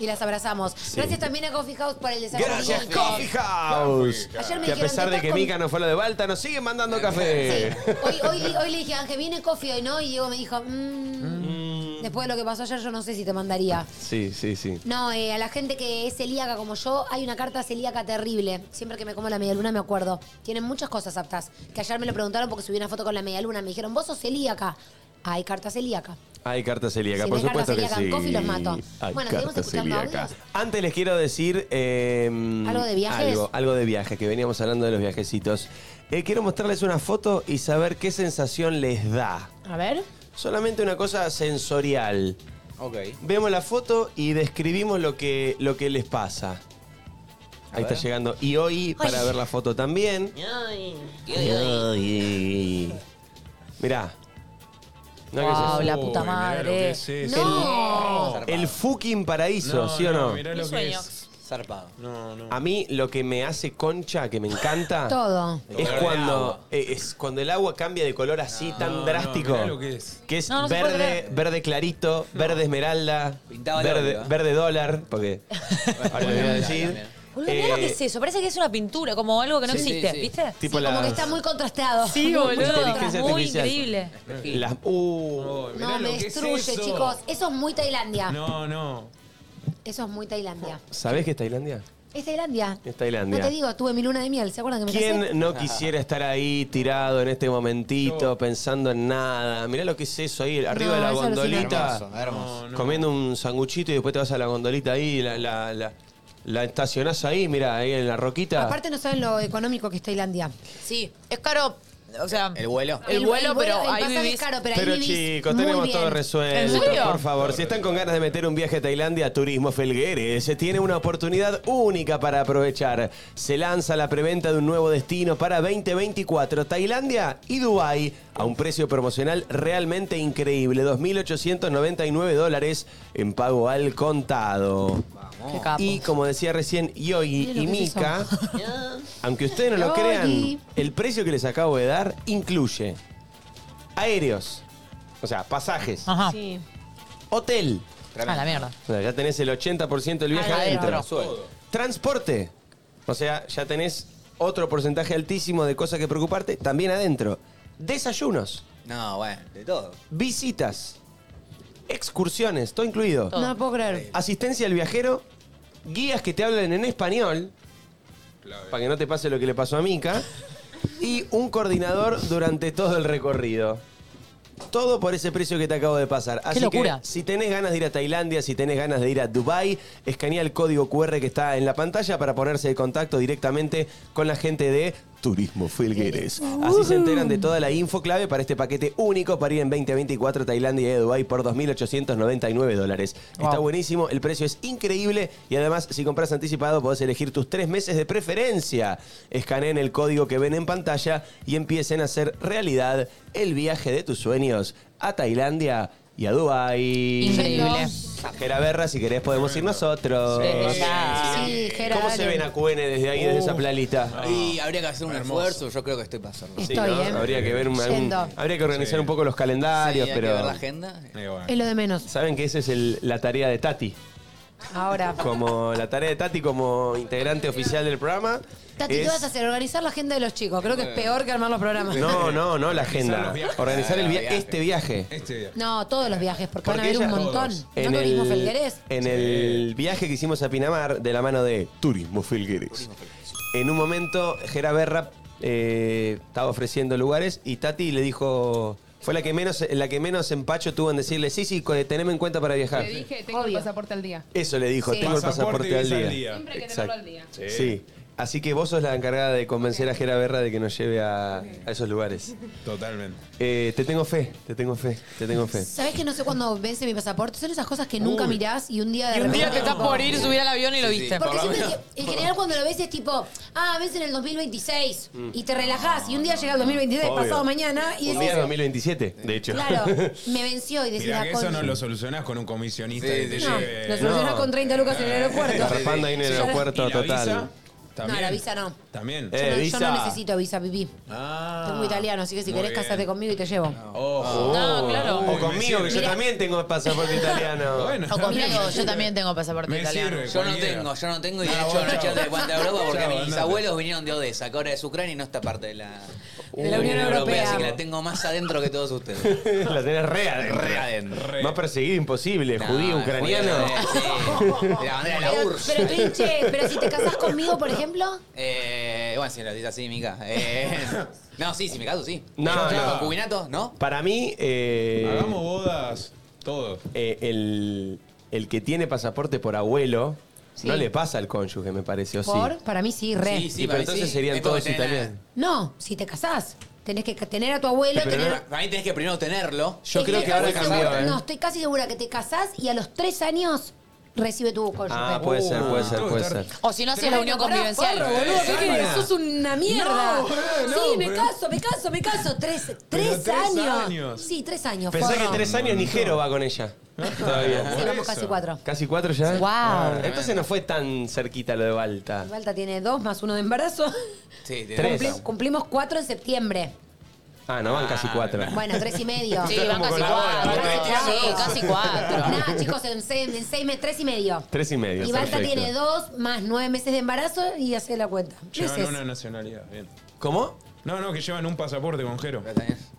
S7: Y las abrazamos. Gracias también a Coffee House por el desayuno.
S1: Gracias,
S7: rico.
S1: Coffee House.
S7: Ayer me
S1: que a
S7: dijeron,
S1: pesar
S7: ¿te
S1: de que
S7: estás
S1: Mica no fue a lo de Balta, nos siguen mandando café.
S7: Hoy, hoy- hoy le dije, Ángel, viene Coffee hoy, ¿no? Y Diego me dijo, "Mm, después de lo que pasó ayer, yo no sé si te mandaría.
S1: Sí, sí, sí.
S7: No, eh, a la gente que es celíaca como yo, hay una carta celíaca terrible. Siempre que me como la medialuna me acuerdo. Tienen muchas cosas aptas. Que ayer me lo preguntaron porque subí una foto con la medialuna. Me dijeron, vos sos celíaca. Hay carta celíaca.
S1: Hay carta celíaca,
S7: Si
S1: por
S7: no hay carta
S1: supuesto que
S7: celíaca en
S1: sí.
S7: coffee, los mato.
S1: Hay
S7: Bueno, seguimos
S1: carta
S7: escuchando
S1: celíaca.
S7: audios.
S1: Antes les quiero decir... eh,
S7: ¿Algo de viajes?
S1: Algo, algo de viaje, que veníamos hablando de los viajecitos. Eh, quiero mostrarles una foto y saber qué sensación les da.
S8: A ver.
S1: Solamente una cosa sensorial.
S4: Ok.
S1: Vemos la foto y describimos lo que, lo que les pasa. Ahí está llegando y hoy para ver la foto también. Ioi. Mirá. No, ¿qué es
S3: Wow,
S1: eso?
S3: la puta madre.
S1: No. El, el fucking paraíso, ¿sí o no?
S9: mirá
S3: Mi
S9: lo que
S3: sueño.
S9: es.
S4: Zarpado.
S9: No, no.
S1: A mí lo que me hace concha, que me encanta,
S7: Todo.
S1: es
S9: El
S1: cuando eh, es cuando el agua cambia de color así tan
S9: No,
S1: drástico,
S9: no, mirá lo que es.
S1: que es
S3: No, no se puede
S1: verde, verde clarito, verde esmeralda,
S4: Pintaba el
S1: verde,
S4: óleo, ¿eh?
S1: verde dólar, porque ahora lo voy a decir. eh,
S3: Boludo, mirá lo que es eso. Parece que es una pintura, como algo que no
S4: Sí, sí,
S3: existe,
S4: sí.
S3: ¿viste?
S1: Tipo
S7: Como
S1: la-
S7: que está muy contrasteado.
S3: Sí, boludo.
S1: inteligencia
S3: Muy
S1: artificial.
S3: increíble.
S1: Las, uh,
S9: Ay, mirá
S7: No,
S9: lo
S7: me
S9: que es
S7: destruye,
S9: eso.
S7: chicos. Eso es muy Tailandia.
S9: No, no.
S7: Eso es muy Tailandia.
S1: ¿Sabés que es Tailandia?
S7: Es Tailandia.
S1: Es
S7: No te
S1: Tailandia.
S7: digo, tuve mi luna de miel. ¿Se acuerdan que me casé?
S1: ¿Quién no quisiera estar ahí tirado en este momentito, pensando en nada? Mirá lo que es eso ahí, arriba
S7: No,
S1: de la
S7: es alucinante.
S1: gondolita.
S4: Hermoso, hermoso.
S9: No, no.
S1: comiendo un sanguchito y después te vas a la gondolita ahí, la, la, la- la estacionás ahí, mira, ahí en la roquita.
S7: Aparte no saben lo económico que es Tailandia.
S3: Sí, es caro. O sea,
S4: El vuelo.
S3: el vuelo, pero
S7: el
S3: ahí
S7: pasaje es
S3: vivís.
S7: caro, pero,
S1: pero
S7: ahí vivís
S1: chicos,
S7: muy
S1: tenemos
S7: bien.
S1: todo resuelto,
S3: ¿En serio?
S1: por favor. Si están con ganas de meter un viaje a Tailandia, Turismo Felgueres eh, tiene una oportunidad única para aprovechar. Se lanza la preventa de un nuevo destino para 2024, Tailandia y Dubái, a un precio promocional realmente increíble, 2.899 dólares en pago al contado.
S3: Qué capo.
S1: Y como decía recién Yogi
S7: Miren lo
S1: y
S7: que es
S1: Mika, aunque ustedes no lo
S7: Yogi.
S1: crean, el precio que les acabo de dar incluye aéreos, o sea, pasajes,
S3: Ajá.
S8: Sí.
S1: hotel,
S3: A la mierda.
S1: o sea, ya tenés el 80% del viaje
S3: Adentro.
S1: adentro, transporte, o sea, ya tenés otro porcentaje altísimo de cosas que preocuparte, también adentro, desayunos,
S4: No, bueno, de todo.
S1: visitas, excursiones, todo incluido.
S7: No lo puedo creer.
S1: asistencia al viajero, guías que te hablan en español, para que no te pase lo que le pasó a Mica, y un coordinador durante todo el recorrido. Todo por ese precio que te acabo de pasar. Así
S3: locura.
S1: que si tenés ganas de ir a Tailandia, si tenés ganas de ir a Dubai, escanea el código QR que está en la pantalla para ponerse en contacto directamente con la gente de Turismo Felgueres. Así se enteran de toda la info clave para este paquete único para ir en 2024 a Tailandia y a Dubai por 2.899 dólares. Está buenísimo, el precio es increíble y además si compras anticipado podés elegir tus tres meses de preferencia. Escaneen el código que ven en pantalla y empiecen a hacer realidad el viaje de tus sueños a Tailandia y a Dubai.
S3: Increíble.
S1: Jera Berra, si querés podemos ir nosotros.
S3: Sí, ya.
S7: Sí, Gerard.
S1: ¿Cómo se ven a QN desde ahí, desde esa
S9: Ah.
S1: planita?
S4: Y habría que hacer un
S9: Hermoso.
S4: esfuerzo, yo creo que estoy pasando.
S7: Estoy,
S1: Sí, ¿no?
S7: ¿eh?
S1: Habría que ver un- algún-
S7: Yendo.
S1: habría que organizar un poco los calendarios,
S4: hay que ver
S1: pero
S4: la agenda.
S9: Eh, bueno.
S7: Es lo de menos.
S1: saben que esa es el- la tarea de Tati.
S7: Ahora.
S1: Como la tarea de Tati como integrante oficial del programa.
S7: Tati, ¿qué
S1: es-
S7: vas a hacer? Organizar la agenda de los chicos. Creo que es peor que armar los programas. No,
S1: No, no, no la
S9: Organizar
S1: agenda.
S9: los viajes.
S1: Organizar el via-
S4: Viaje.
S1: este viaje.
S9: Este día.
S7: todos los viajes, porque, van a haber
S1: ella-
S7: un montón.
S9: todos.
S7: ¿No turismo Felguerés?
S1: en el viaje que hicimos a Pinamar de la mano de Turismo Felgueres. En un momento, Gera Berra eh, estaba ofreciendo lugares y Tati le dijo, Fue la que menos, la que menos empacho tuvo en decirle, sí, sí, co- teneme en cuenta para viajar.
S8: Le dije, tengo el pasaporte al día.
S1: Eso le dijo,
S8: Sí.
S1: tengo el
S8: Pasaporte
S1: pasaporte
S8: y
S1: al
S8: visa
S1: día.
S8: al día. Siempre hay que tenerlo al día.
S1: Sí.
S8: Sí.
S1: Así que vos sos la encargada de convencer a Jera Berra de que nos lleve a, a esos lugares.
S9: Totalmente.
S1: Eh, te tengo fe, te tengo fe, te tengo fe.
S7: ¿Sabes que no sé cuándo vence mi pasaporte? Son esas cosas que nunca mirás y un día de
S3: Y un día
S7: repente
S3: te estás
S7: tipo-
S3: por ir, subir al avión y lo viste.
S7: Porque
S3: Por lo
S7: siempre,
S3: menos.
S7: que- en general, cuando lo ves es tipo, ah, vence en el 2026
S1: Mm.
S7: y te relajás y un día llega el 2026,
S1: Obvio.
S7: pasado mañana Ah, y
S1: Un día
S7: decís,
S1: 2027, de hecho.
S7: claro, me venció y decís,
S9: Mirá
S7: la
S9: que eso
S7: concha.
S9: no lo solucionás con un comisionista
S1: Sí,
S9: que te
S1: sí, sí.
S9: lleve.
S7: Lo solucionás con 30 lucas en el aeropuerto.
S1: Zarpando ahí en el aeropuerto
S9: ¿Y la
S1: total.
S9: visa? ¿También?
S7: No, la visa no.
S1: Eh,
S9: También.
S7: Yo, no, yo no necesito visa, pipí. Soy muy italiano, así que si
S1: Ah, muy
S7: querés
S1: bien.
S7: casarte conmigo y te llevo.
S1: Ojo.
S7: No, claro.
S1: O conmigo, que yo
S7: Mira.
S1: también tengo pasaporte italiano.
S3: Bueno, o conmigo, yo también tengo pasaporte italiano.
S4: yo no tengo, yo no tengo y de
S1: Ah,
S4: hecho
S1: bueno.
S4: no echaron de Puente de Europa porque
S1: Chao,
S4: mis
S1: andate.
S4: abuelos vinieron de Odessa, que ahora es Ucrania y no está parte de la,
S1: De la Unión Europea.
S4: Así que la tengo más adentro que todos ustedes.
S1: La tenés re adentro.
S4: Re adentro.
S1: Más perseguido imposible, judío, ucraniano.
S4: eh, La bandera de la
S7: Pero,
S4: URSS.
S7: pero, Trinche, pero si te casás conmigo, por ejemplo,
S4: Eh, bueno, si lo dices así, Mica. Eh, no, sí, si me caso, sí.
S1: No,
S4: Yo,
S1: no.
S4: ¿Concubinato? ¿No?
S1: Para mí. eh,
S9: Hagamos bodas, todo.
S1: eh, el, el que tiene pasaporte por abuelo
S7: Sí.
S1: no le pasa al cónyuge, me parece, o sí.
S7: por, para mí sí, re.
S1: Sí, sí, pero entonces serían
S4: Es como
S1: todos
S4: que tenés-
S1: italianos.
S7: No, si te casás, tenés que tener a tu abuelo,
S1: Pero
S7: tener...
S4: Para mí tenés que primero tenerlo.
S1: Yo creo que ahora
S7: Estoy
S1: cambió,
S7: segura-
S1: ¿eh?
S7: No, estoy casi segura que te casás y a los tres años recibe tu cónyuge.
S1: Ah, puede ser, puede ser, puede ser.
S3: O si no, hacías la unión convivencial.
S7: Porro, boludo, ¿qué querés? Sos una mierda.
S3: No, boludo, no,
S7: sí, me
S3: pero-
S7: caso, me caso, me caso. Tres, tres,
S1: tres
S7: años.
S1: años.
S7: Sí, tres años.
S1: Pensá que
S7: porro.
S1: tres años Nigero va con ella. Todavía.
S7: Sí, vamos casi cuatro.
S1: ¿Casi cuatro ya?
S7: Wow.
S1: Ah, entonces no fue tan cerquita lo de Balta.
S7: Balta tiene dos más uno de embarazo.
S4: Sí,
S1: tiene Tres.
S7: Cumpli- cumplimos cuatro en septiembre.
S1: Ah, no van casi cuatro.
S7: Bueno, tres y medio.
S3: Sí, van casi cuatro. Sí, casi cuatro.
S7: Nada, chicos, en seis, en seis meses, tres y medio.
S1: Tres y medio.
S7: Y Balta
S1: perfecto.
S7: tiene dos más nueve meses de embarazo y hace la cuenta. ¿Qué es
S9: Llevan
S7: eso?
S9: una nacionalidad, bien.
S1: ¿Cómo?
S9: No, no, que llevan un pasaporte con Jero.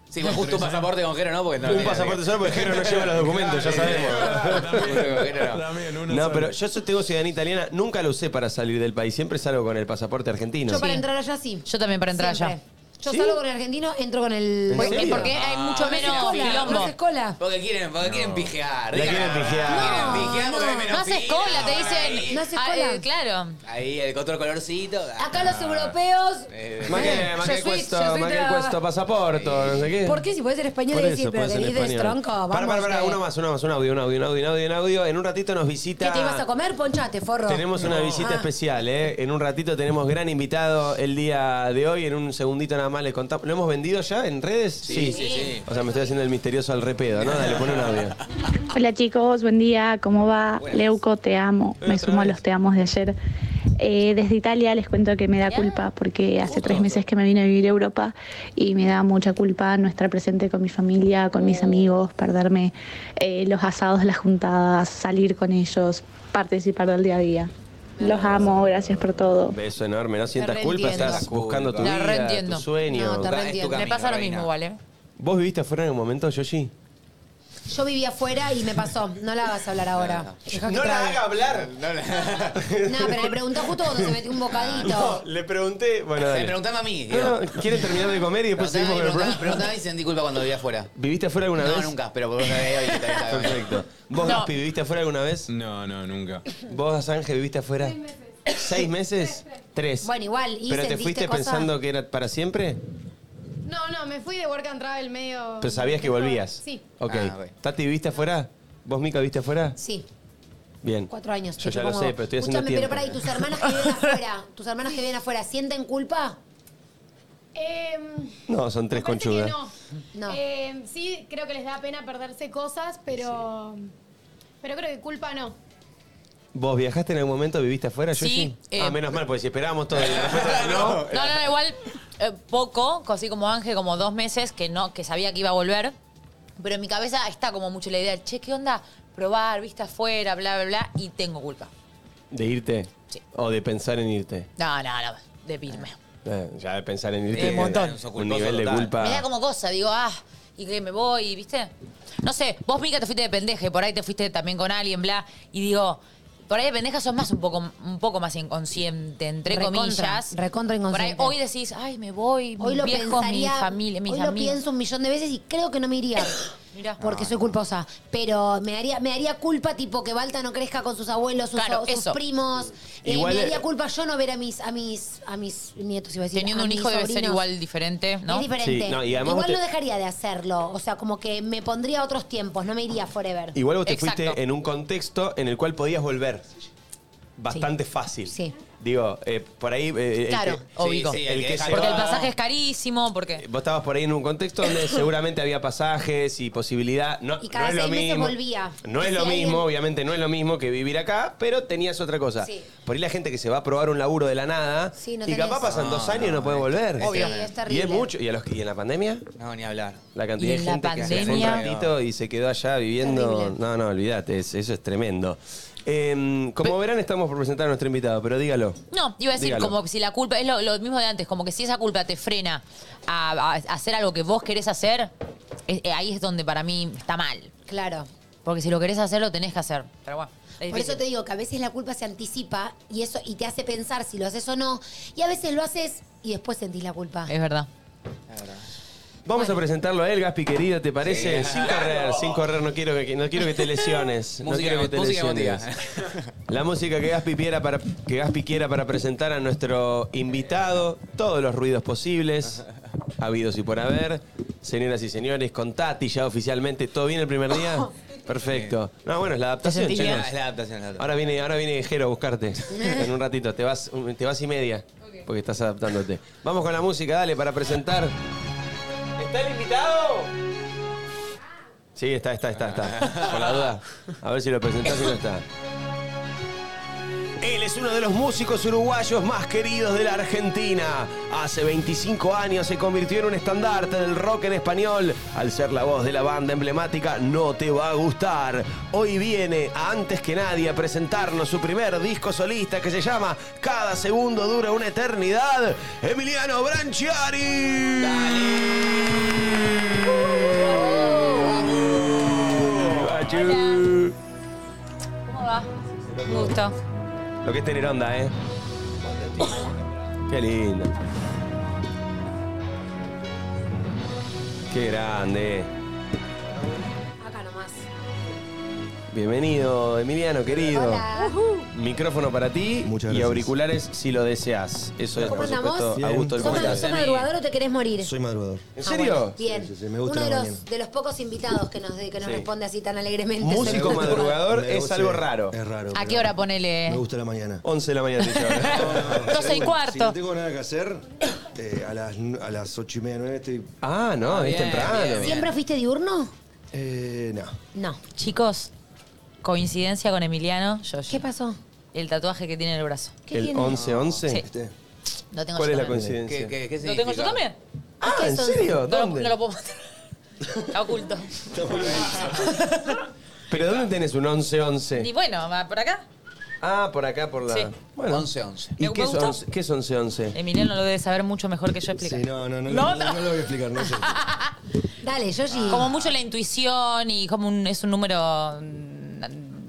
S4: Sí, bueno, justo un pasaporte con Jero, ¿no? Porque no lo
S1: Un
S4: tenía,
S1: pasaporte
S4: digo.
S1: solo porque Jero no lleva los documentos, ya sabemos.
S9: También, uno
S1: No,
S9: solo.
S1: pero yo so- tengo ciudadanía italiana, nunca lo usé para salir del país, siempre salgo con el pasaporte argentino.
S7: Yo para entrar allá sí.
S3: Yo también para entrar allá.
S7: Yo salgo con el argentino, entro con el.
S1: ¿En Porque- serio? Ah, porque
S3: hay
S4: mucho
S7: No haces
S4: menos
S7: cola,
S4: quilombo.
S7: No haces cola.
S4: Porque quieren, porque quieren pijear.
S1: La
S4: diga.
S1: quieren pijear.
S4: Quieren pijear porque hay menos
S3: No haces
S4: fila.
S3: cola, te dicen.
S7: No haces
S3: ah,
S7: cola.
S3: eh, claro.
S4: Ahí, el otro colorcito.
S7: Acá los europeos.
S4: Eh,
S1: Ma
S7: Eh,
S1: che, ma
S7: yo
S1: che
S7: soy-
S1: questo,
S7: yo soy
S1: ma che
S7: tra-
S1: questo pasaporto, no sé qué.
S7: ¿Por qué? Si puedes ser español y
S1: Por
S7: decir,
S1: eso
S7: pero
S1: podés en
S7: venís de
S1: español.
S7: tronco, vamos. eh.
S1: Pará, pará, pará,
S7: que-
S1: uno más, uno más, un audio, un audio, un audio, un audio, un audio. En un ratito nos visita.
S7: ¿Qué te ibas a comer, ponchate, forro?
S1: Tenemos una
S7: No.
S1: visita
S7: Ah,
S1: especial, ¿eh? En un ratito tenemos gran invitado el día de hoy. En un segundito nada más les contamos. ¿Lo hemos vendido ya en redes?
S4: Sí, sí, sí.
S1: O sea, me estoy haciendo el misterioso al repedo, ¿no? Dale, pon un audio.
S16: Hola chicos, buen día, ¿cómo va? Leuco, te amo, me sumo a los te amos de ayer. Eh, desde Italia les cuento que me da culpa porque hace tres meses que me vine a vivir a Europa y me da mucha culpa no estar presente con mi familia, con mis amigos, perderme eh, los asados, las juntadas, salir con ellos, participar del día a día. Los amo, gracias por todo.
S1: Beso enorme, no sientas culpa,
S16: reentiendo.
S1: estás buscando tu
S3: La
S1: vida,
S3: reentiendo.
S1: tu sueño.
S7: No, te reentiendo.
S3: Me pasa lo mismo, ¿vale?
S1: ¿Vos viviste afuera en un momento, Yoshi?
S7: Yo vivía afuera y me pasó. No la hagas hablar ahora. Dejá que trague.
S1: hablar.
S7: No, pero le preguntó justo cuando se metió un bocadito.
S1: No, le pregunté. Bueno,
S4: Me
S1: dale.
S4: preguntame a mí.
S1: No, no, ¿Quieren terminar de comer y después seguimos con el
S4: Preguntame,
S1: programa?
S4: preguntame y sentí culpa cuando vivía afuera.
S1: ¿Viviste afuera alguna
S4: No,
S1: vez?
S4: nunca, pero por una vez ahorita, ahorita, ahorita.
S1: Perfecto. ¿Vos,
S4: No.
S1: Gaspi, viviste afuera alguna vez?
S9: No, no, nunca.
S1: ¿Vos, Ángel, viviste afuera? ¿Seis meses? Tres.
S7: Bueno, igual, hice,
S1: ¿Pero te
S7: viste
S1: fuiste
S7: cosas-
S1: pensando que era para siempre?
S6: No, no, me fui de work and travel medio.
S1: ¿Pero sabías que volvías?
S6: Sí.
S1: Ok.
S6: Ah,
S1: ¿Tati, viviste afuera? ¿Vos, Mica, viviste afuera?
S7: Sí,
S1: Bien.
S7: cuatro años.
S1: Yo
S7: che,
S1: ya lo
S7: ¿cómo
S1: sé,
S7: va?
S1: pero estoy haciendo
S7: Escúchame,
S1: tiempo.
S7: pero pará, ¿y tus hermanas que viven afuera? ¿Tus hermanas que viven afuera sienten culpa?
S6: Eh,
S1: No, son tres conchudas.
S6: no. Eh, sí, creo que les da pena perderse cosas, pero. Pero creo que culpa no.
S1: ¿Vos viajaste en algún momento? ¿Viviste afuera,
S3: Sí,
S1: Yoshi?
S3: eh,
S1: ah, menos mal, porque si esperábamos todo. la respuesta era no.
S3: No, no, no, igual eh, poco, así como Ángel, como dos meses que no, que sabía que iba a volver. Pero en mi cabeza está como mucho la idea de, che, ¿qué onda? Probar, vista afuera, bla, bla, bla, y tengo culpa.
S1: ¿De irte? ¿O de pensar en irte?
S3: No, no, no, de pirme.
S1: Eh, Ya de pensar en irte.
S3: un montón.
S1: eh, Un nivel de culpa.
S3: Me da como cosa, digo, ah, y que me voy, ¿viste? No sé, vos, Mica, te fuiste de pendeje, por ahí te fuiste también con alguien, bla, y digo, por ahí de pendeja sos más un poco, un poco más inconsciente, entre
S7: Recontra,
S3: comillas.
S7: recontra inconsciente.
S3: Por ahí hoy decís, ay, me voy,
S7: Hoy lo
S3: mis viejos,
S7: pensaría,
S3: mi familia, mis
S7: hoy lo
S3: amigos.
S7: pienso un millón de veces y creo que no me iría.
S3: Mirá. Ah.
S7: Porque soy culposa. Pero me daría, me daría culpa tipo que Balta no crezca con sus abuelos, sus,
S3: Claro,
S7: sus
S3: eso.
S7: primos. Eh,
S3: Igual,
S7: me daría
S3: eh,
S7: culpa yo no ver a mis, a mis, a mis nietos, iba a decir. a
S3: Teniendo un
S7: mis
S3: hijo debe ser
S7: sobrinos.
S3: igual diferente, ¿no?
S7: Es diferente.
S1: Sí, no, y además
S7: igual
S1: usted-
S7: no dejaría de hacerlo. O sea, como que me pondría a otros tiempos, no me iría forever.
S1: Igual vos te fuiste en un contexto en el cual podías volver. Bastante fácil.
S7: Sí.
S1: Digo, eh, por ahí. eh, el
S3: Claro,
S1: que-
S3: obvio.
S1: el que Eh, se
S3: porque el
S1: va-
S3: pasaje es carísimo, porque...
S1: Vos estabas por ahí en un contexto donde seguramente había pasajes y posibilidad. No,
S7: Y cada
S1: no es lo
S7: seis meses
S1: mismo.
S7: volvía.
S1: No
S7: Y
S1: es
S7: si
S1: lo
S7: alguien-
S1: mismo, obviamente no es lo mismo que vivir acá, pero tenías otra cosa.
S7: Sí.
S1: Por ahí la gente que se va a probar un laburo de la nada
S7: Sí, no
S1: y capaz
S7: tenés-
S1: pasan dos años y no, puede volver.
S7: Obvio. Sí, es
S1: y
S7: terrible.
S1: es mucho. ¿Y, a los, que- y en la pandemia?
S4: No, ni hablar.
S1: La cantidad
S4: Y en
S1: de
S4: la
S1: gente que se fue un
S4: pandemia.
S1: ratito y se quedó allá viviendo.
S4: Terrible.
S1: No, no, olvídate, es- eso es tremendo. Eh, como verán, estamos por presentar a nuestro invitado, pero dígalo.
S3: No, iba a decir
S1: Dígalo.
S3: como si la culpa, es lo, lo mismo de antes, como que si esa culpa te frena a, a hacer algo que vos querés hacer, es- eh, ahí es donde para mí está mal.
S7: Claro.
S3: Porque si lo querés hacer, lo tenés que hacer. Pero bueno, es
S7: Por eso
S3: difícil.
S7: te digo que a veces la culpa se anticipa y eso y te hace pensar si lo haces o no. Y a veces lo haces y después sentís la culpa.
S3: Es verdad.
S1: Vamos a presentarlo a él, Gaspi querido, ¿te parece?
S4: Sí.
S1: Sin correr, sin correr, no quiero que, no quiero que te lesiones. no
S4: Música
S1: quiero que te
S4: música emotiva.
S1: lesiones. La música que Gaspi, quiera para, que Gaspi quiera para presentar a nuestro invitado, todos los ruidos posibles, habidos y por haber. Señoras y señores, con Tati ya oficialmente, ¿todo bien el primer día? Perfecto. No, bueno, es la adaptación,
S4: Es la
S1: chicos.
S4: adaptación, es la adaptación.
S1: Ahora viene, ahora viene Jero a buscarte. En un ratito, te vas, te vas y media, porque estás adaptándote. Vamos con la música, dale, para presentar. ¿Está el invitado? Sí, está, está, está, está. Por la duda. A ver si lo presentás o no está. Él es uno de los músicos uruguayos más queridos de la Argentina. Hace 25 años se convirtió en un estandarte del rock en español. Al ser la voz de la banda emblemática No Te Va a Gustar. Hoy viene, a antes que nadie, a presentarnos su primer disco solista que se llama Cada segundo dura una eternidad. Emiliano Branchiari. Guachu.
S3: ¿Cómo va? Un gusto.
S1: Lo que es tener onda, ¿eh? Qué lindo. Qué grande.
S7: Acá nomás.
S1: Bienvenido, Emiliano, querido.
S7: Hola.
S1: Micrófono para ti y
S5: gracias.
S1: auriculares si lo deseas. Eso es,
S7: ¿Cómo
S1: por
S7: andamos?
S1: supuesto,
S7: Bien.
S1: a gusto del
S7: ¿Sos, ma-
S1: comentario.
S7: sos madrugador o te querés morir?
S5: Soy madrugador.
S1: ¿En
S7: Ah,
S1: serio?
S7: bueno, bien.
S5: Sí, sí, sí, me gusta
S7: Uno de
S5: la
S7: los,
S5: mañana.
S7: de los pocos invitados que nos, de- que nos
S5: Sí.
S7: responde así tan alegremente.
S1: Músico
S5: Me gusta-
S1: madrugador
S5: me
S1: es
S5: gusta-
S1: algo raro.
S5: Es raro.
S3: ¿A
S5: pero
S3: qué hora
S5: Me
S3: ponele?
S5: gusta la mañana.
S1: 11 de la mañana. te llamo.
S3: 12 y
S5: Si
S3: cuarto.
S5: no tengo nada que hacer, eh, a, las, nu- a las 8 y media, 9 estoy.
S1: Ah, no, es temprano.
S7: ¿Siempre fuiste diurno?
S5: Eh, no.
S7: No.
S3: Chicos, coincidencia con Emiliano.
S7: ¿Qué pasó?
S3: El tatuaje que tiene en el brazo.
S1: ¿El 11-11?
S3: Sí. Lo tengo
S1: ¿Cuál
S3: yo
S1: es la
S3: también.
S1: coincidencia?
S4: ¿Qué- qué- qué
S3: ¿Lo tengo yo
S4: significa?
S3: también?
S1: Ah, ¿en
S3: Eso-
S1: serio?
S3: No, lo-
S1: ¿Dónde?
S3: no lo puedo mostrar. Está oculto.
S1: ¿Pero dónde tenés un 11-11?
S3: Y bueno, va por acá.
S1: Ah, por acá, por la.
S3: Sí.
S1: Bueno.
S4: 11-11.
S1: ¿Y
S3: ¿Me
S1: qué es
S3: gustó?
S1: 11? ¿Qué es 11-11?
S3: Emiliano lo debe saber mucho mejor que yo explicar.
S5: Sí, no, no, no,
S3: No,
S5: no, no lo voy a explicar, no sé.
S7: Dale, Yoshi.
S3: Como mucho la intuición y como un- es un número mm,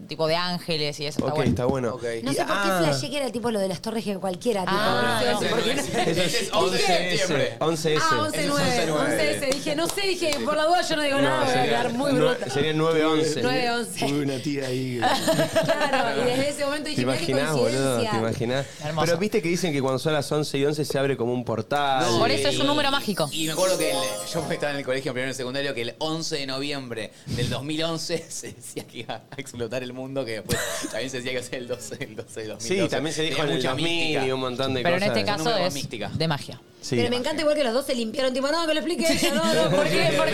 S3: tipo de ángeles y eso
S1: Ok,
S3: está
S1: está ah.
S3: bueno.
S1: bueno.
S7: No sé por qué flashé que era tipo lo de las torres que cualquiera. tipo,
S3: Ah.
S7: no sé, ¿por qué no?
S1: Eso Ah, es 11S. 11S.
S7: Ah, 11 9 11 S. Dije, no sé, dije, por la duda yo no digo nada, voy a quedar muy bruta.
S1: Sería 9-11.
S7: 9-11.
S5: Tuve una tía ahí.
S7: Claro, y desde ese momento
S1: ¿Te
S7: dije, mira qué
S1: imaginás, boludo? ¿Te
S7: coincidencia.
S1: imaginás? Pero viste que dicen que cuando son las 11 y 11 se abre como un portal.
S3: Por eso es un número mágico.
S4: Y me acuerdo que el- yo porque estaba en el colegio en primero y secundario que el 11 de noviembre del 2011 se decía que iba a explotar el mundo, que después también se decía que iba a ser el 12, el 12 de 2012.
S1: Sí, también se dijo
S4: Tenía
S1: en el
S4: mucha
S1: 2000
S4: mística.
S1: y un montón de
S3: Pero en
S1: cosas.
S3: este caso
S4: número
S3: es
S4: más mística.
S3: de magia.
S1: Sí.
S7: Pero me encanta igual que los dos se limpiaron, tipo, no, que lo explique ella, no, no, ¿por qué? ¿Por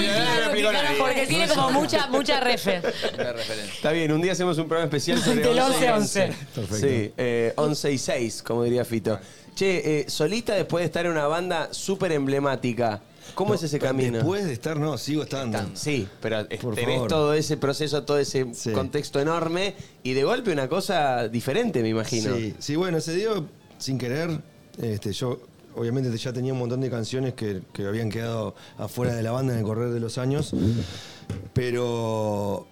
S7: qué?
S3: Porque tiene como mucha, mucha refe.
S1: Está bien, un día hacemos un programa especial sobre
S3: Del 11
S1: 11. Sí, eh, 11 y 6, como diría Fito. Che, eh, solista después de estar en una banda súper emblemática, ¿cómo es ese camino?
S5: Después de estar, no, sigo estando.
S1: Sí, pero es-
S5: Por
S1: tenés
S5: favor.
S1: todo ese proceso, todo ese contexto enorme y de golpe una cosa diferente, me imagino.
S5: Sí, sí, bueno, se dio sin querer. Este, yo, obviamente, ya tenía un montón de canciones que, que habían quedado afuera de la banda en el correr de los años. Pero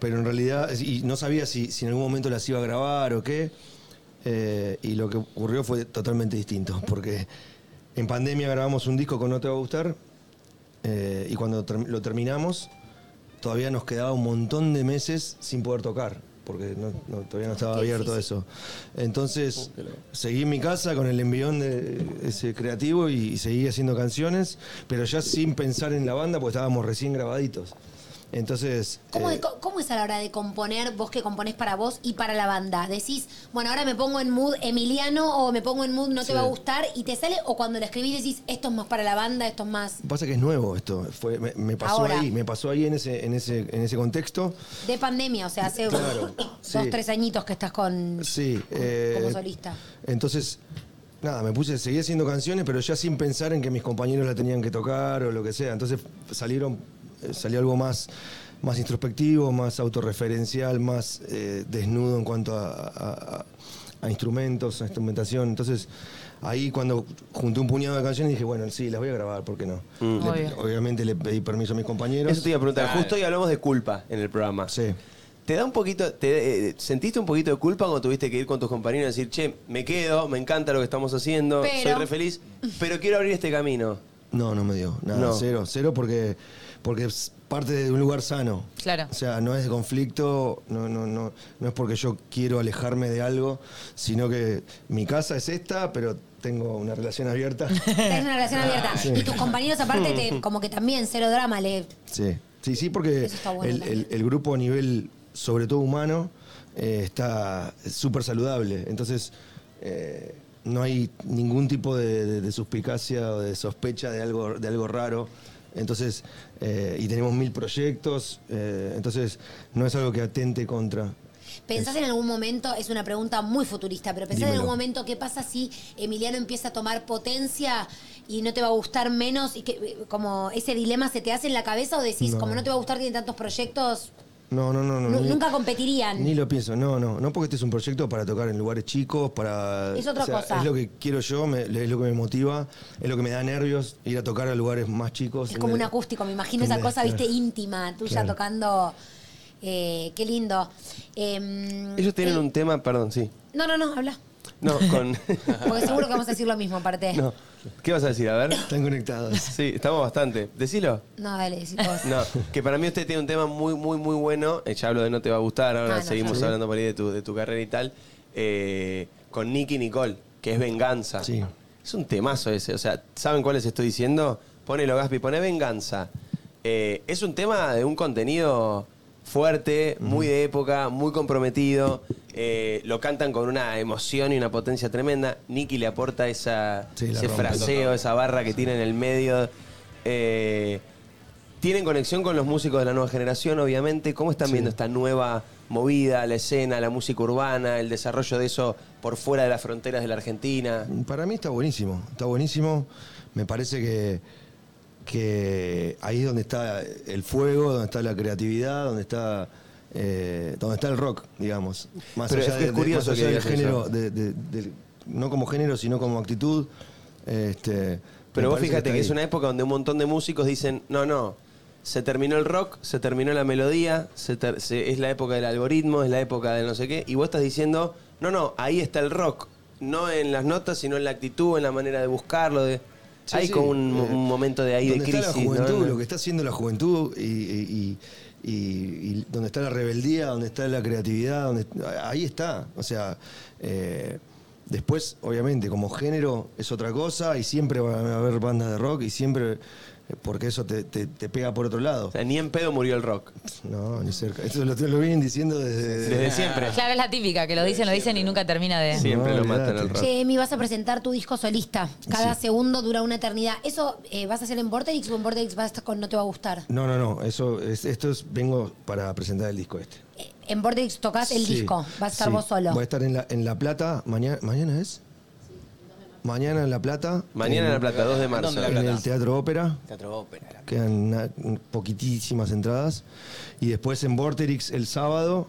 S5: pero en realidad, es- y no sabía si, si en algún momento las iba a grabar o qué. eh, y lo que ocurrió fue totalmente distinto, porque en pandemia grabamos un disco con No Te Va a Gustar, eh, y cuando ter- lo terminamos, todavía nos quedaba un montón de meses sin poder tocar, porque no- no- todavía no estaba
S1: Qué
S5: abierto
S1: difícil.
S5: eso.
S7: Oh,
S5: Entonces, seguí en mi casa con el envión de ese creativo y, y seguí haciendo canciones, pero ya sin pensar en la banda, porque estábamos recién grabaditos. Entonces,
S7: ¿Cómo,
S5: eh,
S7: de- cómo es a la hora de componer, vos que componés para vos y para la banda? Decís, bueno, ahora me pongo en mood Emiliano o me pongo en mood no te
S5: Sí.
S7: va a gustar y te sale, o cuando la escribís decís, esto es más para la banda, esto es más
S5: pasa que es nuevo esto. Fue, me, me pasó
S7: Ahora.
S5: ahí, me pasó ahí en ese, en ese, en ese contexto.
S7: de pandemia, o sea, hace
S5: Claro,
S7: dos,
S5: sí.
S7: tres añitos que estás con
S5: Sí. eh,
S7: como solista.
S5: Entonces, nada, me puse, seguí haciendo canciones, pero ya sin pensar en que mis compañeros la tenían que tocar o lo que sea. Entonces salieron, eh, salió algo más, más introspectivo, más autorreferencial, más eh, desnudo en cuanto a, a- a- a instrumentos, a instrumentación. Entonces, ahí cuando junté un puñado de canciones dije, bueno, sí, las voy a grabar, ¿por qué no? Le-
S1: Obvio.
S5: obviamente le pedí permiso a mis compañeros.
S1: Eso te iba a preguntar.
S5: Claro.
S1: Justo hoy hablamos de culpa en el programa.
S5: Sí.
S1: ¿Te da un poquito, te, eh, sentiste un poquito de culpa cuando tuviste que ir con tus compañeros y decir, che, me quedo, me encanta lo que estamos haciendo, soy
S5: Pero-
S1: re feliz, pero quiero abrir este camino?
S5: No, no me dio. Nada,
S1: No.
S5: cero. Cero porque, porque es parte de un lugar sano.
S3: Claro.
S5: O sea, no es de conflicto, no, no, no, no es porque yo quiero alejarme de algo, sino que mi casa es esta, pero tengo una relación abierta.
S7: Tenés una relación abierta.
S5: eh, ah, Sí.
S7: Y tus compañeros aparte, te- como que también, cero drama, le...
S5: Sí, sí, sí, porque
S7: Eso está bueno
S5: el, el- el grupo a nivel, sobre todo humano, eh, está súper saludable. Entonces, eh, no hay ningún tipo de, de- de suspicacia o de sospecha de algo, de algo raro. Entonces, eh, y tenemos mil proyectos, eh, entonces no es algo que atente contra.
S7: ¿Pensás en algún momento, es una pregunta muy futurista, pero pensás en
S5: Dímelo.
S7: algún momento qué pasa si Emiliano empieza a tomar potencia y no te va a gustar menos? y que eh, como ese dilema se te hace en la cabeza o decís,
S5: No.
S7: como no te va a gustar, tiene tantos proyectos,
S5: No, no, no, no.
S7: nu-
S5: ni-
S7: nunca competirían.
S5: Ni lo pienso, no, no, no porque este es un proyecto para tocar en lugares chicos, para...
S7: Es otra cosa.
S5: Es lo que quiero yo, me- es lo que me motiva, es lo que me da nervios, ir a tocar a lugares más chicos.
S7: es como un
S5: ¿entendés?
S7: acústico, me imagino esa
S5: Entendés,
S7: cosa, viste,
S5: claro.
S7: íntima, tuya
S5: Claro.
S7: tocando. eh, qué lindo. Em,
S1: Ellos tienen
S7: el-
S1: un tema, perdón, sí.
S7: No, no, no, habla.
S1: No, con...
S7: Porque seguro que vamos a decir lo mismo, aparte. No,
S1: No. ¿Qué vas a decir? A ver.
S5: Están conectados.
S1: Sí, estamos bastante. Decilo.
S7: dale, decís vos.
S1: No, que para mí usted tiene un tema muy, muy, muy bueno. Eh, Ya hablo de No Te Va a Gustar, ahora
S7: Ah, no,
S1: seguimos
S7: ya sé.
S1: hablando por ahí de tu, de tu carrera y tal. Eh, con Nicky Nicole, que es Venganza. Sí. Es un temazo ese. O sea, ¿saben cuáles estoy diciendo? Ponelo, Gaspi, pone Venganza. Eh, es un tema de un contenido fuerte, muy de época, muy comprometido. Eh, lo cantan con una emoción y una potencia tremenda. Nicky le aporta esa,
S5: Sí, la
S1: ese
S5: rompe.
S1: fraseo, esa barra que tiene en el medio. Eh, tienen conexión con los músicos de la nueva generación, obviamente. ¿Cómo están viendo esta nueva movida, la escena, la música urbana, el desarrollo de eso por fuera de las fronteras de la Argentina?
S5: Para mí está buenísimo, está buenísimo. Me parece que, que ahí es donde está el fuego, donde está la creatividad, donde está eh, donde está el rock, digamos. Más
S1: Pero
S5: allá,
S1: es
S5: de-
S1: que es
S5: de-
S1: curioso
S5: más allá
S1: que
S5: del
S1: digas eso.
S5: género, de- de- del- no como género, sino como actitud. Este, me
S1: Pero vos
S5: parece
S1: fíjate que,
S5: está
S1: es
S5: ahí.
S1: una época donde un montón de músicos dicen, no, no, se terminó el rock, se terminó la melodía, se ter- se- es la época del algoritmo, es la época del no sé qué, y vos estás diciendo, no, no, ahí está el rock, no en las notas, sino en la actitud, en la manera de buscarlo, de...
S5: Sí,
S1: hay
S5: sí,
S1: como un,
S5: eh,
S1: un momento de ahí de
S5: donde
S1: crisis.
S5: está la
S1: ¿no?
S5: juventud, lo que está haciendo la juventud y, y- y- y- y donde está la rebeldía, donde está la creatividad, donde, ahí está. O sea, eh, después, obviamente, como género es otra cosa y siempre va a haber bandas de rock y siempre, eh, porque eso te, te- te pega por otro lado. O
S1: sea, ni en pedo murió el rock.
S5: No, ni cerca. Esto lo, lo vienen diciendo desde,
S1: Desde siempre.
S3: Claro, es la típica, que lo dicen, lo dicen y nunca termina de...
S1: Siempre lo matan al rock.
S7: Che, Emi, vas a presentar tu disco solista. Cada segundo dura una eternidad. ¿Eso eh, vas a hacer en Vorterix o en Vorterix vas a estar con No Te Va a Gustar?
S5: No, no, no. Eso es, esto es, vengo para presentar el disco este.
S7: En Vorterix tocas el
S5: Sí,
S7: disco, vas a estar
S5: sí.
S7: vos solo.
S5: Voy a estar en La, en la Plata. Mañana, ¿Mañana es? Mañana en La Plata.
S1: Mañana en La Plata, 2 de marzo.
S5: En
S1: ¿Dónde La Plata?
S5: el Teatro Ópera.
S4: Teatro Ópera.
S5: Quedan na- poquitísimas entradas. Y después en Vorterix el sábado,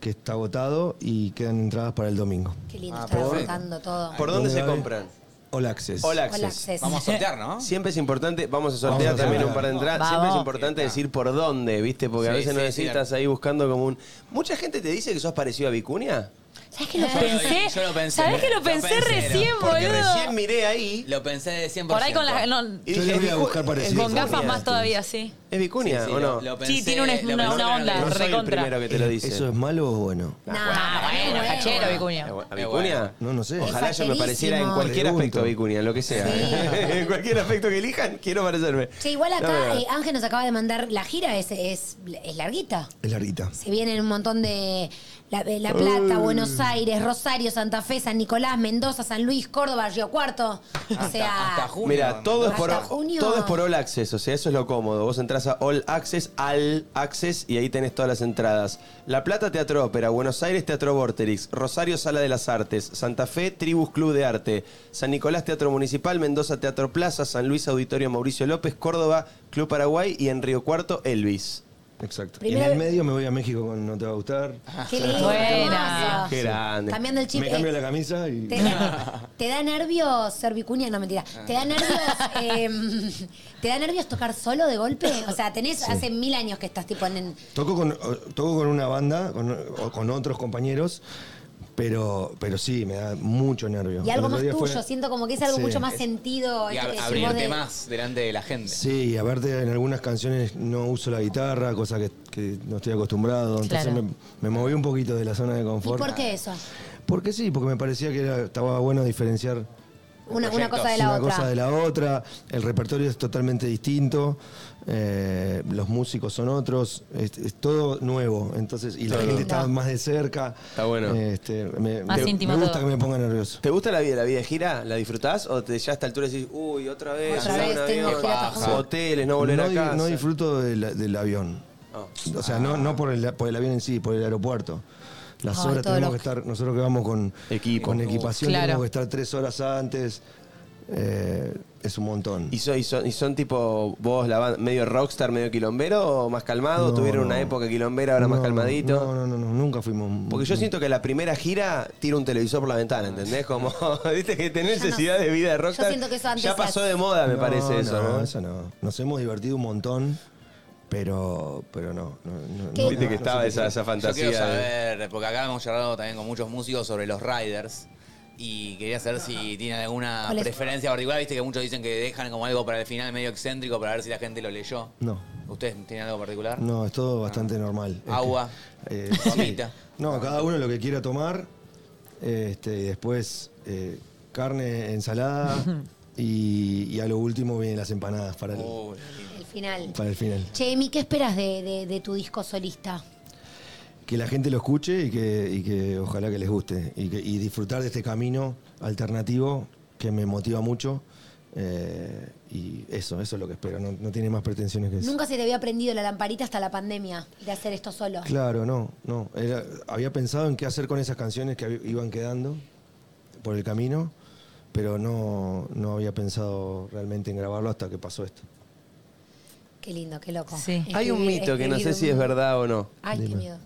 S5: que está agotado, y quedan entradas para el domingo.
S7: Qué lindo, estar
S5: por-
S7: agotando todo.
S1: Ah, ¿Por dónde se
S5: Gaby?
S1: compran?
S5: All Access.
S1: All Access. All Access. Vamos a sortear,
S4: ¿no?
S1: Siempre es importante, vamos a
S5: Vamos a
S1: sortear
S5: sortear.
S1: también un par de entradas. Siempre es
S5: Vamos.
S1: importante decir por dónde, ¿viste? Porque a
S5: Sí,
S1: veces no
S5: sí,
S1: decís,
S5: sí,
S1: estás ahí buscando como un. Mucha gente te dice que sos parecido a Vicuña.
S3: ¿Sabes que lo
S1: Yo lo-
S3: pensé?
S1: yo lo pensé.
S3: ¿Sabés que lo
S1: Lo
S3: pensé
S1: pensé,
S3: recién,
S1: ¿no? Porque
S3: boludo?
S1: recién miré ahí.
S4: Lo pensé de 100%.
S3: Por ahí con las. no,
S1: Yo le voy a buscar parecido.
S3: Con gafas
S1: Vicuña.
S3: más todavía, sí.
S1: ¿Es Vicuña
S3: Sí, sí,
S1: o
S3: lo-
S1: no?
S3: lo Sí, pensé, tiene una- lo una- pensé, una pero onda, no soy el recontra. primero que te lo dice.
S5: ¿Eso es malo o bueno?
S3: Ah, bueno, cachero, Vicuña.
S1: ¿A Vicuña?
S5: No, no sé.
S1: Ojalá yo me pareciera en
S5: Exagerísimo.
S1: cualquier aspecto
S5: Pregunto.
S1: a Vicuña, en lo que sea. ¿eh?
S5: Sí.
S1: en cualquier aspecto que elijan, quiero parecerme.
S15: Che, igual
S1: No,
S15: acá
S1: pero-
S15: eh, Ángel nos acaba de mandar la gira, es, es, es larguita.
S5: Es larguita.
S15: Se vienen un montón de La, de La Plata,
S5: Uy.
S15: Buenos Aires, Rosario, Santa Fe, San Nicolás, Mendoza, San Luis, Córdoba, Río Cuarto. O sea,
S1: Mira, todo es, por,
S15: Hasta junio.
S1: todo es por All Access, o sea, eso es lo cómodo. Vos entras a All Access, All Access, y ahí tenés todas las entradas. La Plata Teatro Ópera, Buenos Aires Teatro Vorterix, Rosario Sala de las Artes, Santa Fe Tribus Club de Arte, San Nicolás Teatro Municipal, Mendoza Teatro Plaza, San Luis Auditorio Mauricio López, Córdoba Club Paraguay y en Río Cuarto Elvis.
S5: Exacto.
S15: Primera
S5: y en el
S15: vez-
S5: medio me voy a México con No Te Va a Gustar.
S15: Qué lindo, hermoso.
S5: Sí.
S15: Qué grande. Cambiando el chip,
S5: Me cambio
S15: eh,
S5: la camisa y.
S15: te- ¿Te da nervios ser vicuña? No, mentira. ¿Te da nervios em, ¿Te da nervios tocar solo de golpe? O sea, tenés hace mil años que estás tipo en... en-
S5: Toco con, o- toco con una banda, con, o con otros compañeros, pero, pero sí, me da mucho nervio.
S15: y algo
S5: El otro
S15: más
S5: día
S15: tuyo.
S5: fue-
S15: Siento como que es algo
S5: Sí.
S15: mucho más sentido.
S4: Y
S15: esto que
S4: ab-
S15: decís
S4: abrirte
S15: vos de-
S4: más delante de la gente.
S5: Sí, y aparte en algunas canciones no uso la guitarra, cosa que, que no estoy acostumbrado. Entonces
S15: Claro.
S5: me, me moví un poquito de la zona de
S15: ¿Y
S5: confort.
S15: por qué eso?
S5: Porque sí, porque me parecía que era- estaba bueno diferenciar
S15: Una, una cosa de la
S5: una
S15: otra.
S5: cosa de la otra. El repertorio es totalmente distinto. eh, los músicos son otros. Es, es todo nuevo. Entonces, y la
S1: Todo
S5: gente
S1: nuevo.
S5: está más de cerca. Está
S1: bueno.
S5: me, me- me gusta que me ponga nervioso.
S1: Eh, ¿Te gusta la vida, la vida de gira? ¿La disfrutás? ¿O te, ya a esta altura decís, uy, otra vez,
S5: Otra
S1: andar
S5: vez
S1: en
S5: tengo
S1: avión,
S5: gira para Jujuy"?
S1: hoteles, no volver
S5: no,
S1: a
S5: di-
S1: casa? Ah.
S5: no disfruto de la- del avión. O sea, no, no por, el, por el avión en sí, por el aeropuerto. Las
S1: Ay,
S5: horas
S1: todo
S5: tenemos
S1: lo-
S5: que estar, nosotros que vamos con, con equipación,
S1: Claro.
S5: tenemos que estar tres horas antes. Eh, es un montón.
S1: ¿Y, so- y son, y son tipo vos, la banda, medio rockstar, medio quilombero o más calmado?
S5: No,
S1: ¿Tuvieron una
S5: no.
S1: época quilombera, ahora más
S5: No,
S1: calmadito?
S5: No, no, no, no, nunca fuimos.
S1: Porque yo siento que la primera gira tira un televisor por la ventana, ¿entendés? Como, viste que tenés necesidad de vida de rockstar.
S15: siento que eso antes
S1: ya
S15: se
S1: pasó
S15: hacía.
S1: de moda, me
S5: No,
S1: parece eso, ¿no?
S5: eso no. Nos hemos divertido un montón, pero, pero no. no, no,
S1: ¿Qué?
S5: no,
S1: Viste que
S5: no
S1: estaba
S5: sé
S1: esa-
S5: qué-
S1: esa
S4: Yo
S1: fantasía
S4: quiero
S1: de-
S4: saber, porque acá hemos charlado también con muchos músicos sobre los riders. Y quería saber si tienen alguna
S5: ¿Cuál es?
S4: preferencia particular. Viste que muchos dicen que dejan como algo para el final medio excéntrico para ver si la gente lo leyó.
S5: No.
S4: ¿Ustedes tienen algo particular?
S5: No, es todo bastante normal. Es que,
S4: Agua,
S5: eh,
S4: comita.
S5: no, cada uno lo que quiera tomar. Este, y después eh, carne, ensalada. y, y a lo último vienen las empanadas para el,
S4: Oh,
S15: El final.
S5: para el final.
S15: Che, Emi, ¿qué esperas de, de- de tu disco solista?
S5: Que la gente lo escuche y que, y que ojalá que les guste. Y, que, y disfrutar de este camino alternativo que me motiva mucho. Eh, y eso, eso es lo que espero. No, no tiene más pretensiones que eso.
S15: Nunca se te había aprendido la lamparita hasta la pandemia de hacer esto solo.
S5: Claro, no, no. Era- había pensado en qué hacer con esas canciones que hab- iban quedando por el camino, pero no, no había pensado realmente en grabarlo hasta que pasó esto.
S15: Qué lindo, qué loco.
S1: Hay un
S15: Escribir-
S1: mito que no sé
S15: escribir
S1: si es
S15: un-
S1: verdad o no.
S15: Ay, qué miedo.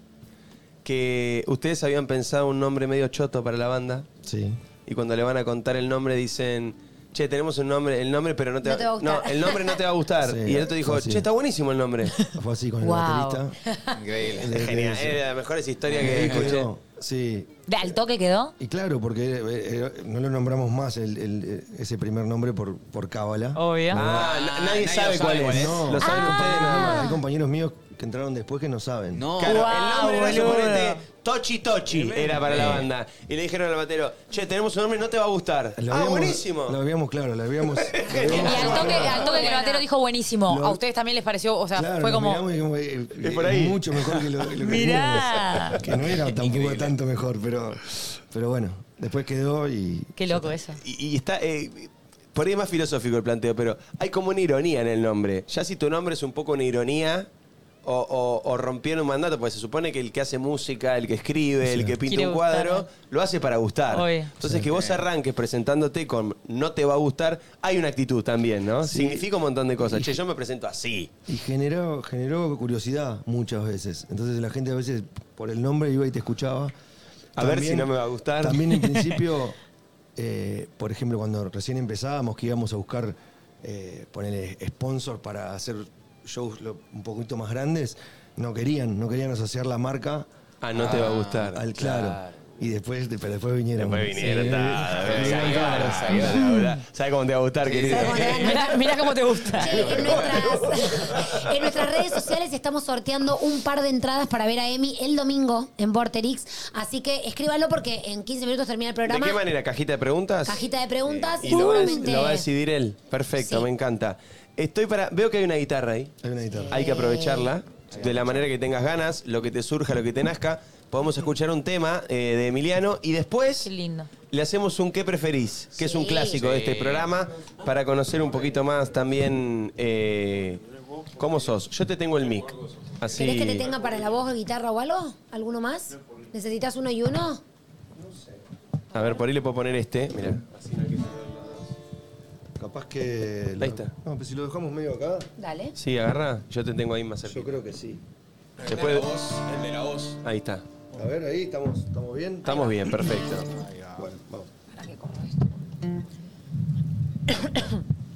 S1: Que ustedes habían pensado un nombre medio choto para la banda.
S5: Sí.
S1: Y cuando le van a contar el nombre dicen, che, tenemos un nombre, el nombre, pero no te,
S15: No te va a gustar.
S1: No, el nombre no te va a gustar.
S5: Sí,
S1: y el otro dijo,
S5: fue así.
S1: che, está buenísimo el nombre.
S5: Fue así con
S3: Wow.
S5: el
S1: Increíble.
S5: baterista.
S1: Genial. Es de las mejores historias que
S5: Ahí quedó,
S1: escuché.
S5: Sí,
S3: ¿De- ¿Al toque quedó?
S5: y claro, porque eh, eh, no lo nombramos más el- el, eh, ese primer nombre por por cábala.
S3: Obvio.
S1: Ah, na- nadie Nadie sabe lo sabe cuál cuál es. es.
S5: No.
S1: Lo saben Ah. ustedes nada más.
S5: Hay compañeros míos que entraron después que no saben.
S1: No. Ah, Claro, el nombre era suponente Tochi Tochi era para la
S5: Sí.
S1: banda. Y le dijeron al batero, che, tenemos un nombre, no te va a gustar.
S5: Lo
S1: ah,
S5: habíamos-
S1: buenísimo.
S5: Lo habíamos, claro, lo habíamos.
S3: Y al toque, al toque que el batero dijo buenísimo.
S5: Lo-
S3: A ustedes también les pareció, o sea,
S5: Claro,
S3: fue
S5: nos
S3: como.
S5: miramos y dijimos, eh, eh,
S1: por ahí.
S5: Mucho mejor que lo, lo que
S3: Mirá.
S5: teníamos. Que no era tampoco tanto mejor, pero, pero bueno, después quedó y.
S3: Qué loco eso.
S1: Y, y está. eh, por ahí es más filosófico el planteo, pero hay como una ironía en el nombre. Ya si tu nombre es un poco una ironía. O, o- o rompieron un mandato, porque se supone que el que hace música, el que escribe, el que pinta
S3: Quiere
S1: un
S3: gustar,
S1: cuadro, lo hace para gustar.
S3: Obvio.
S1: Entonces, que vos arranques presentándote con no te va a gustar, hay una actitud también, ¿no? Significa un montón de cosas. Che, yo me presento así.
S5: Y generó, generó curiosidad muchas veces. Entonces la gente a veces por el nombre iba y te escuchaba.
S1: A ver si no me va a gustar.
S5: También en principio
S2: eh, por ejemplo, cuando recién empezábamos, que íbamos a buscar, eh, ponerle sponsor para hacer shows lo- un poquito más grandes, no querían, no querían asociar la marca.
S1: Ah, no te va a gustar.
S2: Al claro.
S1: Claro.
S2: Y después, pero después vinieron.
S1: Después
S2: Sí.
S1: vinieron, ta,
S2: Sí.
S1: vinieron caros. ¿Sabes cómo te va a gustar, querido?
S3: Mirá, mirá cómo te gusta.
S7: En nuestras redes sociales estamos sorteando un par de entradas para ver a Emi el domingo en Vorterix. Así que escríbanlo porque en 15 minutos termina el
S1: ¿De
S7: programa.
S1: qué manera? ¿Cajita de preguntas?
S7: Cajita de preguntas.
S1: Y lo va, a,
S7: seguramente-
S1: lo va a decidir él. Perfecto, me encanta. Estoy para. Veo que hay una guitarra ahí.
S2: Hay una guitarra.
S1: Hay que aprovecharla. De la manera que tengas ganas, lo que te surja, lo que te nazca. Podemos escuchar un tema eh, de Emiliano y después. Le hacemos un qué preferís, que es un
S9: Sí.
S1: clásico de este
S9: Sí.
S1: programa, para conocer un poquito más también eh, cómo sos. Yo te tengo el mic. Así.
S7: ¿Querés que te tenga para la voz, guitarra o algo? ¿Alguno más? ¿Necesitas uno y uno?
S1: A ver, por ahí le puedo poner este. Mira.
S2: Capaz que.
S1: Ahí está.
S2: No, pero si lo dejamos medio acá.
S7: Dale.
S1: Sí, agarra. Yo te tengo ahí más cerca. Yo
S2: creo que sí.
S1: Después.
S5: El de la voz.
S1: Ahí está.
S2: A ver, ahí estamos, estamos bien.
S1: Estamos bien, perfecto.
S2: Bueno, vamos.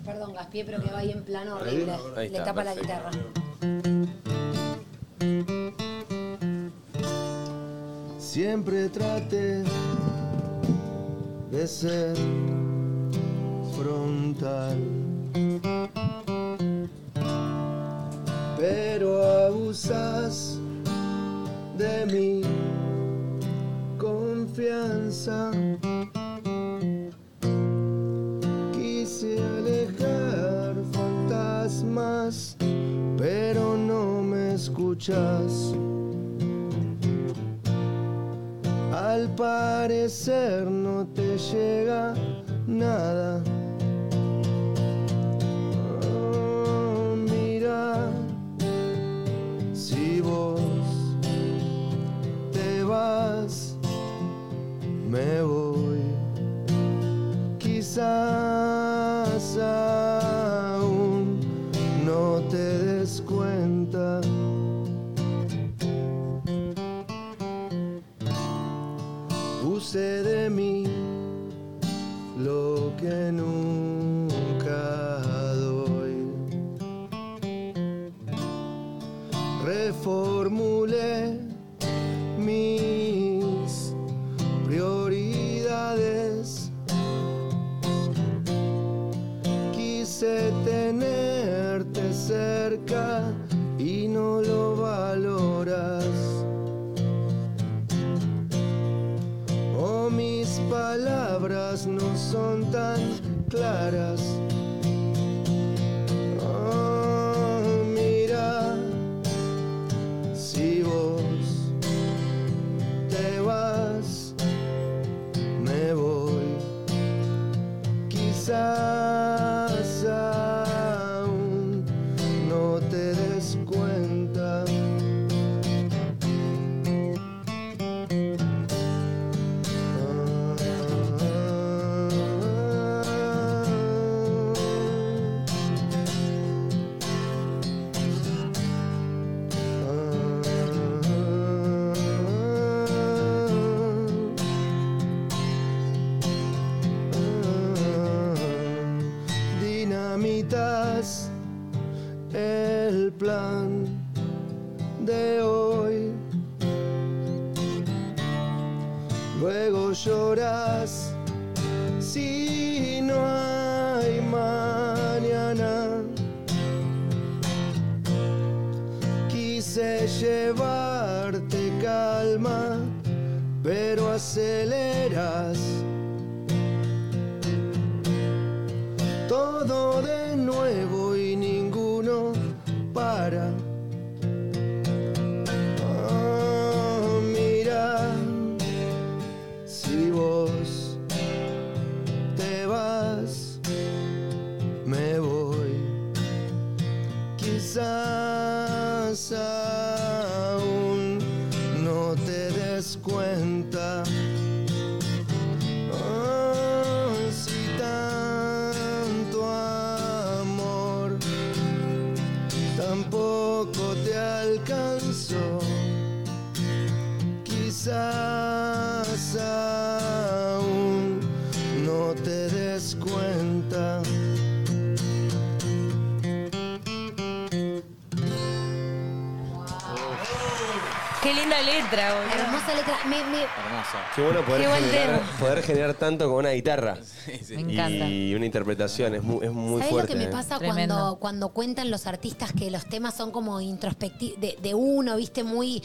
S7: Perdón, Gaspié, pero que va ahí en plano horrible.
S1: Ahí está,
S7: Le tapa la
S1: perfecto.
S7: guitarra.
S2: Siempre trate de ser frontal. Pero abusas de mi confianza. Quise alejar fantasmas, pero no me escuchas. Al parecer no te llega nada. Oh, mira, si vos te vas, me voy. Quizás aún no te des cuenta. Puse de mí lo que nunca doy. Reformulé mis prioridades. Quise tenerte cerca y no lo valoras. Oh, mis palabras no son tan claras. Oh, mira, si vos te vas, me voy. Quizás aún no te des cuenta. Dinamitas el plan de hoy. Luego lloras si no hay mañana. Quise llevarte calma, pero aceleras todo de nuevo y ninguno para. Oh, mira, si vos te vas, me voy. Quizás aún no te des cuenta. Oh, si tanto amor tampoco te alcanzó, quizás aún no
S3: Qué linda letra, boludo.
S7: Hermosa letra. Me, me-
S1: Qué bueno poder,
S7: Qué buen
S1: generar,
S7: tema.
S1: poder generar tanto con una guitarra.
S7: Me encanta.
S1: Y una interpretación, es muy, es muy
S7: ¿Sabes
S1: fuerte.
S7: lo que me
S1: ¿eh?
S7: pasa cuando, cuando cuentan los artistas que los temas son como introspectivos de, de uno, viste, muy.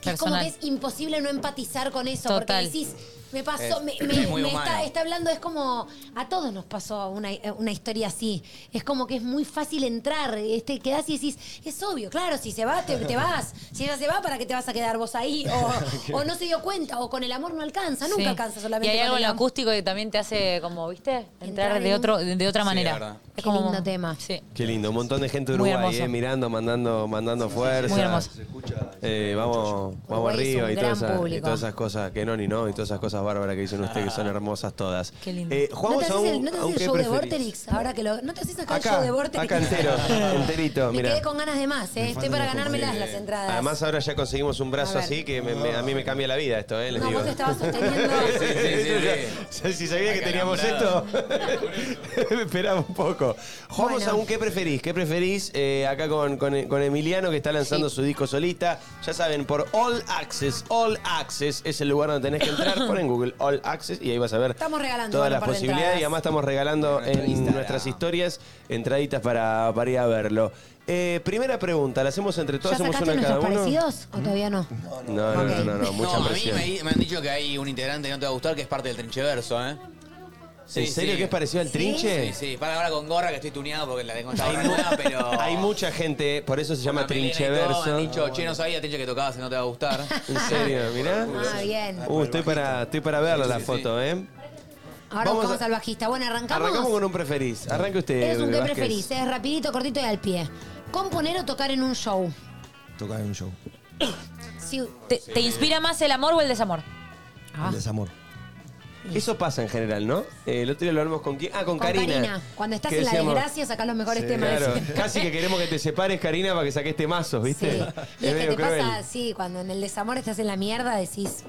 S7: Que es como
S3: Personal.
S7: que es imposible no empatizar con eso.
S3: Total.
S7: Porque decís, me pasó,
S3: Es
S7: me, me-
S3: muy
S7: me
S3: humano.
S7: está, está hablando, es como. A todos nos pasó una, una historia así. Es como que es muy fácil entrar. Este, quedás y decís, es obvio, claro, si se va, te, te vas. Si ella se va, ¿para qué te vas a quedar vos ahí? O, o no se dio cuenta, o con el amor no alcanza, nunca
S3: Sí.
S7: alcanza solamente.
S3: Y hay
S7: con
S3: algo
S7: el
S3: en lo
S7: amor.
S3: acústico que también te hace, como, ¿viste? Entrar
S7: Entrar
S3: de,
S7: en-
S3: otro, de de otra
S7: Sí,
S3: manera.
S7: la verdad.
S3: es como
S7: lindo tema.
S3: Sí.
S1: Qué lindo, un montón de gente de
S3: Muy
S1: Uruguay,
S3: hermoso.
S1: eh, mirando, mandando, mandando fuerza.
S3: Muy hermoso.
S1: Eh, vamos, vamos
S3: Uruguay es
S1: arriba
S3: un
S1: y todas,
S3: gran
S1: esas, y
S3: público.
S1: todas esas cosas, que no ni no, y todas esas cosas bárbaras que dicen ustedes, que son hermosas todas.
S7: Qué lindo.
S1: Eh,
S7: ¿No
S1: jugamos
S7: te haces
S1: a un,
S7: el, no te
S1: a
S7: haces
S1: un
S7: el
S1: qué
S7: show de
S1: preferís.
S7: Vorterix? Ahora que lo, ¿No te haces acá, el show de
S1: Acá,
S7: Vorterix?
S1: acá entero, enterito,
S7: Me
S1: mira.
S7: quedé con ganas de más, ¿eh? Estoy para ganármelas las entradas.
S1: Además ahora ya conseguimos un brazo
S7: A ver.
S1: así que me- me- a mí me cambia la vida esto, eh, les
S7: no,
S1: digo.
S7: vos te estabas sosteniendo.
S1: Si sabía que teníamos esto, esperaba un poco. Jugamos
S7: Bueno.
S1: a un ¿Qué preferís? ¿Qué preferís? Eh, acá con, con- con Emiliano, que está lanzando su disco solista. Ya saben, por All Access. All Access es el lugar donde tenés que entrar. Pon en Google All Access y ahí vas a ver
S7: Estamos regalando
S1: todas
S7: ahora
S1: las
S7: por
S1: posibilidades.
S7: entradas.
S1: Y además estamos regalando en nuestras historias entraditas para, para ir a verlo. Eh, primera pregunta, la hacemos entre todos,
S7: ¿Ya
S1: hacemos
S7: sacaste
S1: una cada
S7: nuestros
S1: uno.
S7: parecidos o todavía no?
S1: No, no, no, no, no, mucha
S4: a mí
S1: presión.
S4: me, me han dicho que hay un integrante que no te va a gustar que es parte del trincheverso, ¿eh?
S1: ¿En serio que es parecido al trinche?
S4: Sí, sí. Para ahora con gorra que estoy tuneado porque la tengo esta gorra nueva, pero.
S1: Hay mucha gente, por eso se llama
S4: Melena y todo, Me
S1: trincheverso.
S4: han dicho, che, no sabía trinche que tocabas y no te va a gustar.
S1: En serio, mirá.
S7: Ah, bien.
S1: Uh, estoy para, estoy para verla la foto, ¿eh?
S7: Ahora
S1: Vamos
S7: buscamos
S1: a-
S7: al bajista. Bueno, arrancamos.
S1: Arrancamos con un preferís. Arranque usted.
S7: es un ¿eh? que
S1: Vázquez.
S7: preferís, es rapidito, cortito y al pie. ¿Componer o tocar en un show?
S5: Tocar en un show.
S3: ¿Te, te inspira más el amor o el desamor?
S7: Ah.
S5: El desamor.
S1: Eso pasa en general, ¿no? Eh, el otro día lo hablamos con quién. Ah, con, Karina.
S7: Cuando estás
S1: Que
S7: en la
S1: decíamos-
S7: desgracia, sacás los mejores
S1: Sí,
S7: temas.
S1: claro. Casi que queremos que te separes, Karina, para que saques temazos, ¿viste?
S7: Sí. Y
S1: Es
S7: es que
S1: medio
S7: te
S1: cruel.
S7: pasa, sí, cuando en el desamor estás en la mierda, decís.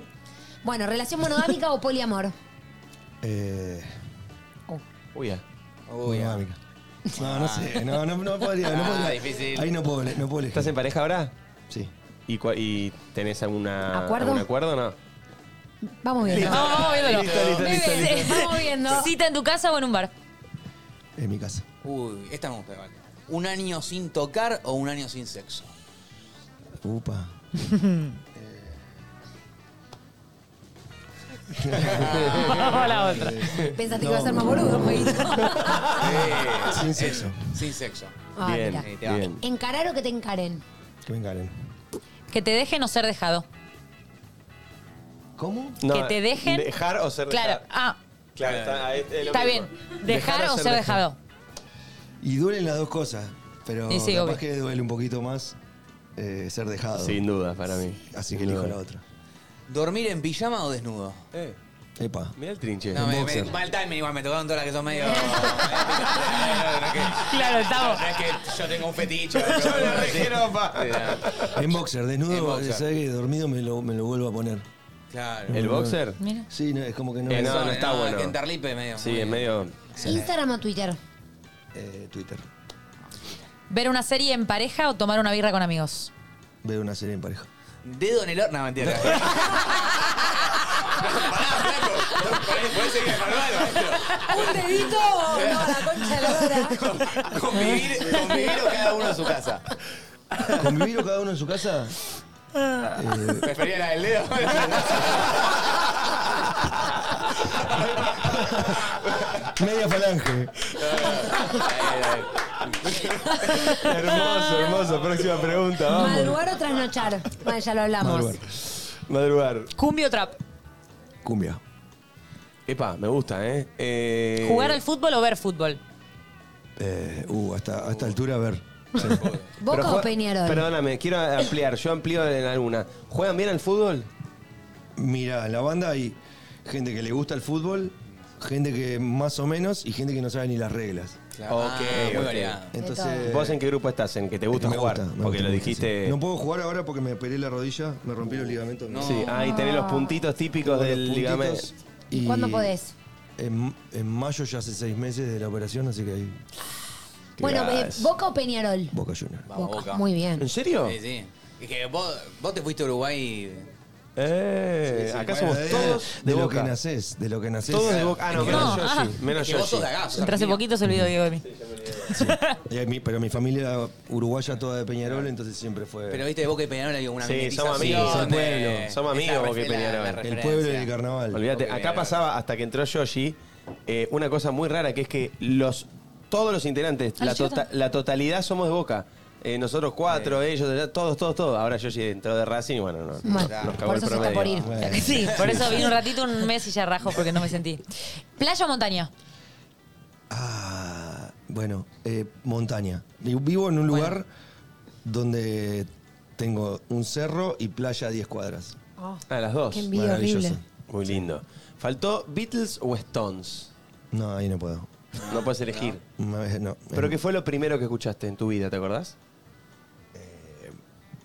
S7: Bueno, ¿relación monogámica o poliamor?
S5: Eh,
S7: Oh.
S1: Uy, ah.
S5: Uy, amiga. No, no sé. No, no, no podría. No
S1: Ah,
S5: podría.
S1: difícil.
S5: Ahí no puedo, le- no puedo elegir.
S1: ¿Estás en pareja ahora?
S5: Sí.
S1: ¿Y, cua- y tenés alguna,
S7: ¿Acuerdo?
S1: algún acuerdo o no?
S7: Vamos viendo.
S3: Listo. Vamos, vamos viéndolo.
S1: Listo, listo,
S3: Muy
S1: listo,
S3: bien.
S1: listo.
S3: Vamos viendo. ¿Cita en tu casa o en un bar?
S5: En mi casa.
S4: Uy, esta me gusta igual. ¿Un año sin tocar o un año sin sexo?
S5: Upa.
S4: Vamos a la otra.
S7: Pensaste que iba a ser más boludo, jueguito.
S5: Sin sexo.
S4: Sin sexo.
S7: Ah,
S5: Bien,
S7: mira.
S1: eh,
S5: Sí, te va. bien.
S7: ¿Encarar o que te encaren?
S5: Que me encaren.
S3: Que te dejen o ser dejado.
S5: ¿Cómo?
S3: que te dejen.
S1: Dejar o ser
S3: Claro.
S1: dejado.
S3: Ah,
S1: Claro, está, es- es lo
S3: está
S1: mismo.
S3: bien. Dejar, o ser dejado.
S5: Y duelen las dos cosas, pero
S3: Y sí,
S5: capaz
S3: obvio.
S5: que duele un poquito más eh, ser dejado.
S1: Sin duda, para mí.
S5: Así
S1: Sin
S5: que elijo
S1: duda.
S5: la otra.
S4: ¿Dormir en pijama o desnudo?
S5: Epa.
S1: Mira el trinche. Eh,
S4: No, me, me,
S1: Boxer.
S4: mal timing igual, me tocaron todas las que son medio...
S3: claro, estamos.
S4: Es que yo tengo un fetiche.
S1: Yo la requiero, pa.
S5: En boxer, desnudo,
S4: En boxer.
S5: ¿sabes que dormido me lo, me lo vuelvo a poner?
S4: Claro.
S1: ¿El boxer?
S5: Sí, no, es como que no.
S1: Eh, no, no está
S4: No,
S1: bueno.
S4: que entarlipe medio.
S1: Sí, es medio.
S7: ¿Instagram o Twitter?
S5: Eh, Twitter.
S3: Ver una serie en pareja o tomar una birra con amigos.
S5: Veo una serie en pareja.
S4: Dedo en el horno, no, mentira. Pará, flaco. Podés- Podés seguir el
S7: ¿Un dedito o no? La concha de la hora.
S4: manual. Convivir, convivir o cada uno en su casa.
S5: ¿Convivir o cada uno en su casa? Eh,
S4: ¿Prefería la del dedo?
S5: media falange.
S1: hermoso, hermoso. Próxima pregunta, vamos.
S7: ¿Madrugar o trasnochar? Bueno, ya lo hablamos.
S1: Madrugar. Madrugar.
S3: Cumbio trap.
S5: Cumbia.
S1: Epa, me gusta, ¿eh? Eh,
S3: ¿Jugar al fútbol o ver fútbol?
S5: Eh, uh, hasta, hasta altura, a ver. Sí.
S7: ¿Boca
S1: pero
S7: o
S1: jue-
S7: Peñarol?
S1: Perdóname, quiero ampliar. Yo amplío en alguna. ¿Juegan bien al fútbol?
S5: Mira, en la banda hay gente que le gusta el fútbol, gente que más o menos y gente que no sabe ni las reglas.
S1: Ok,
S4: Ah, muy
S1: ok.
S4: variado.
S5: Entonces-
S1: ¿Vos en qué grupo estás? ¿En que te gusta
S5: Me
S1: jugar?
S5: gusta, me
S1: Porque
S5: gusta,
S1: lo
S5: me gusta,
S1: dijiste.
S4: Eh,
S5: sí. No puedo jugar ahora porque me operé la rodilla, me rompí los ligamentos.
S1: Sí, ahí tenés los puntitos típicos
S5: Tengo los
S1: del
S5: puntitos
S1: ligamento.
S5: y-
S7: ¿Cuándo podés?
S5: En, en mayo ya hace seis meses de la operación, así que ahí.
S7: Bueno, eh,
S5: Gracias.
S7: ¿Boca o Peñarol?
S5: Boca Junior.
S7: Boca. Muy bien.
S1: ¿En serio?
S4: Sí, sí. Es que vos, vos te fuiste a Uruguay.
S1: Eh,
S4: Sí, sí,
S1: acá
S4: bueno,
S1: somos
S4: eh,
S1: todos de,
S5: de lo
S1: Boca.
S5: que nacés, de lo que nacés.
S1: Todos de Boca. Ah, no, menos yo sí. Menos yo sí.
S3: Entre hace poquito se olvidó Diego de mí.
S5: Y a mí- Pero mi familia uruguaya toda de Peñarol, entonces siempre fue...
S4: Pero viste de Boca y Peñarol hay una
S1: Sí,
S4: mimetización
S1: somos amigos,
S4: de-
S1: somos pueblo. Somos
S4: Eh, Esa
S1: amigos Boca y
S4: es la- la
S1: Peñarol.
S4: referencia.
S5: carnaval.
S1: Olvídate, acá pasaba hasta que entró Yoshi eh, una cosa muy rara que es que los todos los integrantes,
S17: Ah,
S1: la,
S17: yo
S1: tota- la totalidad somos de Boca. Eh, nosotros cuatro, ellos, todos, todos, todos. Ahora Yoshi entró de Racing y bueno, no,
S3: Bueno,
S1: nos cagó el promedio. Bueno.
S3: Sí, por eso vine un ratito, un mes y ya rajo porque no me sentí. ¿Playa o montaña?
S5: Ah, bueno, eh, montaña. Y Vivo en un lugar donde tengo un cerro y playa a 10 cuadras.
S1: Ah, las dos.
S5: Qué envidia Maravilloso. horrible.
S1: Muy lindo. ¿Faltó Beatles o Stones?
S5: No, ahí no puedo.
S1: No puedes elegir.
S5: Una vez no.
S1: ¿Pero qué fue lo primero que escuchaste en tu vida, te acordás?
S5: Eh,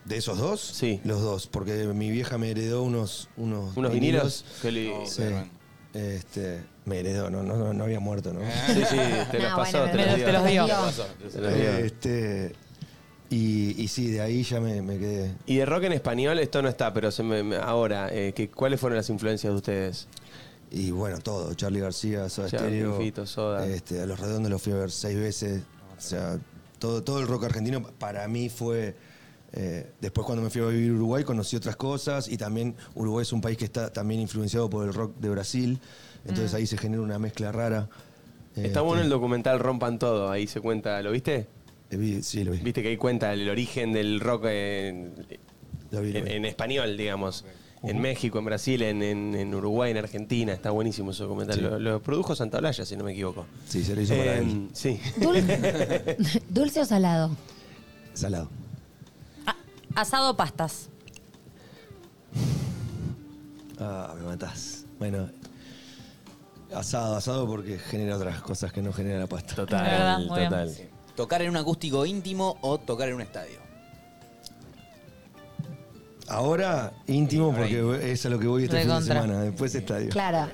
S5: ¿De esos dos? Sí. Los dos, porque mi vieja me heredó unos... Unos,
S1: ¿Unos vinilos? Qué lindo.
S5: Sí. Este, me heredó, no, no, no, no había muerto, ¿no?
S1: Sí, sí, te los No, pasó, bueno, te me los los- Ah. te los dio. dio. Te los dio.
S5: Eh, Este, y, y sí, de ahí ya me, me quedé.
S1: Y de rock en español esto no está, pero se me- me- ahora, eh, que- ¿cuáles fueron las influencias de ustedes?
S5: Y bueno, todo. Charlie García, Soda
S1: Charlie,
S5: Stereo.
S1: Fito, Soda.
S5: Este, a Los Redondos los fui a ver seis veces. O sea, todo, todo el rock argentino para mí fue... eh, después cuando me fui a vivir a Uruguay conocí otras cosas y también Uruguay es un país que está también influenciado por el rock de Brasil. Entonces
S1: Mm.
S5: ahí se genera una mezcla rara. Este,
S1: Está bueno el documental Rompan Todo, ahí se cuenta, ¿lo viste?
S5: sí, lo Eh, vi.
S1: Viste que ahí cuenta el origen del rock en, en- en español, digamos. En México, en Brasil, en, en- en Uruguay, en Argentina. Está buenísimo ese documental.
S5: Sí.
S1: Lo, lo produjo Santaolalla, si no me equivoco. Em,
S5: Sí, se lo hizo para él.
S1: Sí.
S15: ¿Dulce o salado?
S5: Salado.
S3: Asado o pastas.
S5: Ah, me matás. Bueno. Asado, asado porque genera otras cosas que no genera la pasta.
S1: Total, Es verdad, muy bien. total.
S4: Sí. ¿Tocar en un acústico íntimo o tocar en un estadio?
S5: Ahora íntimo porque es a lo que voy este fin de
S1: Recontra.
S5: semana. Después estadio.
S15: Claro.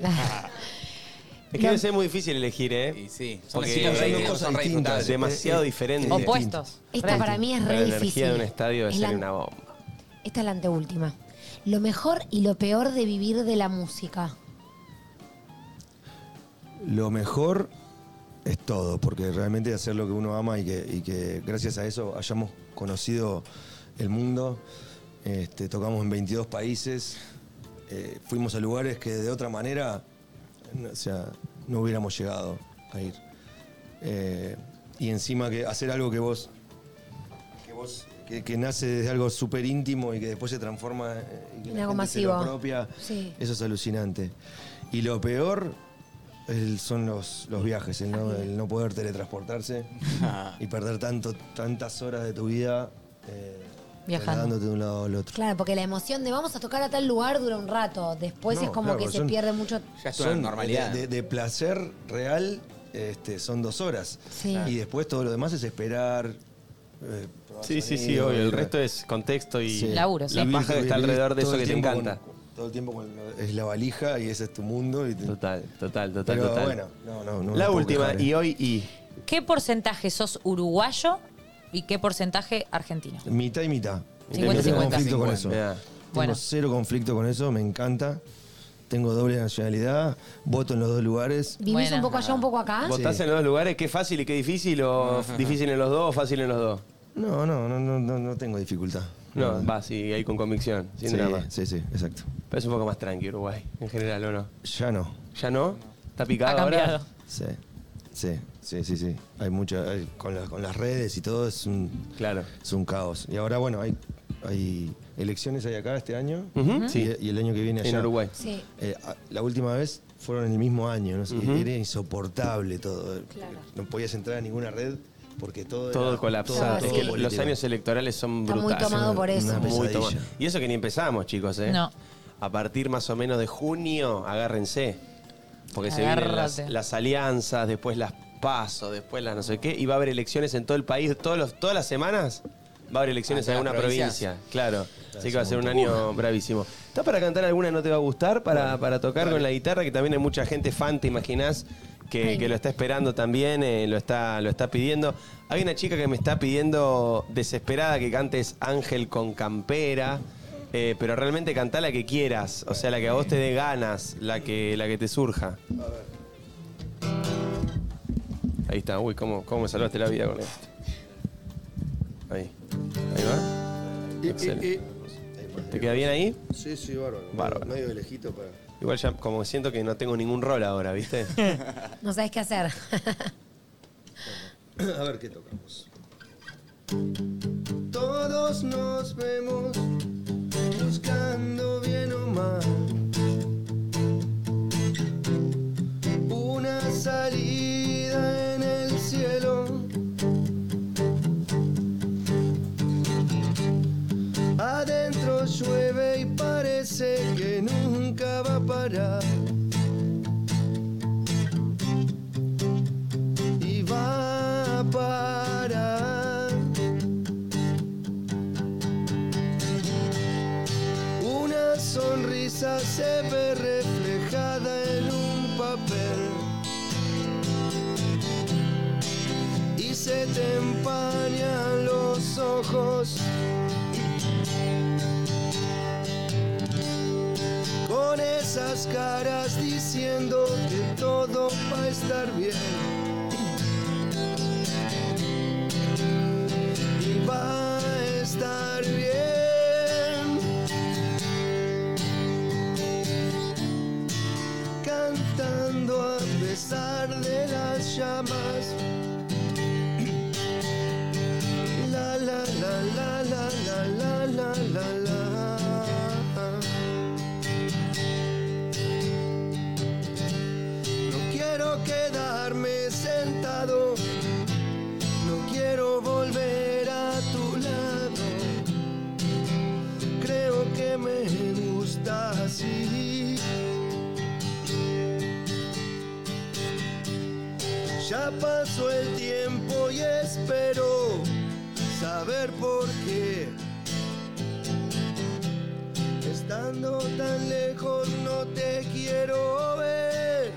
S1: Es que debe ser muy difícil elegir, ¿eh?
S4: sí.
S1: Son
S4: Sí,
S1: porque
S4: son
S1: son
S4: dos
S1: dos
S4: cosas
S1: cosas
S4: distintas.
S1: demasiado
S4: Eh, eh,
S1: diferentes.
S15: Opuestos. Esta para mí es re
S1: Pero La
S15: difícil.
S1: energía de un estadio debe
S15: Es
S1: ser
S15: la-
S1: una bomba.
S15: Esta es la anteúltima. Lo mejor y lo peor de vivir de la música.
S5: Lo mejor es todo, porque realmente hacer lo que uno ama y que, y que gracias a eso hayamos conocido el mundo. Este, tocamos en 22 países, eh, fuimos a lugares que de otra manera no- o sea, no hubiéramos llegado a ir. Eh, y encima que hacer algo que vos, que vos, que, que nace desde algo súper íntimo y que después se transforma eh, y que
S15: En
S5: la
S15: algo
S5: gente se lo
S15: masivo.
S5: apropia,
S15: Sí.
S5: eso es alucinante. Y lo peor el- son los, los viajes, el no, el no poder teletransportarse y perder tanto, tantas horas de tu vida eh,
S15: Viajando.
S5: trasladándote de un lado al otro.
S15: Claro, porque la emoción de vamos a tocar a tal lugar dura un rato. Después
S5: No,
S15: es como
S5: claro,
S15: que
S5: porque
S15: se
S5: son-
S15: pierde mucho.
S5: Son De, de- de placer real este, son dos horas.
S15: Sí.
S5: Y después todo lo demás es esperar. eh, probar
S1: Sí, sí, sí,
S5: sonido,
S1: obvio. El
S5: ir a-
S1: resto es contexto y
S5: Sí.
S1: la
S5: Vivir-
S1: paja que
S5: vivir
S1: está alrededor de
S5: todo
S1: eso
S5: el
S1: que te
S5: tiempo
S1: encanta.
S5: con- todo el tiempo con la- es la valija y ese es tu mundo.
S1: Total, total, total,
S5: Pero
S1: total.
S5: bueno, no, no, no me
S1: la
S5: puedo
S1: última,
S5: quejar, ¿eh?
S1: y hoy y.
S3: ¿Qué porcentaje sos uruguayo y qué porcentaje argentino?
S5: Mitad y mitad.
S3: Cincuenta
S5: No
S3: y
S5: tengo
S3: cincuenta.
S5: conflicto con eso.
S3: Cincuenta.
S5: Tengo
S3: Bueno.
S5: cero conflicto con eso, me encanta. Tengo doble nacionalidad, voto en los dos lugares.
S15: Vivís un poco allá, un poco
S5: Ah,
S15: acá.
S1: ¿Votás en los dos lugares? ¿Qué fácil y qué difícil? ¿O f- difícil en los dos o fácil en los dos?
S5: No, no, no, no, no, no tengo dificultad.
S1: No, vas y ahí con convicción, sin
S5: Sí,
S1: drama.
S5: Sí, sí, exacto.
S1: Pero es un poco más tranqui Uruguay, en general, ¿o no?
S5: Ya no.
S1: ¿Ya no? ¿Está picado
S5: Ha
S1: ahora?
S5: cambiado. Sí. Sí, sí, sí, sí. Hay mucha. hay- con, la- con las redes y todo es un.
S1: Claro.
S5: Es un caos. Y ahora, bueno, hay, hay elecciones hay acá este año.
S1: Ujú.
S5: y,
S1: Sí.
S5: y el año que viene
S1: En
S5: allá.
S1: Uruguay.
S15: Sí.
S5: Eh, a- la última vez fueron en el mismo año. ¿no?
S1: Ujú.
S5: Era insoportable todo. No podías entrar a ninguna red porque todo.
S1: Todo
S5: era-
S1: colapsado.
S5: todo
S1: es que
S5: político.
S1: los años electorales son
S15: Está muy
S1: brutales.
S15: tomado por eso. Una
S1: Muy
S5: pesadilla.
S1: tomado. Y eso que ni empezamos, chicos, ¿eh?
S15: No.
S1: A partir más o menos de junio, agárrense. Porque se vienen las,
S15: Agárrate.
S1: las alianzas, después las pasos, después las no sé qué. Y va a haber elecciones en todo el país, todos los, todas las semanas. Va a haber elecciones
S17: Ah,
S1: en
S17: todas
S1: alguna
S17: las provincias.
S1: provincia, claro. Así que va a
S17: es
S1: ser
S17: un
S1: un
S17: montón.
S1: año bravísimo. ¿Está para cantar alguna que no te va a gustar? Para, para tocar con la guitarra, que también hay mucha gente fan, te imaginás, que, que lo está esperando también, eh, lo, está, lo está pidiendo. Hay una chica que me está pidiendo desesperada que cantes Ángel con campera. eh, pero realmente cantá la que quieras, o sea, la que a vos te dé ganas, la que, la que te surja. Ahí está, uy, ¿cómo, cómo me salvaste la vida con esto? Ahí, ahí va. Excelente. ¿Te queda bien ahí?
S2: Sí, sí, bárbaro.
S1: Bárbaro.
S2: Medio de lejito para.
S1: Igual ya como siento que no tengo ningún rol ahora, ¿viste?
S7: No sabes qué hacer.
S2: A ver qué tocamos. Todos nos vemos buscando bien o mal una salida en el cielo. Adentro llueve y parece que nunca va a parar. y va a parar. Una sonrisa se ve reflejada en un papel y se te empañan los ojos. Con esas caras diciendo que todo va a estar bien. y va a estar bien. Cantando a pesar de las llamas. La la la la la la la la la la. No quiero quedarme sentado. No quiero volver a tu lado. Creo que me gusta así. Ya pasó el tiempo y espero saber por qué. Estando tan lejos no te quiero ver.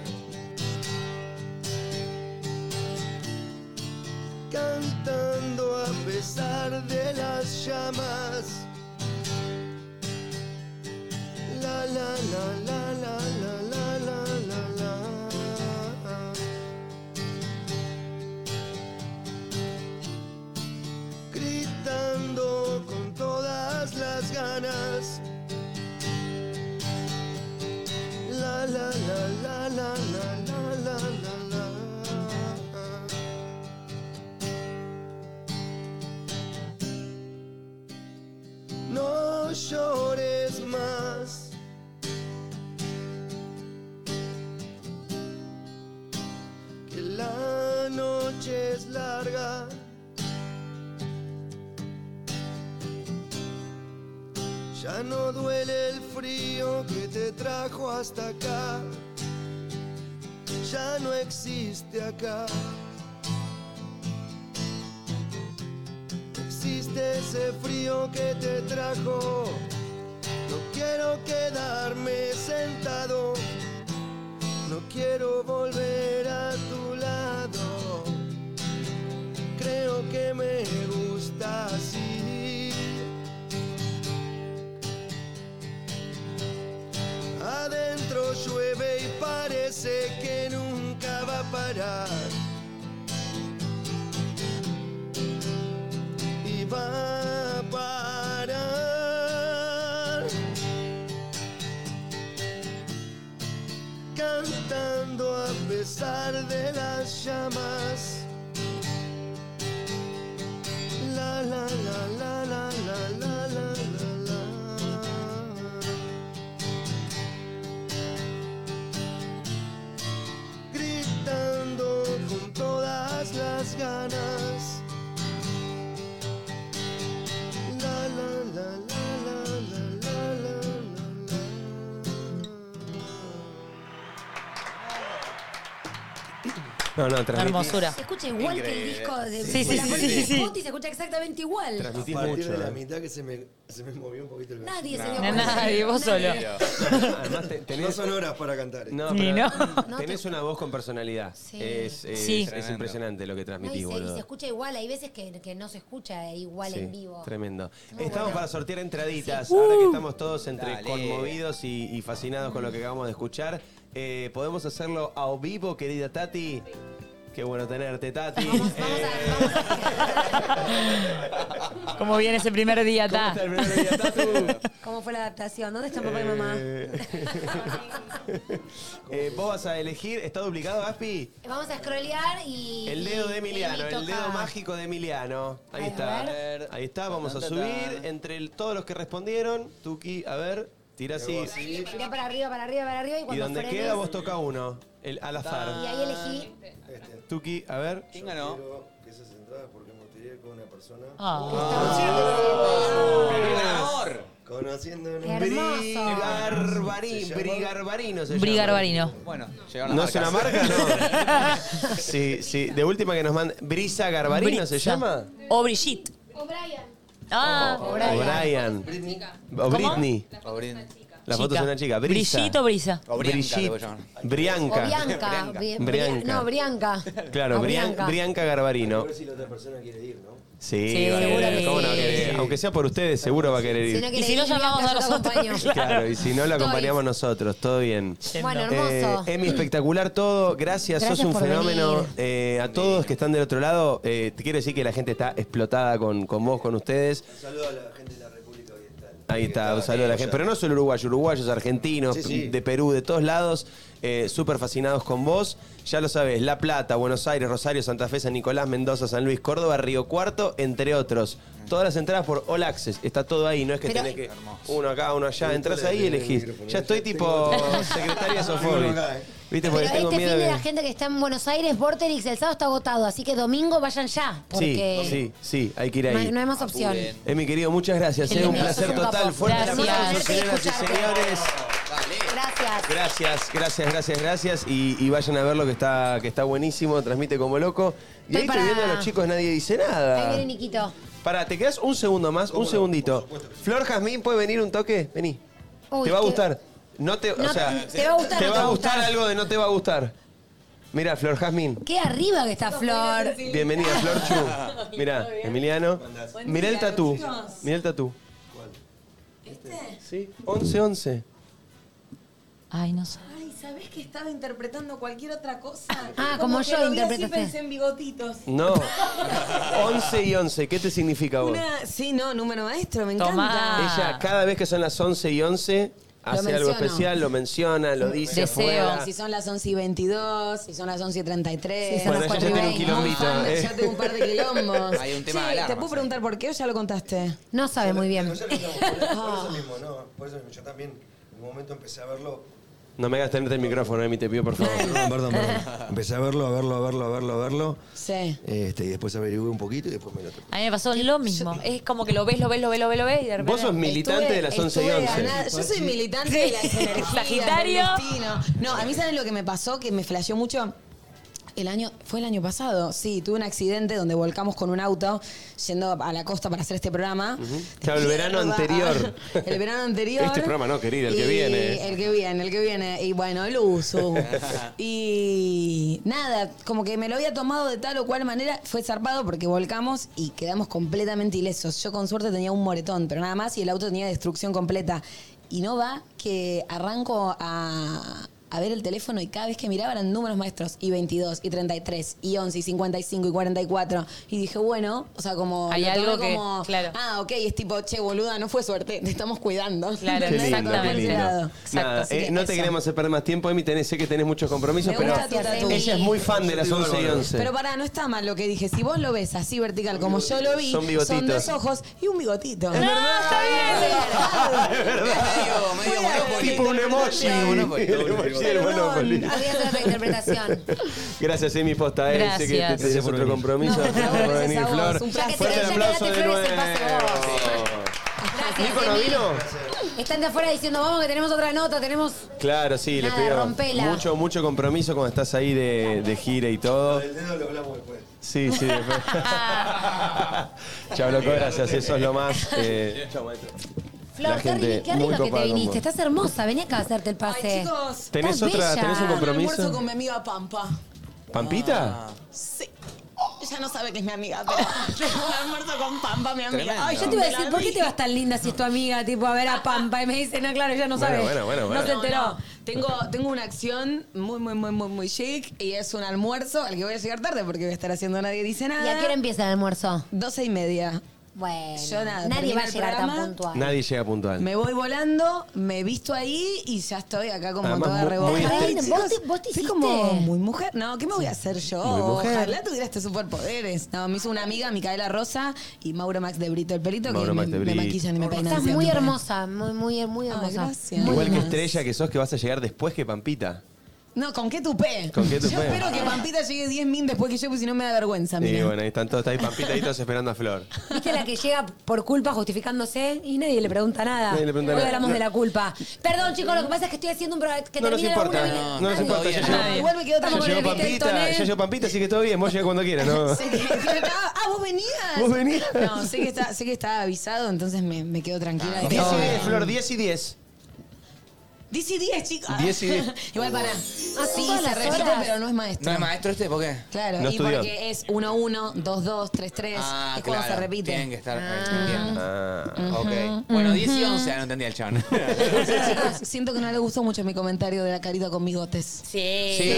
S2: cantando a pesar de las llamas. La la la la la la la la la la. Gritando con todas las ganas. La la la la la la la la la la. no llores más. Que la noche es larga. Ya no duele el frío que te trajo hasta acá. Ya no existe acá. existe ese frío que te trajo. No quiero quedarme sentado, no quiero volver a tu lado. Creo que me gusta así. Adentro llueve y parece que nunca va a parar. y va a parar. Cantando a pesar de las llamas. La la la la la la la la la la. Gritando con todas las ganas. La, la, la, la, la, la, la, la, la.
S1: No, no, transmitís-
S5: Hermosura.
S7: Se escucha igual que el
S1: Increíble.
S7: disco de
S1: Sí, sí,
S7: la
S1: sí,
S7: pones en
S1: sí, sí.
S7: Spotify y se escucha exactamente igual.
S1: Transmitís
S2: a partir
S1: mucho,
S2: de la
S1: eh.
S2: mitad que se me
S5: Se me movió un poquito el
S15: Nadie
S5: brazo.
S15: se dio No, cuenta. nadie, vos Nadie.
S17: solo.
S1: Además, te- tenés-
S5: No son horas para cantar. ¿eh?
S1: No,
S5: Ni
S1: pero
S15: no.
S1: Tenés una voz con personalidad.
S15: Sí.
S1: Es, es-
S15: Sí.
S1: es impresionante lo que
S15: No, y,
S1: transmitís,
S15: se, y se
S1: boludo.
S15: escucha igual, hay veces que, que no se escucha eh, igual
S1: Sí,
S15: en vivo.
S1: Tremendo.
S15: Muy
S1: estamos
S15: bueno.
S1: para sortear entraditas.
S15: Sí.
S1: Ahora que
S15: Uh.
S1: estamos todos entre
S15: Dale.
S1: conmovidos y, y fascinados con lo que acabamos de escuchar, eh, podemos hacerlo a vivo, querida Tati. Qué bueno tenerte, Tati. Ah.
S3: ¿Cómo viene ese primer día, Ta?
S15: ¿Cómo fue la adaptación? ¿Dónde están papá y mamá?
S1: Eh, vos vas a elegir, ¿está duplicado, Gaspi?
S15: Vamos a scrollear y.
S1: El dedo de Emiliano,
S15: y
S1: el
S15: toca-
S1: dedo mágico de Emiliano. Ahí
S15: Ay,
S1: está.
S15: a
S1: Ahí está, vamos a
S15: Ta, ta, ta.
S1: subir. Entre el- todos los que respondieron, Tuki, a ver, tira así.
S15: Tiré para arriba, para arriba, para arriba y
S1: Y
S15: cuando
S1: donde
S15: frenes-
S1: queda vos toca uno, el al
S15: Y
S1: azar.
S15: ahí elegí.
S4: Este.
S1: Tuki, a ver.
S5: ¿Quién ganó? Que esas entradas porque me tiré con una persona.
S15: Ah.
S5: Ah. Conociendo
S1: Brigarbarino, Brigarbarino se llama.
S3: Brigarbarino.
S4: eh, Bueno,
S1: ¿No es una marca? No. Sí, sí. De última que nos manda. Brisa Garbarino se
S3: Brisa.
S1: llama.
S3: O Brigitte. Ah,
S1: O Brian. O Britney.
S4: O Britney.
S1: La foto es
S3: Chica.
S1: una chica. Brisa.
S3: Brigitte o Brisa.
S4: O Brianca,
S1: Brigitte.
S4: le voy a llamar.
S1: Brianca.
S15: O Bianca. Bi- Bri-
S1: Brianca.
S15: No, Brianca.
S1: Claro,
S15: O
S1: Brian- Brianca Garbarino.
S5: si la otra persona quiere ir, ¿no?
S1: Sí,
S5: Sí,
S1: va a
S5: seguro
S1: querer.
S5: que
S1: ¿Cómo no va a
S5: sí.
S1: querer? Aunque sea por ustedes, seguro va a querer ir.
S15: Si no
S3: Y si no, llamamos a nosotros,
S1: Claro. y si no lo
S15: Todo
S1: acompañamos nosotros, todo bien.
S15: Bueno, hermoso.
S1: Eh, Emi, espectacular todo. Gracias,
S15: Gracias
S1: sos un
S15: por
S1: fenómeno.
S15: venir.
S1: Eh, a todos que están del otro lado, eh, te quiero decir que la gente está explotada con, con vos, con ustedes.
S5: Un saludo a la gente de la República Oriental. Eh,
S1: Ahí está, un saludo a la gente. Pero no solo uruguayos, uruguayos, argentinos,
S5: Sí, sí.
S1: de Perú, de todos lados. eh, Súper fascinados con vos. Ya lo sabes, La Plata, Buenos Aires, Rosario, Santa Fe, San Nicolás, Mendoza, San Luis, Córdoba, Río Cuarto, entre otros. Todas las entradas por All Access, está todo ahí, no es que
S15: Pero-
S1: tenés que uno acá, uno allá, entras ahí y
S5: Pregúntale al
S1: elegís.
S5: micrófono,
S1: Ya estoy tipo secretaria Sofori.
S5: eh. Tengo acá, eh.
S1: Viste,
S15: Pero
S1: porque
S15: este
S1: tengo
S15: fin
S1: miedo
S15: de
S1: de-
S15: la gente que está en Buenos Aires, Vorterix, el sábado está agotado, así que domingo vayan ya. Porque
S1: Sí, sí, sí, hay que ir ahí.
S15: No, no hay más opción.
S1: Emi, querido, muchas gracias.
S15: Qué
S1: Es un
S15: lindo,
S1: placer
S15: sos un
S1: total.
S15: capo.
S1: Fuerte
S15: Gracias.
S1: aplauso, señoras y
S15: Escucharte.
S1: señores.
S15: Gracias.
S1: Gracias, gracias, gracias, gracias. Y, y vayan a ver lo que está, que está buenísimo, transmite como loco. Y
S15: Estoy
S1: ahí
S15: para-
S1: estoy viendo a los chicos, nadie dice
S15: Ahí
S1: nada.
S15: viene Niquito.
S1: Pará, te quedas un segundo más, un segundito. Flor Jazmín, ¿puede venir un toque? Vení.
S15: Uy,
S1: te va a
S15: qué-
S1: gustar. No te, o
S15: No,
S1: sea,
S15: te va a gustar,
S1: te
S15: no
S1: va a gustar algo de no te va a gustar. Mira, Flor Jazmín.
S15: Qué arriba que está Flor.
S1: Bienvenida, Flor Chu. Mirá, Emiliano.
S15: Buen
S1: Mirá el
S15: día,
S1: tatú.
S15: chicos.
S1: Mirá el tatú. Sí. 11-11.
S3: Ay, no sé.
S6: Ay, ¿sabés que estaba interpretando cualquier otra cosa?
S15: Ah, como
S6: que
S15: yo
S6: lo vi así,
S15: interpretaste.
S6: pensé en bigotitos.
S1: No. 11 y 11. ¿Qué te significa a vos?
S6: Una, sí, no, número maestro, me encanta.
S1: Ella, cada vez que son las 11 y 11, hace algo
S6: menciono.
S1: especial, lo menciona, lo dice. afuera.
S6: Si son las 11 y 22, si son las 11 y 33.
S1: Bueno, ella ya tiene un quilombito. ¿eh?
S6: Ya tengo un par de quilombos.
S1: Hay un tema de
S6: Che,
S1: alarma,
S6: ¿Te puedo preguntar por qué o ya lo contaste? Ah,
S15: No sabe muy bien.
S5: Por eso mismo, no, por eso mismo. Yo también en un momento empecé a verlo.
S1: No me hagas tenerte el micrófono, Emi, te pido por favor.
S5: Perdón, perdón, perdón. Empecé a verlo, a verlo, a verlo, a verlo, a verlo.
S6: Sí.
S5: Este, y después averigué un poquito y después me lo topé.
S3: A mí me pasó lo mismo. Es como que lo ves, lo ves, lo ves, lo ves, lo ves y de repente.
S5: Vos sos militante de las 11 y
S6: Estuve
S5: 11.
S6: ganada- Yo soy militante de las
S3: Sí.
S6: energías,
S3: Sagitario.
S6: del destino. No, a mí saben lo que me pasó, que me flasheó mucho. El año, fue el año pasado, sí, tuve un accidente donde volcamos con un auto yendo a la costa para hacer este programa.
S1: Claro, el verano
S6: Mierda.
S1: anterior.
S6: El verano anterior.
S1: Este programa no, querida, el que
S6: Y
S1: viene.
S6: El que viene, el que viene. Y bueno, el uso. y nada, como que me lo había tomado de tal o cual manera, fue zarpado porque volcamos y quedamos completamente ilesos. Yo con suerte tenía un moretón, pero nada más y el auto tenía destrucción completa. Y no va que arranco a, a ver el teléfono y cada vez que miraba eran números maestros. Y 22, y 33, y 11, y 55, y 44. Y dije, bueno, o sea, como...
S3: Hay
S6: lo tomé
S3: algo que-
S6: como,
S3: claro.
S6: Ah, ok, es tipo, che, boluda, no fue suerte, te estamos cuidando.
S3: Claro,
S1: Qué lindo, qué lindo. Nada, eh, no te queremos hacer perder más tiempo, Emi. tenés- sé que tenés muchos compromisos,
S6: Me
S1: pero
S6: gusta tu tatu.
S1: ella es muy fan de las 11 y 11.
S6: Pero pará, no está mal lo que dije. Si vos lo ves así vertical, como yo lo vi,
S1: Son bigotitos.
S6: son dos ojos y un bigotito.
S1: Es verdad,
S6: está
S1: Es verdad. Tipo un emoji. pues, El emoji del Monopoly.
S15: Había otra interpretación.
S1: Gracias, Emi Posta. eh. Sé que te
S15: Gracias.
S1: tenés otro compromiso.
S15: No,
S1: Gracias por venir,
S15: a vos,
S1: Flor.
S15: un placer.
S1: Fuerte el
S15: Ya que
S1: aplauso
S15: te
S1: de
S15: quedaste,
S1: nuevo.
S15: Flor, ese Gracias,
S1: ¿Nico no
S15: Emi.
S1: vino?
S15: Están de afuera diciendo, vamos que tenemos otra nota, tenemos...
S1: Claro, sí, le
S15: Nada,
S1: pido
S15: rompela.
S1: mucho, mucho compromiso cuando estás ahí de, de gira y todo.
S5: El dedo lo hablamos después.
S1: Sí, sí. después. Chao, loco, gracias. Eso es lo más. eh,
S7: Flor,
S1: la
S7: qué
S1: gente
S7: ri- qué
S1: muy
S7: rico que
S1: copada
S7: te
S1: con
S7: viniste.
S1: vos.
S7: Estás hermosa. Vení acá a hacerte el pase.
S6: Ay, chicos.
S1: ¿Tenés
S7: Estás
S1: otra-
S7: bella.
S1: tenés un compromiso?
S6: almuerzo con mi amiga Pampa.
S1: ¿Pampita?
S6: Sí. Oh, ella no sabe que es mi amiga, pero
S1: Oh.
S6: tengo un almuerzo con Pampa, mi amiga.
S7: Ay, yo te iba a decir, ¿por qué te vas tan linda si es tu amiga? Tipo, a ver a Pampa. Y me dice, no, claro, ya no
S6: Bueno,
S7: sabe.
S6: bueno,
S1: bueno,
S7: No se enteró.
S6: Tengo, tengo una acción muy, muy, muy, muy, muy chic y es un almuerzo al que voy a llegar tarde porque voy a estar haciendo Nadie Dice Nada.
S7: ¿Y a qué hora empieza el almuerzo?
S6: Doce y media.
S7: Bueno,
S6: Yo nada,
S7: nadie
S6: termino
S7: va a
S6: el
S7: llegar
S6: programa.
S7: tan puntual.
S1: Nadie llega puntual.
S6: Me voy volando, me visto ahí y ya estoy acá como
S1: Además,
S6: toda
S1: muy-
S6: rebotada.
S1: muy
S6: Ay,
S1: estricta.
S6: chicos, Soy como muy mujer. No, ¿qué me voy a hacer yo?
S1: Muy mujer.
S6: Ojalá tuviera estos superpoderes. No, me hizo una amiga, Micaela Rosa y Mauro Max de Brito, el perito,
S1: Mauro
S6: que me,
S1: Max de
S6: me
S1: Brito.
S6: maquillan y me peinan.
S7: Estás muy
S6: siempre.
S7: hermosa, muy, muy, muy hermosa.
S1: Igual que estrella que sos que vas a llegar después que Pampita.
S6: No, ¿con qué tupé?
S1: ¿Con qué tupé?
S6: Yo espero que Pampita llegue 10 min después que yo, porque si no me da vergüenza,
S1: Y
S6: mira.
S1: Eh, bueno, ahí están todos, está ahí Pampita y todos esperando a Flor.
S7: ¿Viste la que llega por culpa justificándose y nadie le pregunta nada?
S1: Nadie le pregunta
S7: Hoy
S1: nada.
S7: hablamos
S1: No.
S7: de la culpa. Perdón, chicos, lo que pasa es que estoy haciendo un programa que
S1: No nos
S7: termina la
S1: importa,
S7: una
S1: no, no nos importa. Ya
S7: Nadie.
S1: llegó-
S7: Igual me quedo tan
S1: ya
S7: con
S1: llegó
S7: el
S1: Pampita,
S7: Viteltoné.
S1: ya llegó Pampita, así que todo bien, vos llegas cuando quieras, ¿no?
S6: Sé que- ah, vos venías.
S1: Vos venías.
S6: No, sé que está, sé que está avisado, entonces me, me quedo tranquila. de que-
S1: 10 y 10, Flor, 10 y 10.
S6: 10 y 10, chicos.
S1: 10 y 10.
S6: Igual para.
S7: Ah,
S6: sí,
S7: todas
S6: se
S7: las
S6: repite,
S7: horas.
S6: pero no es maestro.
S4: ¿No es maestro este? ¿Por qué?
S6: Claro,
S4: No
S6: y
S4: estudió.
S6: porque es 1-1, 2-2, 3-3.
S4: Ah,
S6: es cuando
S4: claro,
S6: se repite.
S4: Tienen que estar.
S6: Ah.
S4: entiendo.
S6: Ujú,
S1: Ah.
S4: ok. Bueno, 10 y
S6: ujú.
S4: 11, ah, no entendía el chabón.
S6: Chicos, Siento que no le gustó mucho mi comentario de la carita con bigotes. Sí.
S4: Sí, sí,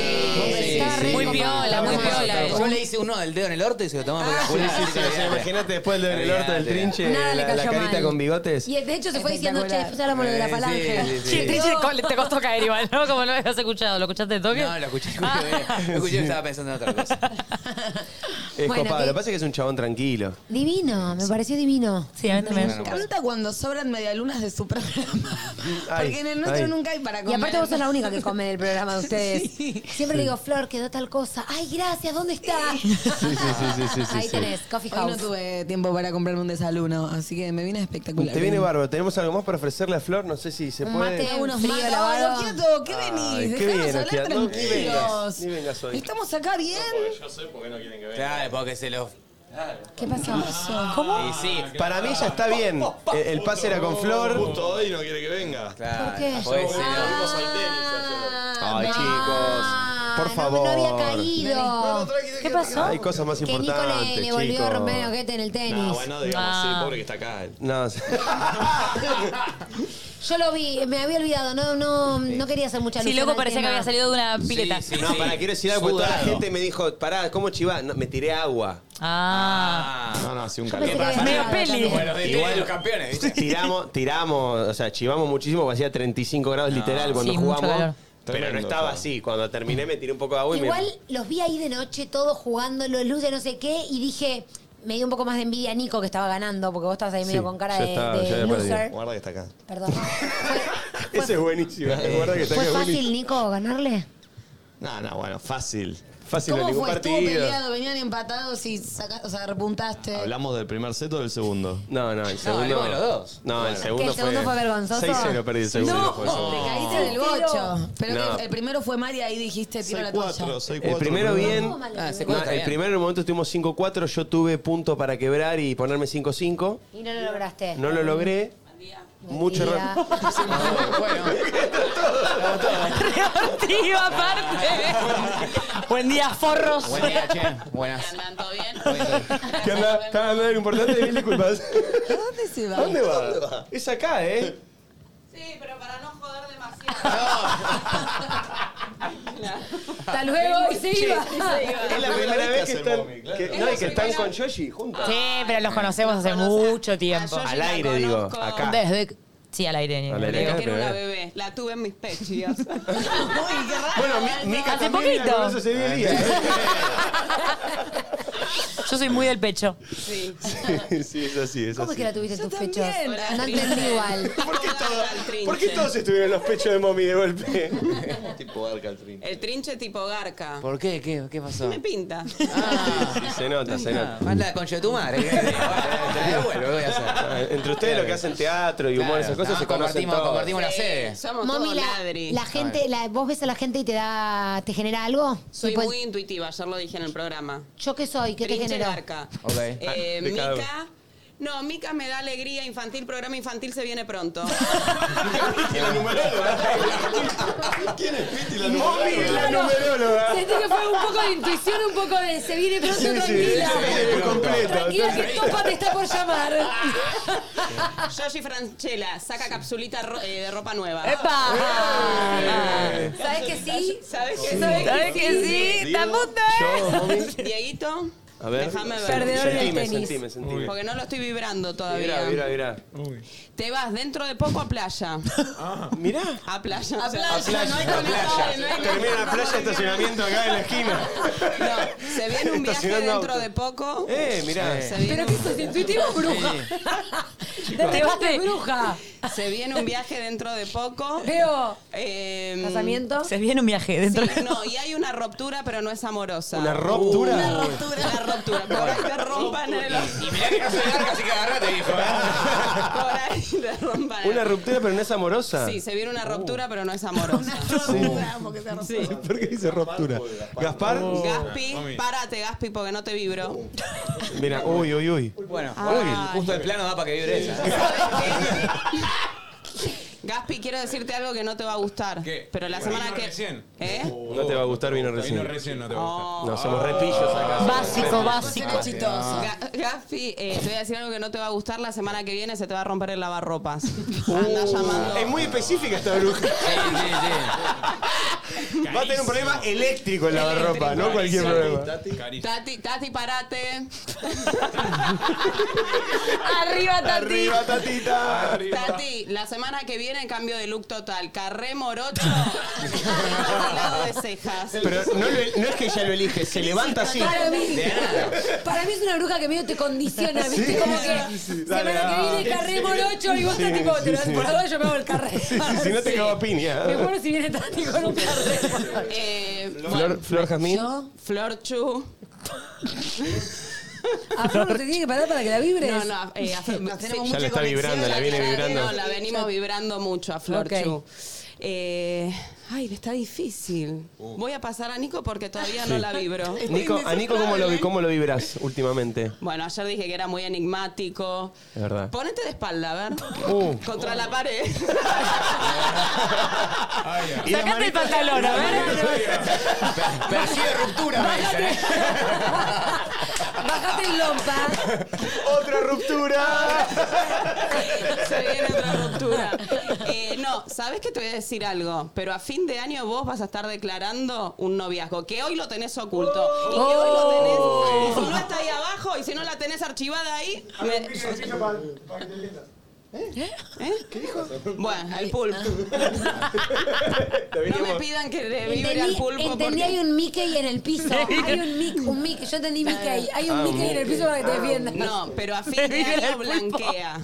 S6: Está
S4: sí.
S6: re
S4: Muy piola, muy piola.
S6: ella.
S4: Yo le hice uno del dedo en el orto y se lo
S6: Ah.
S4: tomaba por la
S1: Sí, sí, sí, o sea, imagínate después del del orto del trinche,
S7: Nada le
S1: la, la
S7: cayó
S1: carita
S7: mal.
S1: con bigotes.
S7: Y de hecho se fue diciendo, che,
S3: Espectacular.
S7: después hablamos de la
S1: Eh,
S7: falange.
S1: sí, sí, sí.
S3: te costó caer igual, ¿no? Como lo habías escuchado. ¿Lo escuchaste de toque?
S4: No, lo escuché, escuché, bien. lo escuché, estaba pensando en otra cosa.
S1: Es
S7: Bueno,
S1: copado,
S7: ¿qué?
S1: lo que pasa es que es un chabón tranquilo.
S7: Divino, me pareció divino.
S3: Sí, a mí
S6: Me encanta cuando sobran medialunas de su programa. Porque en el nuestro
S1: ay.
S6: nunca hay para
S7: Y
S6: comer.
S7: aparte vos sos la única que come en el programa de ustedes. Siempre le digo, Flor, quedó tal cosa. Ay, gracias, ¿dónde está?
S1: Sí, sí, sí, sí, sí,
S7: Ahí
S1: sí.
S7: tenés, Coffee
S6: Hoy no
S7: House.
S6: tuve tiempo para comprarme un desayuno, así que me viene espectacular.
S1: Te viene bárbaro. Tenemos algo más para ofrecerle a Flor, no sé si se
S6: Un
S1: puede.
S6: mate, unos
S7: frío
S6: mates.
S7: lavado.
S6: Ay, Oquieto,
S4: Ah.
S6: ¿qué
S1: Ay,
S6: venís?
S1: qué
S6: Dejanos
S1: bien,
S6: hablar
S1: Oquieto, no, ni vengas,
S6: tranquilos.
S1: ni vengas hoy.
S6: Estamos acá bien.
S9: Yo sé por qué no quieren que venga.
S4: Claro, porque se lo.
S7: ¿Qué pasó?
S4: Y sí.
S1: Para mí ya está bien. El- El pase era con Flor.
S9: Justo hoy no quiere que venga.
S4: Claro.
S7: qué?
S4: Porque se lo.
S9: Vamos al tenis.
S1: Ay, chicos. Por favor.
S7: Ah, No había caído. ¿Qué pasó?
S1: Hay cosas más
S7: que Nico
S1: importantes.
S7: le, le volvió a
S1: chicos.
S7: romper el ojete en el tenis.
S9: No, bueno, digamos,
S7: Ah.
S9: sí, pobre que está acá. él.
S1: No, sí.
S7: Yo lo vi, me había olvidado, no, no, no quería hacer mucha
S3: Sí,
S7: luz.
S3: loco, parecía que había salido de una pileta.
S1: no, para quiero decir algo, porque toda la
S4: Sudado.
S1: gente me dijo, pará, ¿cómo chivás? No, me tiré agua.
S3: Ah.
S1: No, no, sí, un
S3: pensé calor. que había Medio peli. también.
S4: Bueno, de
S1: Igual-
S4: los campeones, ¿viste?
S1: tiramos, tiramos, o sea, chivamos muchísimo porque hacía 35 grados literal cuando
S3: Sí, mucho
S1: jugamos.
S3: calor.
S1: Pero no estaba así. Cuando terminé me tiré un poco de agua y
S7: Igual
S1: me.
S7: los vi ahí de noche todos jugando, los luces, no sé qué, y dije, me dio un poco más de envidia a Nico que estaba ganando, porque vos estabas ahí medio con cara de, de loser.
S9: Guarda que está acá.
S7: Perdón.
S1: Ese es buenísimo. Guarda que está
S7: ¿Fue
S1: acá,
S7: fácil,
S1: buenísimo.
S7: Nico, ganarle?
S9: No, no, bueno, fácil.
S1: Fácil en
S6: ¿Cómo
S1: ningún
S6: fue? Estuvo
S1: partido.
S6: peleado, venían empatados y saca- o sea, repuntaste.
S9: ¿Hablamos del primer set o del segundo?
S1: No, no, el segundo.
S4: hablemos de los dos.
S1: No, el
S7: ¿Que
S1: segundo
S7: el segundo fue vergonzoso?
S1: 6-0 perdí el segundo.
S6: No,
S1: fue el segundo.
S6: te caíste del bocho. Pero
S1: No.
S6: que el primero fue Mari, ahí dijiste, tiro la toalla.
S1: El primero bien.
S4: Ah, se
S1: No,
S4: cuenta
S1: el
S4: bien.
S1: primero en el momento estuvimos 5-4, yo tuve punto para quebrar y ponerme 5-5.
S7: Y no lo lograste.
S1: No lo logré. Mucho
S7: Mira.
S1: rato.
S3: Reactivo aparte. Buen día, forros.
S4: Buen día, che. Buenas.
S1: ¿Qué onda? ¿Estás hablando de algo importante? Mil disculpas.
S6: ¿A dónde se va?
S1: ¿A dónde va? Es acá, ¿eh?
S7: Hasta luego, y se iba.
S1: Es la primera vez que están, que- no, y que están con Yoshi juntos.
S3: Sí, pero los conocemos Ah, hace mucho tiempo.
S1: Al aire, digo, acá.
S3: Desde- sí, al aire.
S1: Al aire,
S3: digo.
S1: acá, pero, eh.
S18: bebé, la tuve en mis pechos.
S1: Bueno, Mi- Mica
S3: Hace
S1: también
S3: Ah, poquito.
S1: la conoce ese día.
S3: Yo soy muy del pecho.
S18: Sí.
S1: sí, es así, es
S7: ¿Cómo es
S1: así.
S7: que la tuviste en tus pechos?
S18: Hola,
S7: No
S18: Trinche.
S7: entendí igual.
S1: ¿Por qué, todo-
S18: Trinche.
S1: ¿Por qué todos estuvieron en los pechos de mommy de golpe? tipo arca el trinche.
S18: El trinche tipo garca.
S4: ¿Por qué? ¿Qué, qué pasó? Ah,
S18: Me pinta.
S1: Ah. Se nota, se nota.
S4: Manda la concha de tu madre. Te la devuelvo, ¿qué Ah, voy a hacer?
S1: Entre ustedes lo que hacen teatro y humor,
S4: Claro,
S1: esas cosas,
S4: no,
S1: se conocen
S4: compartimos-
S1: todos.
S4: compartimos la sede.
S18: Somos
S7: Mami,
S18: todos
S7: la,
S18: ladri.
S7: la gente, la- ¿vos ves a la gente y te da, te genera algo?
S18: Soy
S7: Tipo,
S18: muy intuitiva, ayer lo dije en el programa.
S7: ¿Yo qué soy? ¿Qué te
S18: Trinche
S7: generó?
S18: garca.
S1: Ok.
S18: Eh,
S1: Ah, de cada
S18: Mica. No, Mica me da alegría infantil, programa infantil se viene pronto.
S1: ¿Quién es Piti la
S18: numeróloga? Mami, la numeróloga.
S15: Sentí que fue un poco de intuición, un poco de se viene pronto
S18: Sí, sí,
S15: tranquila.
S18: sí, sí, sí, completo.
S15: Tranquila que Topa te está por llamar.
S18: Yoshi Franchella saca capsulita ro- eh, de ropa nueva.
S15: ¡Epa!
S18: ¿Sabes que sí? ¿Sabes que sí?
S15: ¿Sabes que sí?
S18: Diego,
S15: Taputa,
S1: yo, mami.
S18: Dieguito,
S1: A ver,
S18: déjame ver.
S1: Perdedor del Sentime, tenis. sentime, sentime.
S18: Porque no lo estoy vibrando todavía.
S1: Mirá, mirá, mirá.
S18: Te vas dentro de poco a playa.
S1: Ah, Mirá.
S18: A playa.
S1: A
S18: O sea,
S1: playa,
S18: no hay
S1: a
S18: conectado,
S1: playa.
S18: no hay
S1: Termina la playa, estacionamiento acá en la esquina.
S18: Se viene un viaje
S1: Estacionando
S18: dentro
S1: auto.
S18: de poco.
S1: Eh, mirá.
S18: Se viene
S15: Pero
S18: un-
S15: que sos intuitiva o bruja.
S18: Te vas
S15: de bruja.
S18: Se viene un viaje dentro de poco.
S15: Veo.
S18: Eh,
S15: Casamiento.
S3: Se viene un viaje dentro.
S18: Sí, no, y hay una ruptura, pero no es amorosa.
S1: ¿Una ruptura?
S18: Una ruptura, una ruptura. Por ahí te rompan el...
S4: Y mirá que no soy larga, así que agarrate, dijo.
S18: Por ahí te rompan el-
S1: Una ruptura, pero no es amorosa. Uh.
S18: Sí, se viene una ruptura, pero no es amorosa. una que se rompa.
S1: ¿Por qué dice ruptura? Gaspar.
S18: Gaspi, párate, Gaspi, porque no te vibro.
S1: Mira, uy, uy, uy.
S4: Bueno,
S18: Ah.
S4: uy, justo el plano da para que vibre esa.
S18: Gaspi, quiero decirte algo que no te va a gustar. Pero la semana que. ¿Eh?
S1: No te va a gustar vino recién. Vino recién
S9: no te va a
S1: gustar. No, somos repillos acá.
S18: Básico,
S1: básico.
S18: Ga- Gaspi, eh, te voy a decir algo que no te va a gustar. La semana que viene se te va a romper el lavarropas.
S1: Uh.
S18: Anda llamando.
S1: Es muy específica esta bruja. Sí, sí, sí. Va a tener un problema eléctrico en la ropa, no cualquier problema.
S18: Tati, Tati, parate.
S15: Arriba, Tati.
S1: Arriba, tatita.
S18: Tati, la semana que viene cambio de look total. Carré morocho al lado de cejas.
S1: Pero no, lo- no es que ella lo elige, se levanta así.
S15: Para mí.
S1: De nada.
S15: Para mí es una bruja que medio te condiciona, ¿viste?
S1: Sí,
S15: Como
S1: sí,
S15: que
S1: sí.
S15: semana
S1: Dale,
S15: que
S1: dale.
S15: viene carré morocho y vos
S1: Sí,
S15: estás este tipo,
S1: sí, sí.
S15: por la duda yo me hago el carré.
S1: Sí, sí, si no te cago a piña.
S15: Me muero si viene Tati con un carré.
S18: Eh,
S1: Flor, Flor Jazmín.
S18: Flor Chu. Ah,
S15: A Flor no te tiene que parar para que la vibres.
S18: No, no, eh, a Flor-
S15: Nos tenemos
S1: Ya la
S18: mucha
S1: está
S18: conexión.
S1: vibrando, la viene vibrando.
S18: No, la venimos vibrando mucho a Flor
S15: Ok.
S18: Chu. Eh, ay, está difícil. Voy a pasar a Nico porque todavía no
S1: Uh. Sí.
S18: la vibro.
S1: Nico, a Nico, ¿cómo lo, vi- cómo
S18: ¿eh?
S1: lo vibras últimamente?
S18: Bueno, ayer dije que era muy enigmático.
S1: Es verdad.
S18: Ponete de espalda, a ver.
S1: Uh.
S18: Contra la pared.
S3: Sacate el pantalón, a ver.
S4: Persigue ruptura, ¿eh? me dicen.
S15: Bájate el lompa.
S1: ¡Otra ruptura!
S18: Se viene otra ruptura. Eh, no, ¿sabes que te voy a decir algo? Pero a fin de año vos vas a estar declarando un noviazgo, que hoy lo tenés oculto. Y que hoy
S1: Oh.
S18: lo tenés. Y si no está ahí abajo, y si no la tenés archivada ahí. me- ¿Eh? Bueno, el pulpo. No me pidan que le vibre al
S7: Entendí,
S18: pulpo.
S7: entendí
S18: porque-
S7: hay un Mickey en el piso. Hay un Mickey, un Mickey. Yo entendí Mickey. Hay un
S1: Ah,
S7: Mickey en el piso para que te defiendas.
S18: No, pero a fin de año blanquea.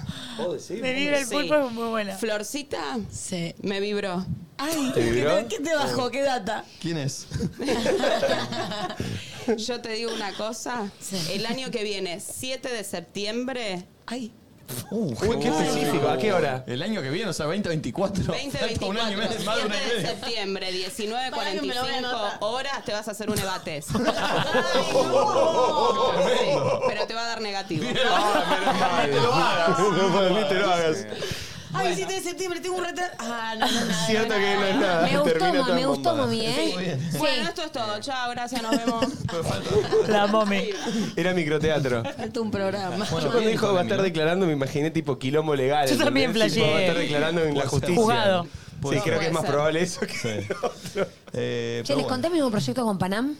S3: Me vibra el
S18: Sí.
S3: pulpo, es muy buena.
S18: Florcita, me vibró. Ay,
S1: ¿Te vibró?
S6: ¿qué te bajó?
S18: ¿Qué data?
S6: ¿Quién es?
S18: Yo te digo una cosa. El año que viene, 7 de septiembre. Ay.
S1: Uy, qué específico, ¿a qué hora?
S19: Uh, El año que viene, o sea, 2024.
S18: 2024,
S19: un año y medio, más de un año
S18: 7
S19: y
S18: de
S19: medio.
S18: septiembre,
S19: Pará que me lo voy a
S18: 19.45
S19: anotar.
S18: horas, te vas a hacer un ebates. Pero te va a dar negativo.
S1: Ay,
S19: te lo hagas.
S1: No, para mí te lo hagas.
S6: Ay, 7 de septiembre, tengo un retraso. Ah, no, no, no.
S1: Cierto que no es nada.
S6: Me gustó,
S1: Termina
S6: ma,
S1: tan
S6: me gustó,
S1: bombada.
S6: mami, ¿eh?
S1: Sí, muy bien.
S18: Bueno, esto es todo. Chao, gracias, nos vemos.
S3: La mami.
S1: Era microteatro.
S6: Falta un programa.
S1: Yo cuando dijo va a estar declarando me imaginé tipo quilombo legal.
S6: Yo también
S1: ¿entendés? Tipo,
S6: flasheé.
S1: Va a estar declarando en la justicia.
S6: Juzgado.
S1: Sí,
S19: Puede
S1: creo
S19: ser. Eh,
S1: que es más
S19: Puede ser.
S1: probable eso que lo otro.
S7: Che, ¿les conté mi nuevo proyecto con Panam?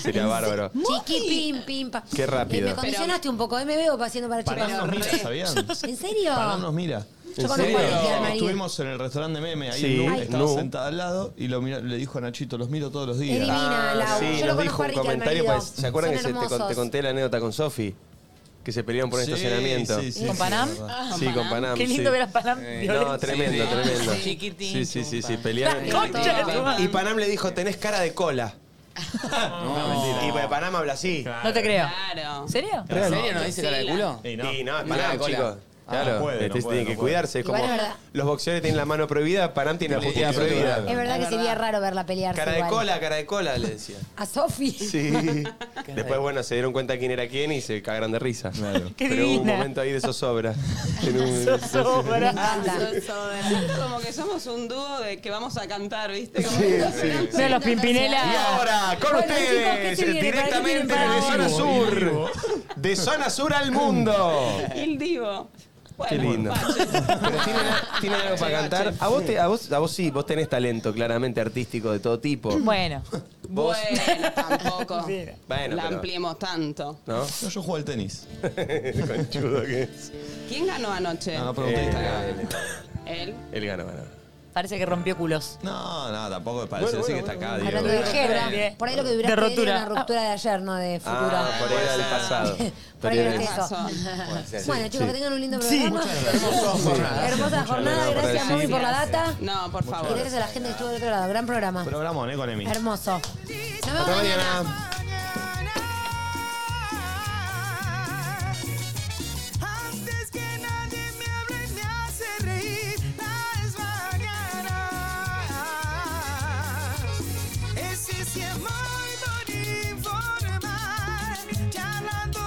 S1: Sería bárbaro.
S7: Chiqui, pim, pim, pa.
S18: Este,
S1: Qué rápido.
S7: Eh, me condicionaste un poco, eh, me veo paseando para
S19: Pará,
S7: chicas.
S19: nos mira, ¿sabían?
S7: ¿En serio?
S19: Pará, nos mira.
S15: Yo conozco a Cristian María.
S19: Estuvimos en el restaurante Meme, ahí
S15: Sí,
S19: en Nu,
S15: Ay.
S19: estaba
S15: Nu.
S19: sentada al lado y lo miró- le dijo a Nachito, los miro todos los días.
S15: Es divina,
S19: Ah,
S15: Lau. Yo
S1: Sí,
S15: lo
S1: nos
S15: conozco
S1: dijo
S15: a
S1: un
S15: Ricky al
S1: comentario.
S15: marido.
S1: pues, ¿Se acuerdan que
S15: Son
S1: se- te, con- te
S15: hermosos.
S1: conté la anécdota con Sofi? Que se pelearon por un
S19: Sí,
S1: estacionamiento.
S19: sí, sí,
S3: ¿Con sí, Panam? es verdad.
S1: Sí, con Panam.
S3: Qué lindo
S1: sí. Eh,
S3: ver a Panam
S1: No,
S3: violento.
S1: tremendo,
S3: Sí.
S1: tremendo.
S3: Sí. Chiquitín,
S1: Sí, sí, sí, sí,
S3: chumpa.
S1: pelearon.
S3: La concha de tu madre.
S1: Y Panam le dijo, tenés cara de cola. No, mentira. Y pues, Panam habla así.
S3: No te creo.
S18: Claro.
S3: ¿Serio?
S1: Real.
S19: Y
S1: no,
S19: no.
S1: y no, es
S19: Cara de
S1: Panam,
S19: cola.
S1: chicos.
S19: Ah,
S1: Claro,
S19: no puede, no
S1: este,
S19: puede,
S1: tienen
S19: no
S1: que
S19: puede.
S1: cuidarse. Es
S7: Igual
S1: como
S7: es verdad.
S1: los boxeadores tienen la mano prohibida, Panam tiene la
S19: Sí,
S1: puteada
S19: sí,
S1: prohibida.
S7: Es verdad que sería raro verla pelearse
S1: Cara de
S7: igual.
S1: cola, cara de cola, le decía.
S7: A Sofi.
S1: Sí. Después, bueno, se dieron cuenta quién era quién y se cagaron de risa.
S7: Qué
S1: Pero hubo un
S7: divina.
S1: momento ahí de zozobra. En un-
S18: Zozobra.
S1: Sí, sí, sí.
S18: Zozobra. Como que somos un dúo de que vamos a cantar, ¿viste? Como
S1: Sí,
S18: que-
S1: sí.
S18: Una
S1: Sí, los
S3: Pimpinela.
S1: Y ahora, con
S18: Bueno,
S1: ustedes,
S18: chicos, ¿qué se viene? ¿Para qué
S1: directamente
S18: viene
S1: de
S18: para
S1: Zona
S18: hoy?
S1: Sur. De Zona Sur al mundo.
S18: Il Divo.
S1: Qué lindo. Pero tienen, tienen algo para cantar. A vos, te- a, vos, a vos sí, vos tenés talento claramente artístico de todo tipo.
S3: Bueno.
S1: Vos,
S18: Bueno, tampoco.
S1: Bueno,
S18: la
S1: pero-
S18: ampliemos tanto.
S1: ¿no?
S19: No, yo juego al tenis.
S1: Conchudo que es.
S18: ¿Quién ganó anoche?
S19: Ah,
S18: Eh,
S19: No, pregunté
S1: Eh,
S19: Instagram.
S18: Él.
S1: Él ganó, ganó.
S3: Parece que rompió culos.
S19: No, no, tampoco me parece
S1: Bueno,
S19: así
S1: bueno,
S19: que está acá.
S1: bueno.
S19: digo.
S7: Hablando de jerga.
S3: Bien.
S7: Por ahí lo que
S3: De
S7: duraste
S3: rotura.
S7: era una ruptura de ayer, no de futura.
S1: Ah, por ahí era el pasado.
S7: Por ahí
S1: era
S7: duraste
S1: el-
S7: eso.
S1: ser.
S7: Bueno,
S1: Sí.
S7: chicos, que tengan un lindo programa.
S1: Muchas
S7: Hermosa
S1: gracias.
S7: jornada.
S1: Muchas
S7: Gracias, Mami, por la data.
S18: No, por favor.
S7: Y gracias a la gente que estuvo del otro lado. Gran programa.
S19: Programón, eh, con Emi.
S7: Hermoso. Nos vemos
S19: Hasta
S7: mañana.
S19: mañana.
S2: Antes que nadie me hable y me hace reír las mañanas. Es ese amor por informar, charlando